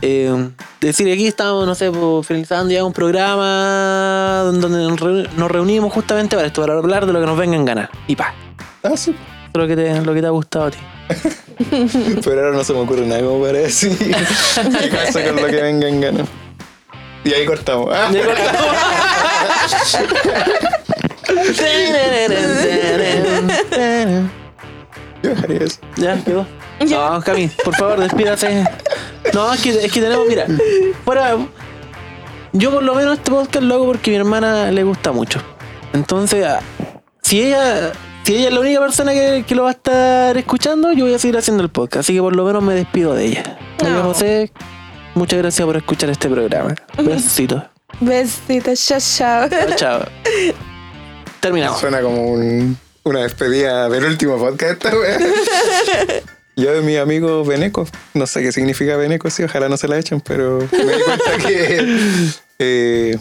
Speaker 2: eh, decir aquí estamos, no sé, po, finalizando ya un programa don- donde nos reu- nos reunimos justamente para esto, para hablar de lo que nos venga en gana. Y pa,
Speaker 1: Ah, sí.
Speaker 2: eso es lo que te, lo que te ha gustado a ti.
Speaker 1: Pero ahora no se me ocurre nada como para decir qué cosa con lo que venga en gana. Y ahí cortamos. Ah,
Speaker 2: ya,
Speaker 1: yo haría eso.
Speaker 2: quedó. No, Cami, por favor, despídase. No, es que, es que tenemos, mira, fuera. Yo por lo menos este podcast lo hago porque a mi hermana le gusta mucho. Entonces, ah, si ella, si ella es la única persona que, que lo va a estar escuchando, yo voy a seguir haciendo el podcast. Así que por lo menos me despido de ella. María
Speaker 3: No.
Speaker 2: José, muchas gracias por escuchar este programa. Besitos.
Speaker 3: Besitos, chao, chao.
Speaker 2: Chao, chao. Terminamos.
Speaker 1: Suena como un- una despedida del último podcast esta wea. Yo de mi amigo Beneco, no sé qué significa Beneco, sí, ojalá no se la echen, pero me di cuenta que eh,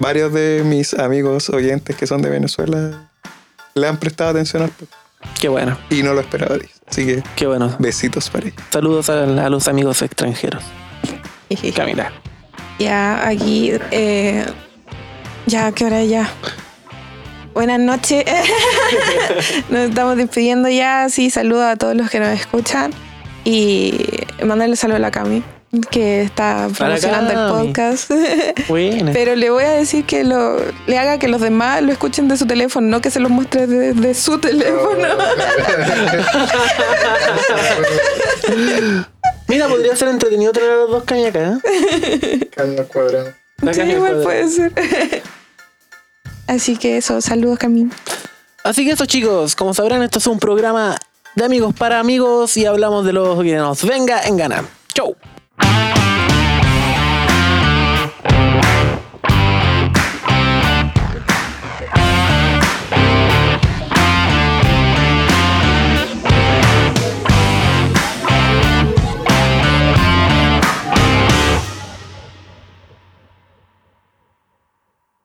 Speaker 1: varios de mis amigos oyentes que son de Venezuela le han prestado atención al podcast
Speaker 2: Qué bueno,
Speaker 1: y no lo esperaba. Así que
Speaker 2: qué bueno.
Speaker 1: besitos para ellos.
Speaker 2: Saludos a, a los amigos extranjeros. Camila.
Speaker 3: Ya, aquí. eh, ya, ¿qué hora es ya? Buenas noches. nos estamos despidiendo ya. Sí, saludo a todos los que nos escuchan. Y mandarle saludo a la Cami, que está promocionando el
Speaker 2: Cami.
Speaker 3: podcast.
Speaker 2: Buena.
Speaker 3: Pero le voy a decir que lo, le haga que los demás lo escuchen de su teléfono, no que se los muestre desde su teléfono.
Speaker 2: Mira, podría ser entretenido tener a los dos cañacas. ¿eh?
Speaker 1: Carlos Cuadrado.
Speaker 2: La
Speaker 3: Sí,
Speaker 2: caña
Speaker 3: igual
Speaker 2: cuadrada.
Speaker 3: puede ser. Así que eso, saludos Cami.
Speaker 2: Así que eso, chicos, como sabrán, esto es un programa de amigos para amigos y hablamos de los que nos venga en gana.